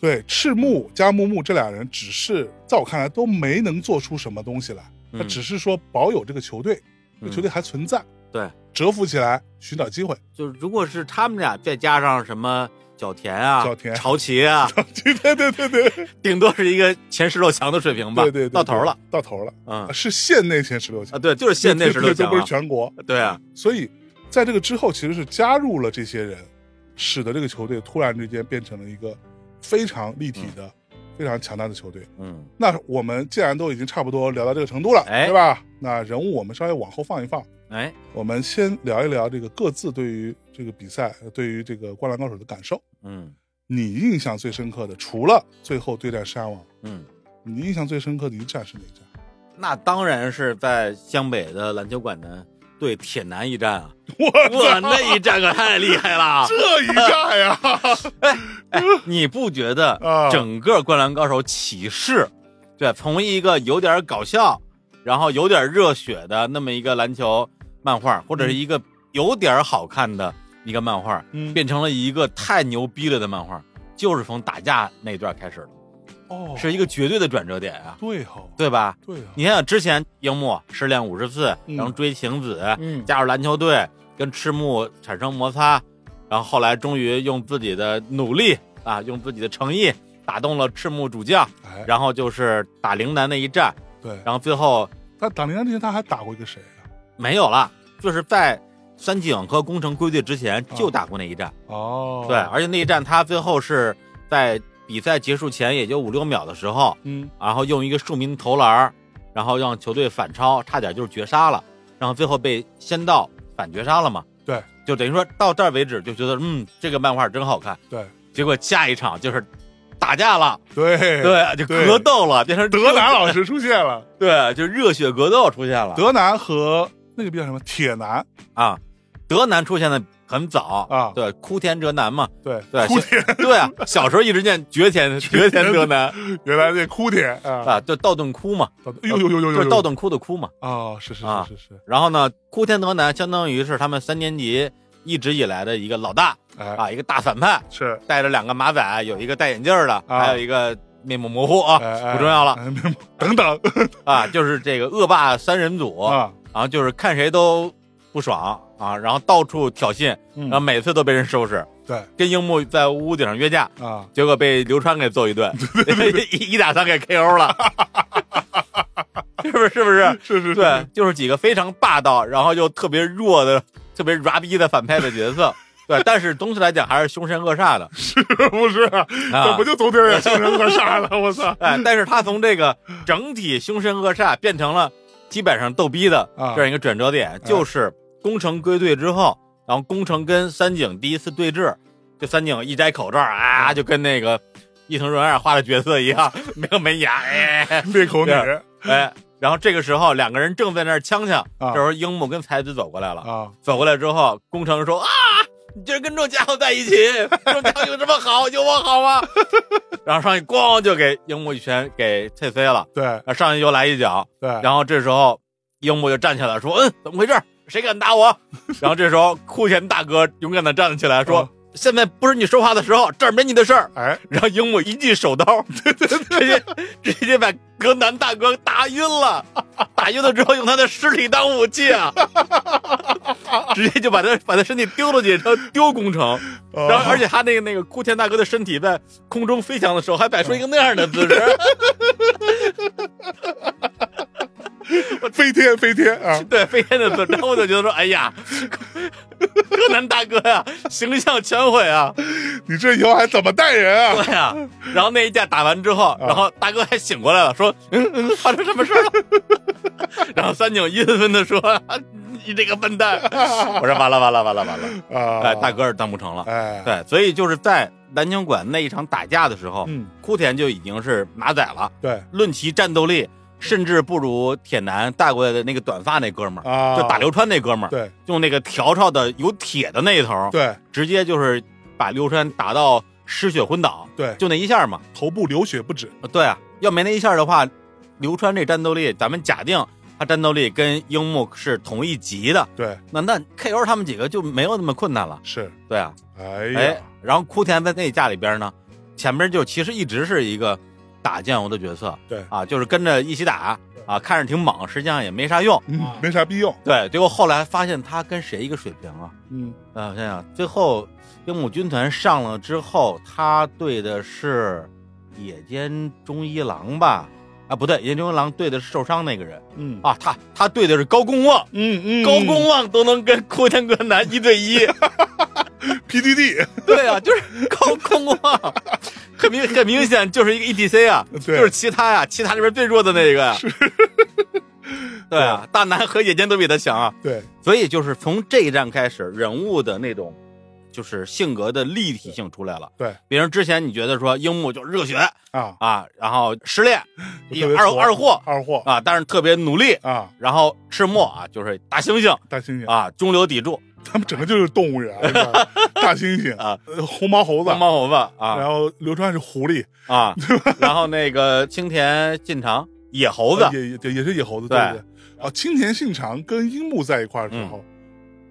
Speaker 1: 对，赤木加木木这俩人只是在我看来都没能做出什么东西来，他
Speaker 2: 嗯
Speaker 1: 只是说保有这个球队，这
Speaker 2: 嗯
Speaker 1: 球队还存在，
Speaker 2: 对，
Speaker 1: 蛰伏起来寻找机会。
Speaker 2: 就是如果是他们俩再加上什么角田啊、
Speaker 1: 角田
Speaker 2: 朝 崎啊，
Speaker 1: 对对对对对对
Speaker 2: 顶多是一个前十六强的水平吧，
Speaker 1: 对对，
Speaker 2: 到头了，，
Speaker 1: 到头了，啊
Speaker 2: 嗯
Speaker 1: 是县内前十六
Speaker 2: 啊，
Speaker 1: 强，
Speaker 2: 对，就是县内十六
Speaker 1: 对对对
Speaker 2: 强
Speaker 1: 都不是
Speaker 2: 啊，
Speaker 1: 全国。
Speaker 2: 对啊，
Speaker 1: 所以在这个之后，其实是加入了这些人，使得这个球队突然之间变成了一个非常立体的、非常强大的球队。
Speaker 2: 嗯，
Speaker 1: 那我们既然都已经差不多聊到这个程度了，
Speaker 2: 哎
Speaker 1: 对吧？那人物我们稍微往后放一放，
Speaker 2: 哎，
Speaker 1: 我们先聊一聊这个各自对于这个比赛、呃对于这个《灌篮高手》的感受。
Speaker 2: 嗯
Speaker 1: 你印象最深刻的，除了最后对战山王，
Speaker 2: 嗯，
Speaker 1: 你印象最深刻的一战是哪一战？
Speaker 2: 那当然是在湘北的篮球馆的对铁男一战啊，
Speaker 1: 我，
Speaker 2: 哇，那一战可太厉害 了
Speaker 1: 这一战 呀，
Speaker 2: 你不觉得
Speaker 1: 啊
Speaker 2: 整个《灌篮高手》起势，对，从一个有点搞笑，然后有点热血的那么一个篮球漫画，或者是一个有点好看的一个漫画，
Speaker 1: 嗯
Speaker 2: 变成了一个太牛逼了的漫画，就是从打架那段开始的，
Speaker 1: 哦，
Speaker 2: 是一个绝对的转折点啊，
Speaker 1: 对哦，
Speaker 2: 对吧？
Speaker 1: 对哦，
Speaker 2: 你想想之前樱木失恋五十次，
Speaker 1: 嗯
Speaker 2: 然后追晴子，
Speaker 1: 嗯
Speaker 2: 加入篮球队，跟赤木产生摩擦，然后后来终于用自己的努力啊，用自己的诚意打动了赤木主将，
Speaker 1: 哎，
Speaker 2: 然后就是打陵南那一战，
Speaker 1: 对，
Speaker 2: 然后最后
Speaker 1: 他打林丹之前他还打过一个谁啊？
Speaker 2: 没有了，就是在三井和宫城归队之前就打过那一战，
Speaker 1: 嗯哦，
Speaker 2: 对，而且那一战他最后是在比赛结束前也就五六秒的时候，
Speaker 1: 嗯，
Speaker 2: 然后用一个庶民投篮儿，然后让球队反超，差点就是绝杀了，然后最后被仙道反绝杀了嘛。
Speaker 1: 对，
Speaker 2: 就等于说到这儿为止，就觉得嗯，这个漫画真好看。
Speaker 1: 对
Speaker 2: 结果下一场就是打架了，
Speaker 1: 对
Speaker 2: 对，就
Speaker 1: 对
Speaker 2: 格斗了，变成
Speaker 1: 德南老师出现了，
Speaker 2: 对，就热血格斗出现了
Speaker 1: 德南和那个叫什么铁男
Speaker 2: 啊。德南出现的很早
Speaker 1: 啊
Speaker 2: 对，哭天哲南嘛，
Speaker 1: 对
Speaker 2: 对
Speaker 1: 哭天，
Speaker 2: 对啊，小时候一直念绝田绝田哲 南
Speaker 1: 原来那哭天啊，
Speaker 2: 啊，就道顿窟嘛，
Speaker 1: 到呦呦呦呦
Speaker 2: 就
Speaker 1: 呦
Speaker 2: 是
Speaker 1: 呦，
Speaker 2: 道顿窟的窟嘛。
Speaker 1: 啊，是是
Speaker 2: 啊
Speaker 1: 是是是，
Speaker 2: 然后呢，哭天德南相当于是他们三年级一直以来的一个老大
Speaker 1: 哎，
Speaker 2: 啊，一个大反派，
Speaker 1: 是，
Speaker 2: 带着两个马仔，有一个戴眼镜儿的，
Speaker 1: 啊
Speaker 2: 还有一个面目模糊啊，
Speaker 1: 哎哎
Speaker 2: 不重要了
Speaker 1: 哎没等等
Speaker 2: 啊，就是这个恶霸三人组，
Speaker 1: 啊，
Speaker 2: 然后就是看谁都不爽啊，然后到处挑衅，
Speaker 1: 嗯
Speaker 2: 然后每次都被人收拾。
Speaker 1: 对
Speaker 2: 跟樱木在屋顶上约架，
Speaker 1: 啊，
Speaker 2: 结果被流川给揍一顿， 一一打三给 KO 了， 是不是？是不是？
Speaker 1: 是是，
Speaker 2: 对，就是几个非常霸道，然后又特别弱的、特别傻逼的反派的角色。对，但是总体来讲还是凶神恶煞的
Speaker 1: 是不是啊？这
Speaker 2: 啊
Speaker 1: 不。就昨天也生人和杀了？我 操！
Speaker 2: 哎，但是他从这个整体凶神恶煞变成了基本上逗逼的
Speaker 1: 啊
Speaker 2: 这样一个转折点，就是宫城归队之后，然后宫城跟三井第一次对峙，就三井一摘口罩啊，就跟那个伊藤润二画的角色一样，没有门牙，哎
Speaker 1: 裂口女
Speaker 2: 对哎，然后这个时候两个人正在那儿呛呛，
Speaker 1: 啊
Speaker 2: 这时候樱木跟才子走过来了，
Speaker 1: 啊，
Speaker 2: 走过来之后，宫城说啊。你竟然跟这种家伙在一起， 这种家伙有这么好，有我好吗？ 然后上去咣就给樱木一拳给踹飞了，
Speaker 1: 对
Speaker 2: 啊上去又来一脚，
Speaker 1: 对，
Speaker 2: 然后这时候樱木就站起来说：“嗯，怎么回事？谁敢打我？” 然后这时候库田大哥勇敢的站了起来说：“
Speaker 1: 嗯
Speaker 2: 现在不是你说话的时候，这儿没你的事儿。”
Speaker 1: 哎，
Speaker 2: 然后樱木一记手刀， 直接直接把格南大哥打晕了，打晕了之后用他的尸体当武器 啊，直接就把他把他身体丢了去，然后丢工 程，然后而
Speaker 1: 且
Speaker 2: 且他那个那个哭天大哥的身体在空中飞翔的时候还摆出一个那样的姿势，
Speaker 1: 飞天飞天啊，
Speaker 2: 对飞天的姿势，然后我就觉得说，哎呀，柯南大哥呀、形象全毁啊，
Speaker 1: 你这以后还怎么带人啊？
Speaker 2: 对呀、然后那一架打完之后，然后大哥还醒过来了，说，嗯嗯，发生什么事儿了？ 然后三井阴森的说，啊你这个笨蛋！我说完了完了完了完了，
Speaker 1: 啊，
Speaker 2: 哎，大，哥是当不成了。
Speaker 1: 哎，，
Speaker 2: 对，所以就是在篮球馆那一场打架的时候，
Speaker 1: 嗯，
Speaker 2: 枯田就已经是马仔了，
Speaker 1: 对
Speaker 2: 论其战斗力，甚至不如铁男带过来的那个短发那哥们儿，
Speaker 1: 啊，
Speaker 2: 就打流川那哥们儿。
Speaker 1: 对
Speaker 2: 用那个笤帚的有铁的那一头儿，
Speaker 1: 对
Speaker 2: 直接就是把流川打到失血昏倒，
Speaker 1: 对，
Speaker 2: 就那一下嘛。
Speaker 1: 头部流血不止，
Speaker 2: 呃对啊，要没那一下的话，流川这战斗力，咱们假定他战斗力跟樱木是同一级的，
Speaker 1: 对，
Speaker 2: 那那 KO 他们几个就没有那么困难了。
Speaker 1: 是，
Speaker 2: 对啊，
Speaker 1: 哎
Speaker 2: 哎
Speaker 1: 呀，，
Speaker 2: 然后枯田在那架里边呢，前边就其实一直是一个打酱油的角色，
Speaker 1: 对
Speaker 2: 啊，就是跟着一起打啊，看着挺猛，实际上也没啥用。
Speaker 1: 嗯，没啥必要，
Speaker 2: 对，结果后来发现他跟谁一个水平啊？
Speaker 1: 嗯，
Speaker 2: 啊，我想想，最后樱木军团上了之后，他对的是野间忠一郎吧？啊，不对，野间忠一郎对的是受伤那个人
Speaker 1: 嗯
Speaker 2: 啊，他他对的是高公望，
Speaker 1: 嗯嗯
Speaker 2: 高公望都能跟库天哥男一 对一，
Speaker 1: PDD，
Speaker 2: 对啊，就是高公望，很明很明显就是一个 ETC 啊，
Speaker 1: 对
Speaker 2: 就是其他呀、其他里边最弱的那个，对啊，大南和野间都比他强啊，
Speaker 1: 对
Speaker 2: 所以就是从这一站开始，人物的那种就是性格的立体性出来了。
Speaker 1: 对
Speaker 2: 比如之前你觉得说樱木就热血
Speaker 1: 啊，
Speaker 2: 啊，然后失 恋，一
Speaker 1: 特别
Speaker 2: 二
Speaker 1: 挫
Speaker 2: 二货
Speaker 1: 二货
Speaker 2: 啊，但是特别努力，
Speaker 1: 啊，
Speaker 2: 然后赤木啊就是大猩猩
Speaker 1: 大猩猩，
Speaker 2: 啊，中流砥柱，
Speaker 1: 他们整个就是动物园，是 吧大猩猩
Speaker 2: 啊，
Speaker 1: 呃红毛猴子
Speaker 2: 光，毛猴子啊
Speaker 1: 然后流川是狐狸，
Speaker 2: 啊，然后那个青田进长 野猴子
Speaker 1: 呃，也也也是野猴子，
Speaker 2: 对
Speaker 1: 对不对？啊，青田信长跟樱木在一块儿的时候，
Speaker 2: 嗯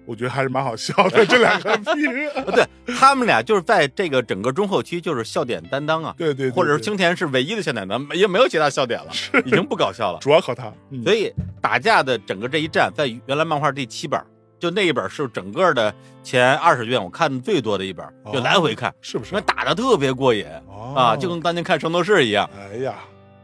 Speaker 1: 我觉得还是蛮好笑的，这两个 人，
Speaker 2: 啊对他们俩就是在这个整个中后期就是笑点担当啊，
Speaker 1: 对对，对
Speaker 2: 或者是
Speaker 1: 对
Speaker 2: 青田是唯一的笑点担当，也没有其他笑点了，已经不搞笑了。
Speaker 1: 主要靠他，嗯
Speaker 2: 所以打架的整个这一战，在原来漫画第七本，就那一本是整个的前二十卷我看的最多的一本，
Speaker 1: 哦
Speaker 2: 就来回看，
Speaker 1: 是不是
Speaker 2: 因为？打的特别过瘾啊，
Speaker 1: 啊
Speaker 2: 就跟当年看圣斗士一样
Speaker 1: 哎呀，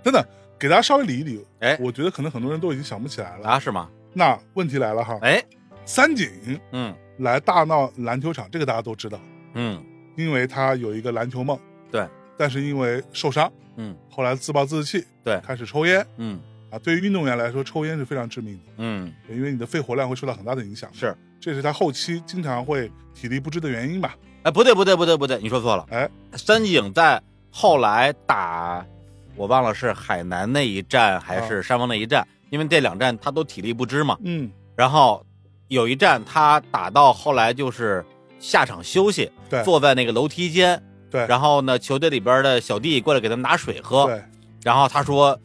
Speaker 1: 真的给大家稍微理一理，
Speaker 2: 哎
Speaker 1: 我觉得可能很多人都已经想不起来了。
Speaker 2: 啊，是吗？
Speaker 1: 那问题来了哈，
Speaker 2: 哎，
Speaker 1: 三井
Speaker 2: 嗯
Speaker 1: 来大闹篮球场，这个大家都知道，
Speaker 2: 嗯
Speaker 1: 因为他有一个篮球梦，
Speaker 2: 对，
Speaker 1: 但是因为受伤，
Speaker 2: 嗯
Speaker 1: 后来自暴自弃，
Speaker 2: 对
Speaker 1: 开始抽烟
Speaker 2: 嗯
Speaker 1: 啊。对于运动员来说，抽烟是非常致命的，
Speaker 2: 嗯，
Speaker 1: 因为你的肺活量会受到很大的影响，
Speaker 2: 是。
Speaker 1: 这是他后期经常会体力不支的原因吧？
Speaker 2: 哎，不对不对不对不对，你说错了。
Speaker 1: 哎，
Speaker 2: 三井在后来打，我忘了是海南
Speaker 1: 哦
Speaker 2: 那一战还是山峰那一战，因为这两战他都体力不支嘛。
Speaker 1: 嗯，
Speaker 2: 然后有一站他打到后来就是下场休息，
Speaker 1: 对
Speaker 2: 坐在那个楼梯间，
Speaker 1: 对
Speaker 2: 然后呢，球队里边的小弟过来给他们拿水喝，
Speaker 1: 对，
Speaker 2: 然后他说：“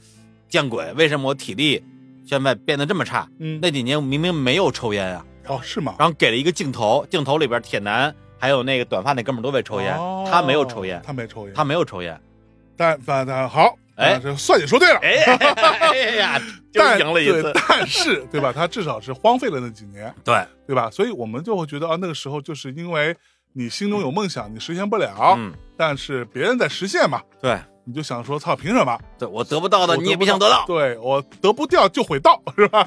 Speaker 2: 见鬼，为什么我体力现在变得这么差？
Speaker 1: 嗯，
Speaker 2: 那几年我明明没有抽烟啊。”
Speaker 1: 哦是吗？
Speaker 2: 然后给了一个镜头，镜头里边铁男还有那个短发那哥们儿都在抽烟，
Speaker 1: 哦
Speaker 2: 他没有抽烟，
Speaker 1: 他没抽烟，
Speaker 2: 他没有抽烟。
Speaker 1: 但但但好，
Speaker 2: 哎
Speaker 1: 啊这算你说对了，
Speaker 2: 哎 哎呀，就
Speaker 1: 但
Speaker 2: 赢了一
Speaker 1: 对
Speaker 2: 次。
Speaker 1: 但是对吧？他至少是荒废了那几年，
Speaker 2: 对，
Speaker 1: 对吧？所以我们就会觉得啊，那个时候就是因为你心中有梦想，你实现不了，
Speaker 2: 嗯，
Speaker 1: 但是别人在实现嘛，
Speaker 2: 对，
Speaker 1: 你就想说，操，凭什么？
Speaker 2: 对我得不到的
Speaker 1: 我
Speaker 2: 你也
Speaker 1: 不
Speaker 2: 别想得到，啊
Speaker 1: 对我得不掉就毁道，是吧？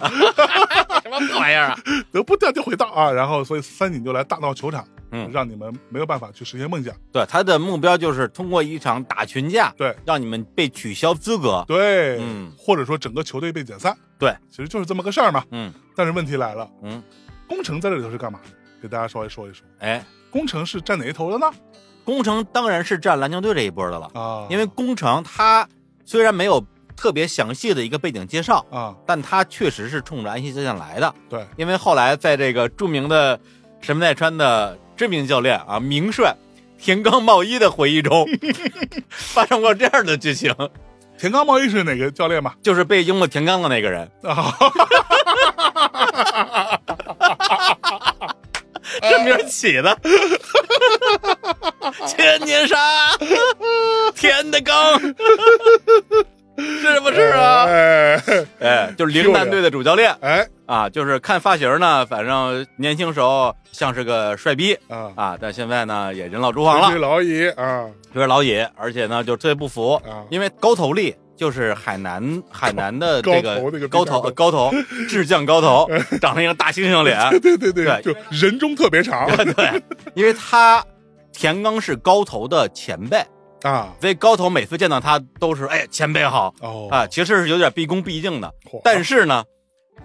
Speaker 2: 什么破玩意儿啊？
Speaker 1: 得不掉就毁道啊！然后，所以三井就来大闹球场，
Speaker 2: 嗯
Speaker 1: 让你们没有办法去实现梦想。
Speaker 2: 对，他的目标就是通过一场打群架，
Speaker 1: 对，
Speaker 2: 让你们被取消资格。
Speaker 1: 对，
Speaker 2: 嗯
Speaker 1: 或者说整个球队被解散，
Speaker 2: 对，
Speaker 1: 其实就是这么个事儿嘛。
Speaker 2: 嗯
Speaker 1: 但是问题来了，
Speaker 2: 嗯，
Speaker 1: 工程在这里头是干嘛的？给大家稍微说一说，
Speaker 2: 哎，
Speaker 1: 工程是站哪一头的呢？
Speaker 2: 工程当然是站篮球队这一波的了，
Speaker 1: 啊，
Speaker 2: 因为工程他虽然没有特别详细的一个背景介绍，
Speaker 1: 啊，
Speaker 2: 但他确实是冲着安西教练来的。
Speaker 1: 对，
Speaker 2: 因为后来在这个著名的神奈川的知名教练啊名帅田刚茂一的回忆中，发生过这样的剧情，
Speaker 1: 田刚贸易是哪个教练嘛？
Speaker 2: 就是被拥了田刚的那个人，
Speaker 1: 啊，
Speaker 2: 这名儿起的，千年杀，田的刚，是不是啊？
Speaker 1: 哎
Speaker 2: 哎，就是零男队的主教练
Speaker 1: 哎
Speaker 2: 啊，就是看发型呢，反正年轻时候像是个帅逼
Speaker 1: 啊，
Speaker 2: 啊，但现在呢也人老珠黄了
Speaker 1: 追，老乙啊
Speaker 2: 有点老野，而且呢就特别不服，
Speaker 1: 啊
Speaker 2: 因为高头力就是海南海南的
Speaker 1: 高
Speaker 2: 这
Speaker 1: 高
Speaker 2: 个
Speaker 1: 头那个
Speaker 2: 高头呃高头智将高 头，长了一张大猩猩脸，
Speaker 1: 对对对，
Speaker 2: 对
Speaker 1: 就人中特别长
Speaker 2: 对，因为他田刚是高头的前辈，
Speaker 1: 啊，
Speaker 2: 所以高头每次见到他都是哎前辈好
Speaker 1: 哦
Speaker 2: 啊，其实是有点毕恭毕敬的
Speaker 1: 嚯，
Speaker 2: 但是呢，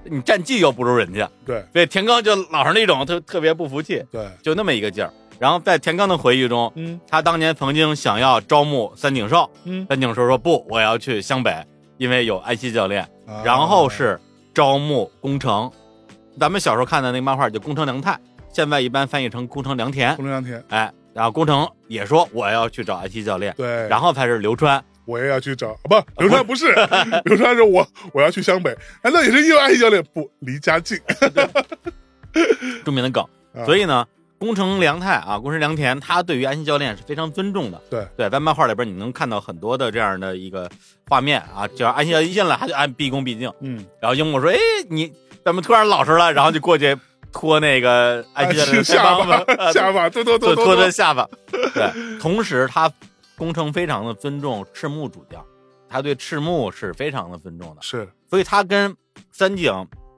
Speaker 2: 你战绩又不如人家，
Speaker 1: 对
Speaker 2: 所以田刚就老是那种特特别不服气，
Speaker 1: 对，
Speaker 2: 就那么一个劲儿。然后在田刚的回忆中，
Speaker 1: 嗯
Speaker 2: 他当年曾经想要招募三井寿，
Speaker 1: 嗯，
Speaker 2: 三井寿说不，我要去湘北，因为有安西教练。
Speaker 1: 啊
Speaker 2: 然后是招募工程，咱们小时候看的那漫画叫《工程良太》，现在一般翻译成《工程良田
Speaker 1: 宫》。城良田，
Speaker 2: 哎，然后工程也说我要去找安西教练，
Speaker 1: 对，
Speaker 2: 然后才是流川。
Speaker 1: 我也要去找，啊不，刘川 不是，刘川是我我要去湘北，哎，那也是因为爱教练不离家近，
Speaker 2: 著名的梗。
Speaker 1: 啊
Speaker 2: 所以呢，宫城良太啊，宫城良田，他对于安西教练是非常尊重的。
Speaker 1: 对
Speaker 2: 对，在漫画里边你能看到很多的这样的一个画面啊，只要安西教练一进来，他就按毕恭毕敬。
Speaker 1: 嗯，
Speaker 2: 然后樱木说：“哎，你怎么突然老实了？”然后就过去拖那个安西教练
Speaker 1: 啊是
Speaker 2: 的腮
Speaker 1: 下
Speaker 2: 帮
Speaker 1: 巴
Speaker 2: 子， 呃
Speaker 1: 下巴，多多
Speaker 2: 拖
Speaker 1: 多
Speaker 2: 拖
Speaker 1: 多
Speaker 2: 着
Speaker 1: 多，
Speaker 2: 下 巴。对，同时他宫城非常的尊重赤木主将，他对赤木是非常的尊重的。
Speaker 1: 是
Speaker 2: 所以他跟三井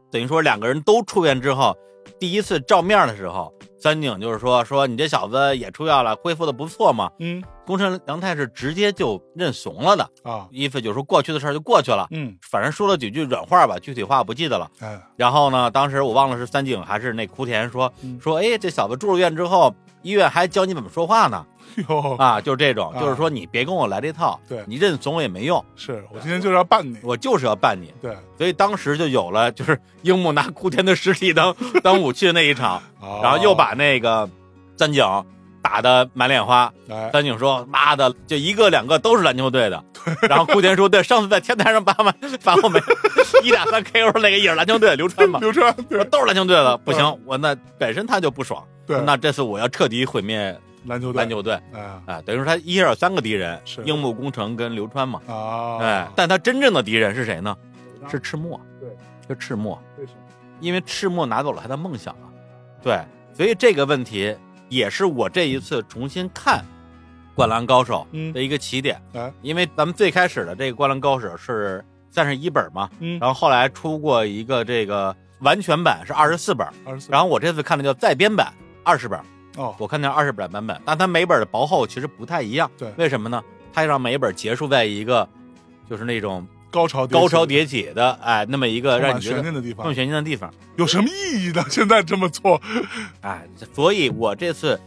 Speaker 2: 等于说两个人都出院之后，第一次照面的时候，三井就是说说你这小子也出院了，恢复的不错嘛。
Speaker 1: 嗯
Speaker 2: 宫城良太是直接就认怂了的，
Speaker 1: 啊，
Speaker 2: 意思就是说过去的事儿就过去了，
Speaker 1: 嗯
Speaker 2: 反正说了几句软话吧，具体话我不记得了。
Speaker 1: 哎
Speaker 2: 然后呢，当时我忘了是三井还是那枯田说
Speaker 1: 嗯
Speaker 2: 说，哎，这小子住了院之后，医院还教你怎么说话呢，
Speaker 1: 哟，
Speaker 2: 啊，就是这种，
Speaker 1: 啊
Speaker 2: 就是说你别跟我来这套，
Speaker 1: 对
Speaker 2: 你认怂也没用，
Speaker 1: 是我今天就是要办你，
Speaker 2: 我就是要办你。
Speaker 1: 对，啊
Speaker 2: 所以当时就有了， 就是樱木拿枯田的尸体当 当武器的那一场，然
Speaker 1: 然
Speaker 2: 后又把那个三井打得满脸花。
Speaker 1: 哎
Speaker 2: 三井说：“妈的，就一个两个都是篮球队的。”然后枯田说：“对，上次在天台上把们 把我们一打三 KO 那呃个也是篮球队流川嗯嘛，
Speaker 1: 刘川
Speaker 2: 我
Speaker 1: 对
Speaker 2: 都是篮球队的，不行，我那本身他就不爽，
Speaker 1: 对，
Speaker 2: 那这次我要彻底毁灭
Speaker 1: 篮球队
Speaker 2: 篮球队
Speaker 1: 哎
Speaker 2: 啊！等于说他一下有三个敌人，
Speaker 1: 是
Speaker 2: 樱木、宫城跟流川嘛。
Speaker 1: 啊，
Speaker 2: 哎，但他真正的敌人是谁呢？是赤木，
Speaker 1: 对，
Speaker 2: 是赤木，
Speaker 1: 为什么？
Speaker 2: 因为赤木拿走了他的梦想啊，对，所以这个问题也是我这一次重新看《灌篮高手》
Speaker 1: 嗯
Speaker 2: 的一个起点，
Speaker 1: 哎
Speaker 2: 因为咱们最开始的这个《灌篮高手》是三十一本嘛，
Speaker 1: 嗯，
Speaker 2: 然后后来出过一个这个完全版是二十四本，
Speaker 1: 二十四，
Speaker 2: 然后我这次看的叫再编版二十本，
Speaker 1: 哦，
Speaker 2: 我看的二十本版本，但它每本的薄厚其实不太一样，
Speaker 1: 对
Speaker 2: 为什么呢？它让每一本结束在一个就是那种
Speaker 1: 高潮
Speaker 2: 高潮
Speaker 1: 起
Speaker 2: 迭起的，哎，那么一个
Speaker 1: 充
Speaker 2: 让
Speaker 1: 满
Speaker 2: 你觉
Speaker 1: 悬
Speaker 2: 得
Speaker 1: 念的地
Speaker 2: 更
Speaker 1: 方，
Speaker 2: 悬念的地方，
Speaker 1: 有什么意义呢？ 现在这么做，
Speaker 2: 哎，所以我这次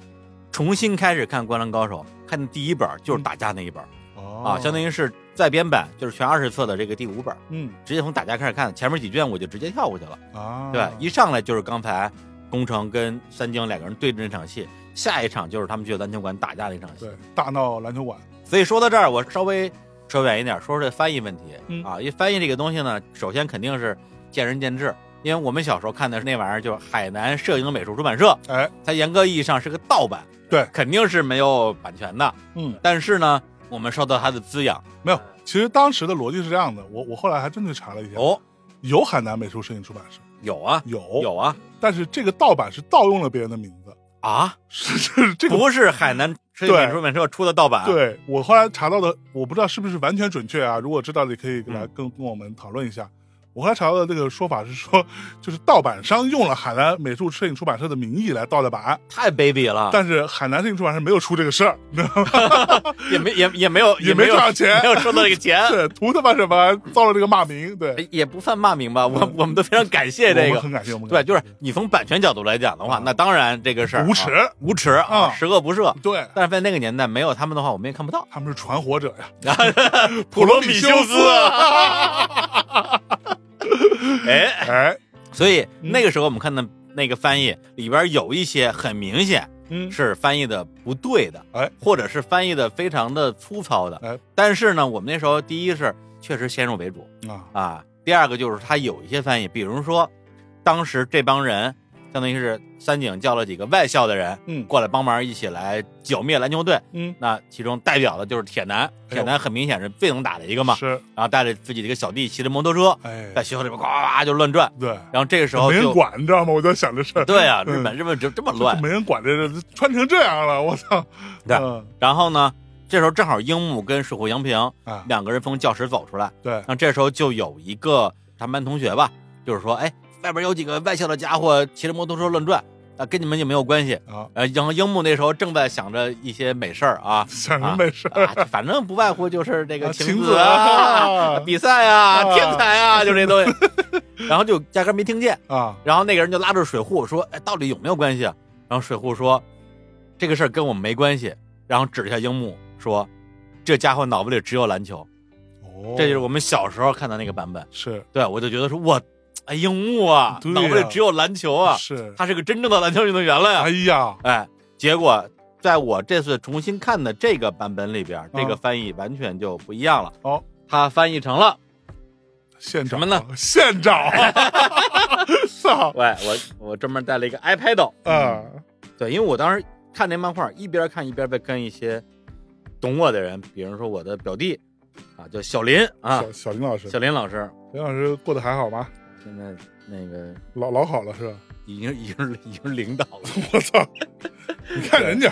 Speaker 2: 重新开始看《灌篮高手》，看的第一本就是打架那一本、
Speaker 1: 嗯哦
Speaker 2: 啊，相当于是再编版，就是全二十册的这个第五本，
Speaker 1: 嗯
Speaker 2: 直接从打架开始看，前面几卷我就直接跳过去了。
Speaker 1: 啊，
Speaker 2: 对，一上来就是刚才宫城跟三京两个人对着那场戏，下一场就是他们去篮球馆打架那场戏
Speaker 1: 对。大闹篮球馆，
Speaker 2: 所以说到这儿，我稍微扯远一点，说说这翻译问题、
Speaker 1: 嗯
Speaker 2: 啊。因为翻译这个东西呢，首先肯定是见仁见智，因为我们小时候看的是那玩意儿，就是海南摄影美术出版社，
Speaker 1: 哎，
Speaker 2: 它严格意义上是个盗版，
Speaker 1: 对
Speaker 2: 肯定是没有版权的。
Speaker 1: 嗯，
Speaker 2: 但是呢，我们受到它的滋养
Speaker 1: 没有。其实当时的逻辑是这样的，我我后来还真去查了一下，
Speaker 2: 哦，
Speaker 1: 有海南美术摄影出版社，
Speaker 2: 有啊，
Speaker 1: 有，
Speaker 2: 有啊
Speaker 1: 但是这个盗版是盗用了别人的名字，
Speaker 2: 啊，
Speaker 1: 是是这个
Speaker 2: 不是海南摄影
Speaker 1: 对
Speaker 2: 美术出版社出的盗版，，
Speaker 1: 对我后来查到的，我不知道是不是完全准确啊。如果知道的，也可以来
Speaker 2: 嗯
Speaker 1: 跟跟我们讨论一下。我后来查到的这个说法是说，就是盗版商用了海南美术摄影出版社的名义来盗的版，
Speaker 2: 太卑鄙了。
Speaker 1: 但是海南摄影出版社没有出这个事儿，你知道吗？
Speaker 2: 也没也也没有
Speaker 1: 也
Speaker 2: 没
Speaker 1: 没
Speaker 2: 有
Speaker 1: 多少钱
Speaker 2: 没有收到这个钱，哎
Speaker 1: 对，图他妈什么遭了这个骂名？对，
Speaker 2: 也不算骂名吧。我我们都非常感谢哎这
Speaker 1: 嗯我们
Speaker 2: 个，
Speaker 1: 很感谢我们
Speaker 2: 对，
Speaker 1: 感谢，
Speaker 2: 就是你从版权角度来讲的话，
Speaker 1: 啊
Speaker 2: 那当然这个事儿
Speaker 1: 无耻
Speaker 2: 啊无耻啊，
Speaker 1: 啊
Speaker 2: 十恶不赦。
Speaker 1: 对，
Speaker 2: 但是在那个年代，没有他们的话，我们也看不到。
Speaker 1: 他们是传火者呀，
Speaker 2: 普罗米
Speaker 1: 米
Speaker 2: 修
Speaker 1: 斯
Speaker 2: 斯，啊 哎，
Speaker 1: 哎，
Speaker 2: 所以
Speaker 1: 嗯
Speaker 2: 那个时候我们看的那个翻译里边有一些很明显
Speaker 1: 嗯，
Speaker 2: 是翻译的不对的，
Speaker 1: 哎，
Speaker 2: 或者是翻译的非常的粗糙的。
Speaker 1: 哎，
Speaker 2: 但是呢，我们那时候第一是确实先入为主，
Speaker 1: 啊，
Speaker 2: 啊，第二个就是他有一些翻译，比如说，当时这帮人相当于是三井叫了几个外校的人
Speaker 1: 嗯
Speaker 2: 过来帮忙，一起来剿灭篮球队。
Speaker 1: 嗯，
Speaker 2: 那其中代表的就是铁男，
Speaker 1: 哎呦
Speaker 2: 铁男很明显是最能打的一个嘛，
Speaker 1: 是，
Speaker 2: 然后带着自己的一个小弟骑着摩托车
Speaker 1: 哎，
Speaker 2: 在学校里边呱呱呱就乱转，
Speaker 1: 对，
Speaker 2: 然后这个时候
Speaker 1: 没人
Speaker 2: 就
Speaker 1: 管，你知道吗？我在想这事儿，
Speaker 2: 对啊，
Speaker 1: 嗯
Speaker 2: 日本日本就这么
Speaker 1: 这
Speaker 2: 乱，
Speaker 1: 没人管这这穿成这样了，我操，
Speaker 2: 对
Speaker 1: 嗯
Speaker 2: 然后呢，这时候正好樱木跟水户洋平
Speaker 1: 啊，
Speaker 2: 两个人从教室走出来，
Speaker 1: 对，
Speaker 2: 那这时候就有一个他们班同学吧，就是说，哎，外边有几个外校的家伙骑着摩托车乱转，啊，跟你们也没有关系。
Speaker 1: 啊，，
Speaker 2: 呃，然后樱木那时候正在想着一些美事儿啊
Speaker 1: 想什么事儿？
Speaker 2: 啊， 反正不外乎就是这个
Speaker 1: 啊
Speaker 2: 晴
Speaker 1: 晴
Speaker 2: 子
Speaker 1: 子
Speaker 2: 啊、
Speaker 1: 啊
Speaker 2: 比赛啊、
Speaker 1: 啊
Speaker 2: 天才啊，就这东西。然后就压根儿没听见。
Speaker 1: 啊
Speaker 2: 然后那个人就拉住水户说，哎，到底有没有关系啊？然后水户说，这个事儿跟我们没关系。然后指着一下樱木说，这家伙脑子里只有篮球。
Speaker 1: 哦
Speaker 2: 这就是我们小时候看的那个版本。
Speaker 1: 是
Speaker 2: 对，我就觉得说，我哎，樱木啊，
Speaker 1: 对
Speaker 2: 脑
Speaker 1: 呀
Speaker 2: 子里只有篮球啊，
Speaker 1: 是，
Speaker 2: 他是个真正的篮球运动员了呀
Speaker 1: 哎。呀，
Speaker 2: 哎，结果在我这次重新看的这个版本里边，这个翻译完全就不一样了。
Speaker 1: 嗯哦，
Speaker 2: 他翻译成了，
Speaker 1: 县长
Speaker 2: 什么呢？
Speaker 1: 县 长，操
Speaker 2: 喂，我我专门带了一个 iPad，
Speaker 1: 啊！
Speaker 2: 对，因为我当时看这漫画，一边看一边在跟一些懂我的人，比如说我的表弟啊，叫小林啊，
Speaker 1: 小小林老师，
Speaker 2: 小林老师，
Speaker 1: 林老师过得还好吗？
Speaker 2: 现在那个
Speaker 1: 老老好了是吧？
Speaker 2: 已经已经已经是领导了。
Speaker 1: 我 操！你看人家，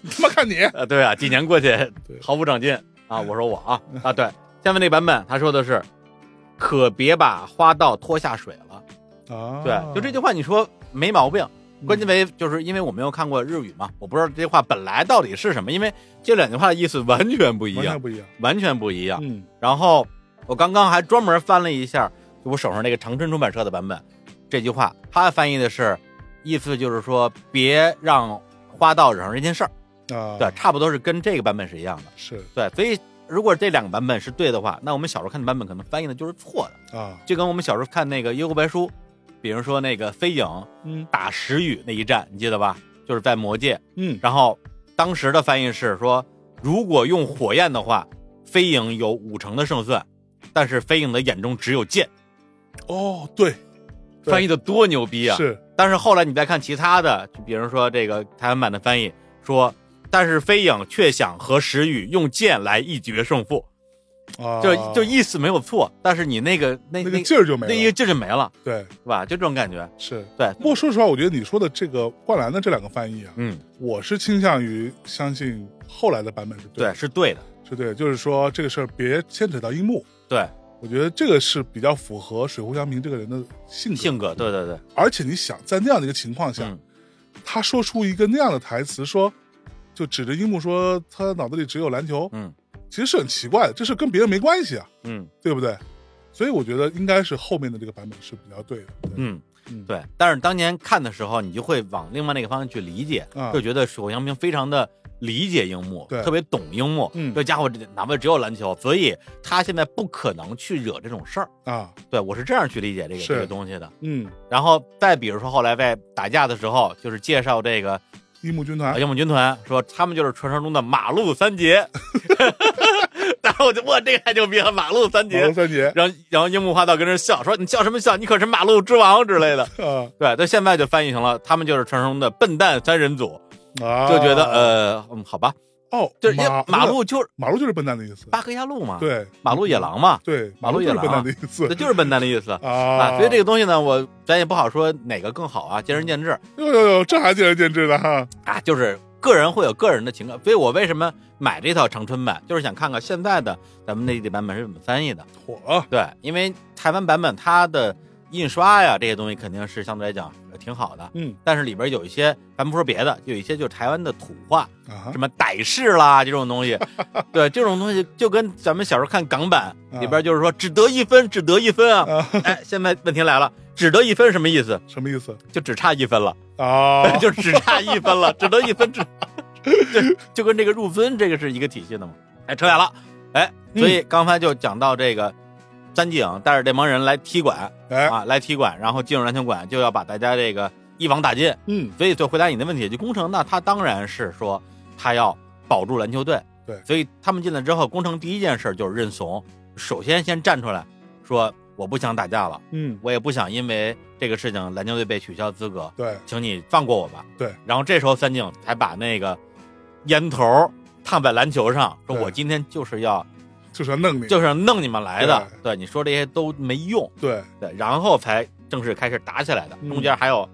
Speaker 1: 你他妈看你，
Speaker 2: 啊，对啊，几年过去
Speaker 1: 对
Speaker 2: 毫不长进啊！我说我啊啊，对，下面那版本他说的是，可别把花道拖下水了。
Speaker 1: 啊
Speaker 2: 对，就这句话你说没毛病。
Speaker 1: 嗯
Speaker 2: 关键为就是因为我没有看过日语嘛，我不知道这句话本来到底是什么，因为这两句话的意思完全不一
Speaker 1: 完全
Speaker 2: 样，啊
Speaker 1: 不一样。
Speaker 2: 完全不一样。
Speaker 1: 嗯，
Speaker 2: 然后我刚刚还专门翻了一下我手上那个长春出版社的版本，这句话它翻译的是，意思就是说别让花道惹上这件事儿。
Speaker 1: 啊，
Speaker 2: 对，，差不多是跟这个版本是一样的。
Speaker 1: 是
Speaker 2: 对，所以如果这两个版本是对的话，那我们小时候看的版本可能翻译的就是错的，
Speaker 1: 啊，
Speaker 2: 就跟我们小时候看那个《幽游白书》，比如说那个飞影
Speaker 1: 嗯
Speaker 2: 打石宇那一战，你记得吧？就是在魔界，
Speaker 1: 嗯，
Speaker 2: 然后当时的翻译是说，如果用火焰的话，飞影有五成的胜算，但是飞影的眼中只有剑。
Speaker 1: 哦，对，对
Speaker 2: 翻译的多牛逼啊！
Speaker 1: 是
Speaker 2: 但是后来你再看其他的，就比如说这个台湾版的翻译说，但是飞影却想和石宇用剑来一决胜负，
Speaker 1: 啊，
Speaker 2: 就哦就意思没有错，但是你那个那
Speaker 1: 那个劲儿就没
Speaker 2: 那一个
Speaker 1: 了。
Speaker 2: 劲儿就没了，
Speaker 1: 对，
Speaker 2: 是吧？就这种感觉，
Speaker 1: 是
Speaker 2: 对
Speaker 1: 不过说实话，我觉得你说的这个灌篮的这两个翻译啊，
Speaker 2: 嗯，
Speaker 1: 我是倾向于相信后来的版本是对
Speaker 2: 对，
Speaker 1: 的，
Speaker 2: 是对的，
Speaker 1: 是对的，就是说这个事儿别牵扯到樱木，
Speaker 2: 对
Speaker 1: 我觉得这个是比较符合水户洋平这个人的性格。
Speaker 2: 性格，对对对，
Speaker 1: 而且你想，在那样的一个情况下，
Speaker 2: 嗯
Speaker 1: 他说出一个那样的台词，说就指着樱木说他脑子里只有篮球，
Speaker 2: 嗯
Speaker 1: 其实是很奇怪的，这事跟别人没关系啊，
Speaker 2: 嗯
Speaker 1: 对不对？所以我觉得应该是后面的这个版本是比较对的。对
Speaker 2: 嗯，
Speaker 1: 嗯
Speaker 2: 对。但是当年看的时候，你就会往另外那个方向去理解
Speaker 1: 啊，
Speaker 2: 就觉得水户洋平非常的理解樱木，
Speaker 1: 对
Speaker 2: 特别懂樱木。
Speaker 1: 嗯
Speaker 2: 这家伙这脑子只有篮球，所以他现在不可能去惹这种事儿。
Speaker 1: 啊，
Speaker 2: 对我是这样去理解这个
Speaker 1: 是
Speaker 2: 这个东西的。
Speaker 1: 嗯，
Speaker 2: 然后再比如说后来在打架的时候，就是介绍这个
Speaker 1: 一木军团
Speaker 2: 呃，，樱木军团说他们就是传说中的马路三杰，然后我就哇，这个太牛逼了，马路三
Speaker 1: 毛
Speaker 2: 杰。
Speaker 1: 三杰
Speaker 2: 然后然后樱木花道跟人笑说你笑什么笑，你可是马路之王之类的。
Speaker 1: 啊
Speaker 2: 对，但现在就翻译成了他们就是传说中的笨蛋三人组，
Speaker 1: 啊，
Speaker 2: 就觉得、呃嗯好吧，
Speaker 1: 哦，
Speaker 2: 就是因为
Speaker 1: 马
Speaker 2: 马路就是
Speaker 1: 马路就是笨蛋的意思，
Speaker 2: 巴克亚路嘛，，
Speaker 1: 对
Speaker 2: 马路野狼嘛，
Speaker 1: 对，
Speaker 2: 马路
Speaker 1: 路就是
Speaker 2: 野
Speaker 1: 笨蛋
Speaker 2: 狼啊
Speaker 1: 的意思
Speaker 2: 这就是笨蛋的意思。
Speaker 1: 啊
Speaker 2: 啊，所以这个东西呢，我咱也不好说哪个更好啊，见仁见智
Speaker 1: 个哟哟哟，这还见仁见智的哈，
Speaker 2: 啊，就是个人会有个人的情感。所以我为什么买这套长春版，就是想看看现在的咱们内地版本是怎么翻译的。
Speaker 1: 火
Speaker 2: 对，因为台湾版本它的印刷呀这些东西肯定是相对来讲呃挺好的，
Speaker 1: 嗯
Speaker 2: 但是里边有一些，咱不说别的，有一些就是台湾的土话，
Speaker 1: 啊
Speaker 2: 什么傣式啦这种东西，对这种东西就跟咱们小时候看港版
Speaker 1: 啊
Speaker 2: 里边就是说只得一分，只得一分啊。
Speaker 1: 啊，
Speaker 2: 哎，现在问题来了，只得一分什么意思？
Speaker 1: 什么意思
Speaker 2: 就只差一分了，
Speaker 1: 啊？
Speaker 2: 哎就只差一分了，只得一分，只就就跟这个入分这个是一个体系的嘛。哎，扯远了，哎，所
Speaker 1: 嗯
Speaker 2: 以刚才就讲到这个三井带着这帮人来踢馆
Speaker 1: 哎，
Speaker 2: 啊，来踢馆，然后进入篮球馆就要把大家这个一网打尽。
Speaker 1: 嗯
Speaker 2: 所以就回答你的问题，就工程那他当然是说他要保住篮球队，
Speaker 1: 对
Speaker 2: 所以他们进来之后，工程第一件事就是认怂，首先先站出来说我不想打架了，
Speaker 1: 嗯，
Speaker 2: 我也不想因为这个事情篮球队被取消资格，
Speaker 1: 对，
Speaker 2: 请你放过我吧。
Speaker 1: 对，
Speaker 2: 然后这时候三井才把那个烟头烫在篮球上，说
Speaker 1: 对
Speaker 2: 我今天就是要
Speaker 1: 就是要弄你，
Speaker 2: 就是要弄你们来的，对你说这些都没用，
Speaker 1: 对，
Speaker 2: 对，然后才正式开始打起来的。
Speaker 1: 嗯
Speaker 2: 中间还有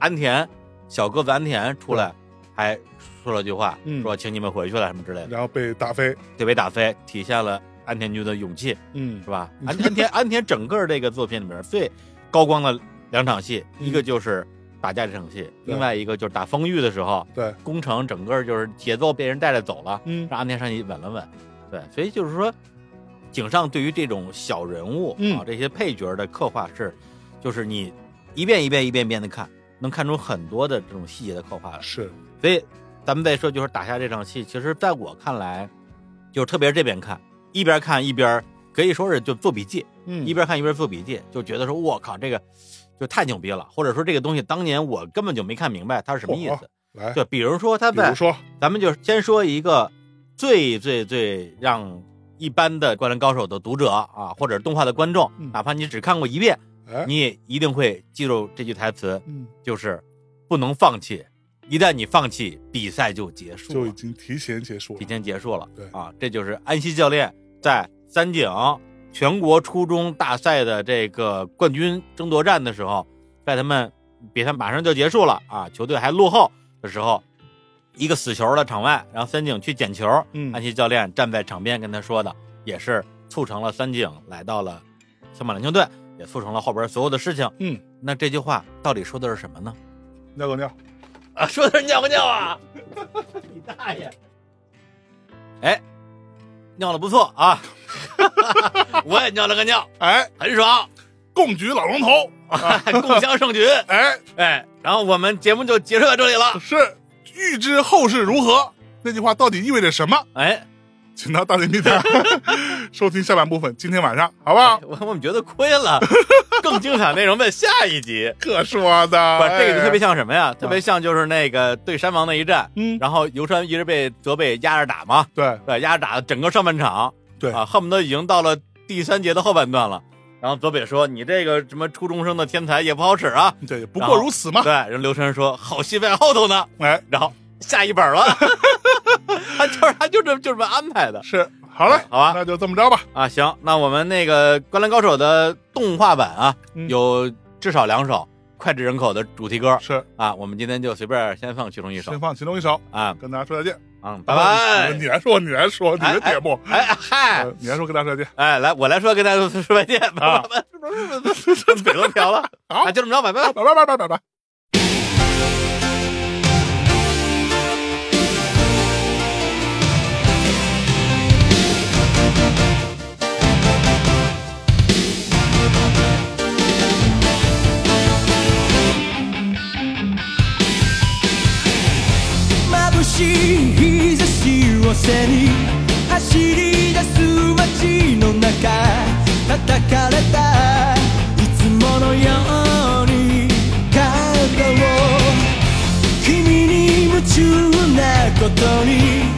Speaker 2: 安田小个子安田出来，还说了句话，
Speaker 1: 嗯
Speaker 2: 说请你们回去了什么之类的，
Speaker 1: 然后被打飞，
Speaker 2: 就被打飞，体现了安田君的勇气，
Speaker 1: 嗯
Speaker 2: 是吧？
Speaker 1: 嗯
Speaker 2: 安安田安田整个这个作品里面最高光的两场戏，
Speaker 1: 嗯
Speaker 2: 一个就是。打架这场戏，
Speaker 1: 对
Speaker 2: 另外一个就是打丰裕的时候，
Speaker 1: 对，
Speaker 2: 工程整个就是节奏被人带着走了，
Speaker 1: 嗯
Speaker 2: 让安田上去稳了稳。对，所以就是说，井上对于这种小人物、
Speaker 1: 嗯
Speaker 2: 啊，这些配角的刻画是，就是你一遍一遍一遍一遍的看，能看出很多的这种细节的刻画来。
Speaker 1: 是，
Speaker 2: 所以咱们再说，就是打下这场戏，其实在我看来，就是特别是这边看，一边看一边可以说是就做笔记，
Speaker 1: 嗯
Speaker 2: 一边看一边做笔记，就觉得说我靠这个就太牛逼了，或者说这个东西当年我根本就没看明白它是什么意
Speaker 1: 嚯
Speaker 2: 思。
Speaker 1: 来，
Speaker 2: 对，比如说他
Speaker 1: 比
Speaker 2: 在
Speaker 1: 如说
Speaker 2: 咱们就先说一个最最最让一般的《灌篮高手》的读者啊，或者动画的观众
Speaker 1: 嗯，
Speaker 2: 哪怕你只看过一遍，
Speaker 1: 哎，
Speaker 2: 你也一定会记住这句台词，
Speaker 1: 嗯，
Speaker 2: 就是不能放弃，一旦你放弃，比赛就结束
Speaker 1: 就已
Speaker 2: 了，
Speaker 1: 经提前结束
Speaker 2: 提
Speaker 1: 了，
Speaker 2: 前结束了。
Speaker 1: 对
Speaker 2: 啊，这就是安西教练在三井全国初中大赛的这个冠军争夺战的时候，在他们比赛马上就结束了啊，球队还落后的时候，一个死球的场外，然后三井去捡球，
Speaker 1: 嗯
Speaker 2: 安西教练站在场边跟他说的，也是促成了三井来到了香港篮球队，也促成了后边所有的事情。
Speaker 1: 嗯，
Speaker 2: 那这句话到底说的是什么呢？
Speaker 1: 尿个尿，
Speaker 2: 啊，说的是尿不尿啊？ 你大爷！哎，尿的不错啊， 我也尿了个尿，
Speaker 1: 哎，
Speaker 2: 很爽，
Speaker 1: 共举老龙头，
Speaker 2: 共襄盛举。
Speaker 1: 哎，
Speaker 2: 哎，然后我们节目就结束到这里了。
Speaker 1: 是预知后事如何，那句话到底意味着什么？
Speaker 2: 哎，
Speaker 1: 请到大内密探 收听下半部分，今天晚上好不好？
Speaker 2: 我我们觉得亏 了，更精彩内容在下一集。
Speaker 1: 可说的哎
Speaker 2: 不，，这个就特别
Speaker 1: 像，
Speaker 2: 像什么哎呀？特别像就是那个对山王那一战，
Speaker 1: 嗯，
Speaker 2: 然后游川一直被责备压着打嘛，
Speaker 1: 对，
Speaker 2: 对，压着打整个上半场，
Speaker 1: 对
Speaker 2: 啊，恨不得已经到了第三节的后半段了。然后泽北说：“你这个什么初中生的天才也不好使啊。
Speaker 1: 对，不过如此”嘛，
Speaker 2: 对，然后刘川说：“好戏在后头呢。
Speaker 1: 哎，”
Speaker 2: 然后下一本了， 他就是他就这就这么安排的
Speaker 1: 是，好嘞，
Speaker 2: 好吧
Speaker 1: 那就这么着吧，
Speaker 2: 啊。行，那我们那个《灌篮高手》的动画版啊，
Speaker 1: 嗯
Speaker 2: 有至少两首脍炙人口的主题歌
Speaker 1: 是，
Speaker 2: 啊，我们今天就随便先放其中一首
Speaker 1: 先放其中一首，
Speaker 2: 啊，
Speaker 1: 跟大家说再见，
Speaker 2: 嗯，拜拜
Speaker 1: 你。来说，你来说，你的节目，
Speaker 2: 哎嗨
Speaker 1: 呃，你来说，跟大家说再见，
Speaker 2: 哎，来，我来说，跟大家说说再见吧
Speaker 1: 啊，
Speaker 2: 嘴都瓢了，
Speaker 1: 好
Speaker 2: 那就这么着吧，拜拜。
Speaker 1: 拜拜拜拜拜拜。
Speaker 3: 眩しい日せに走り出す街の中叩かれたいつものように肩を君に夢中なことに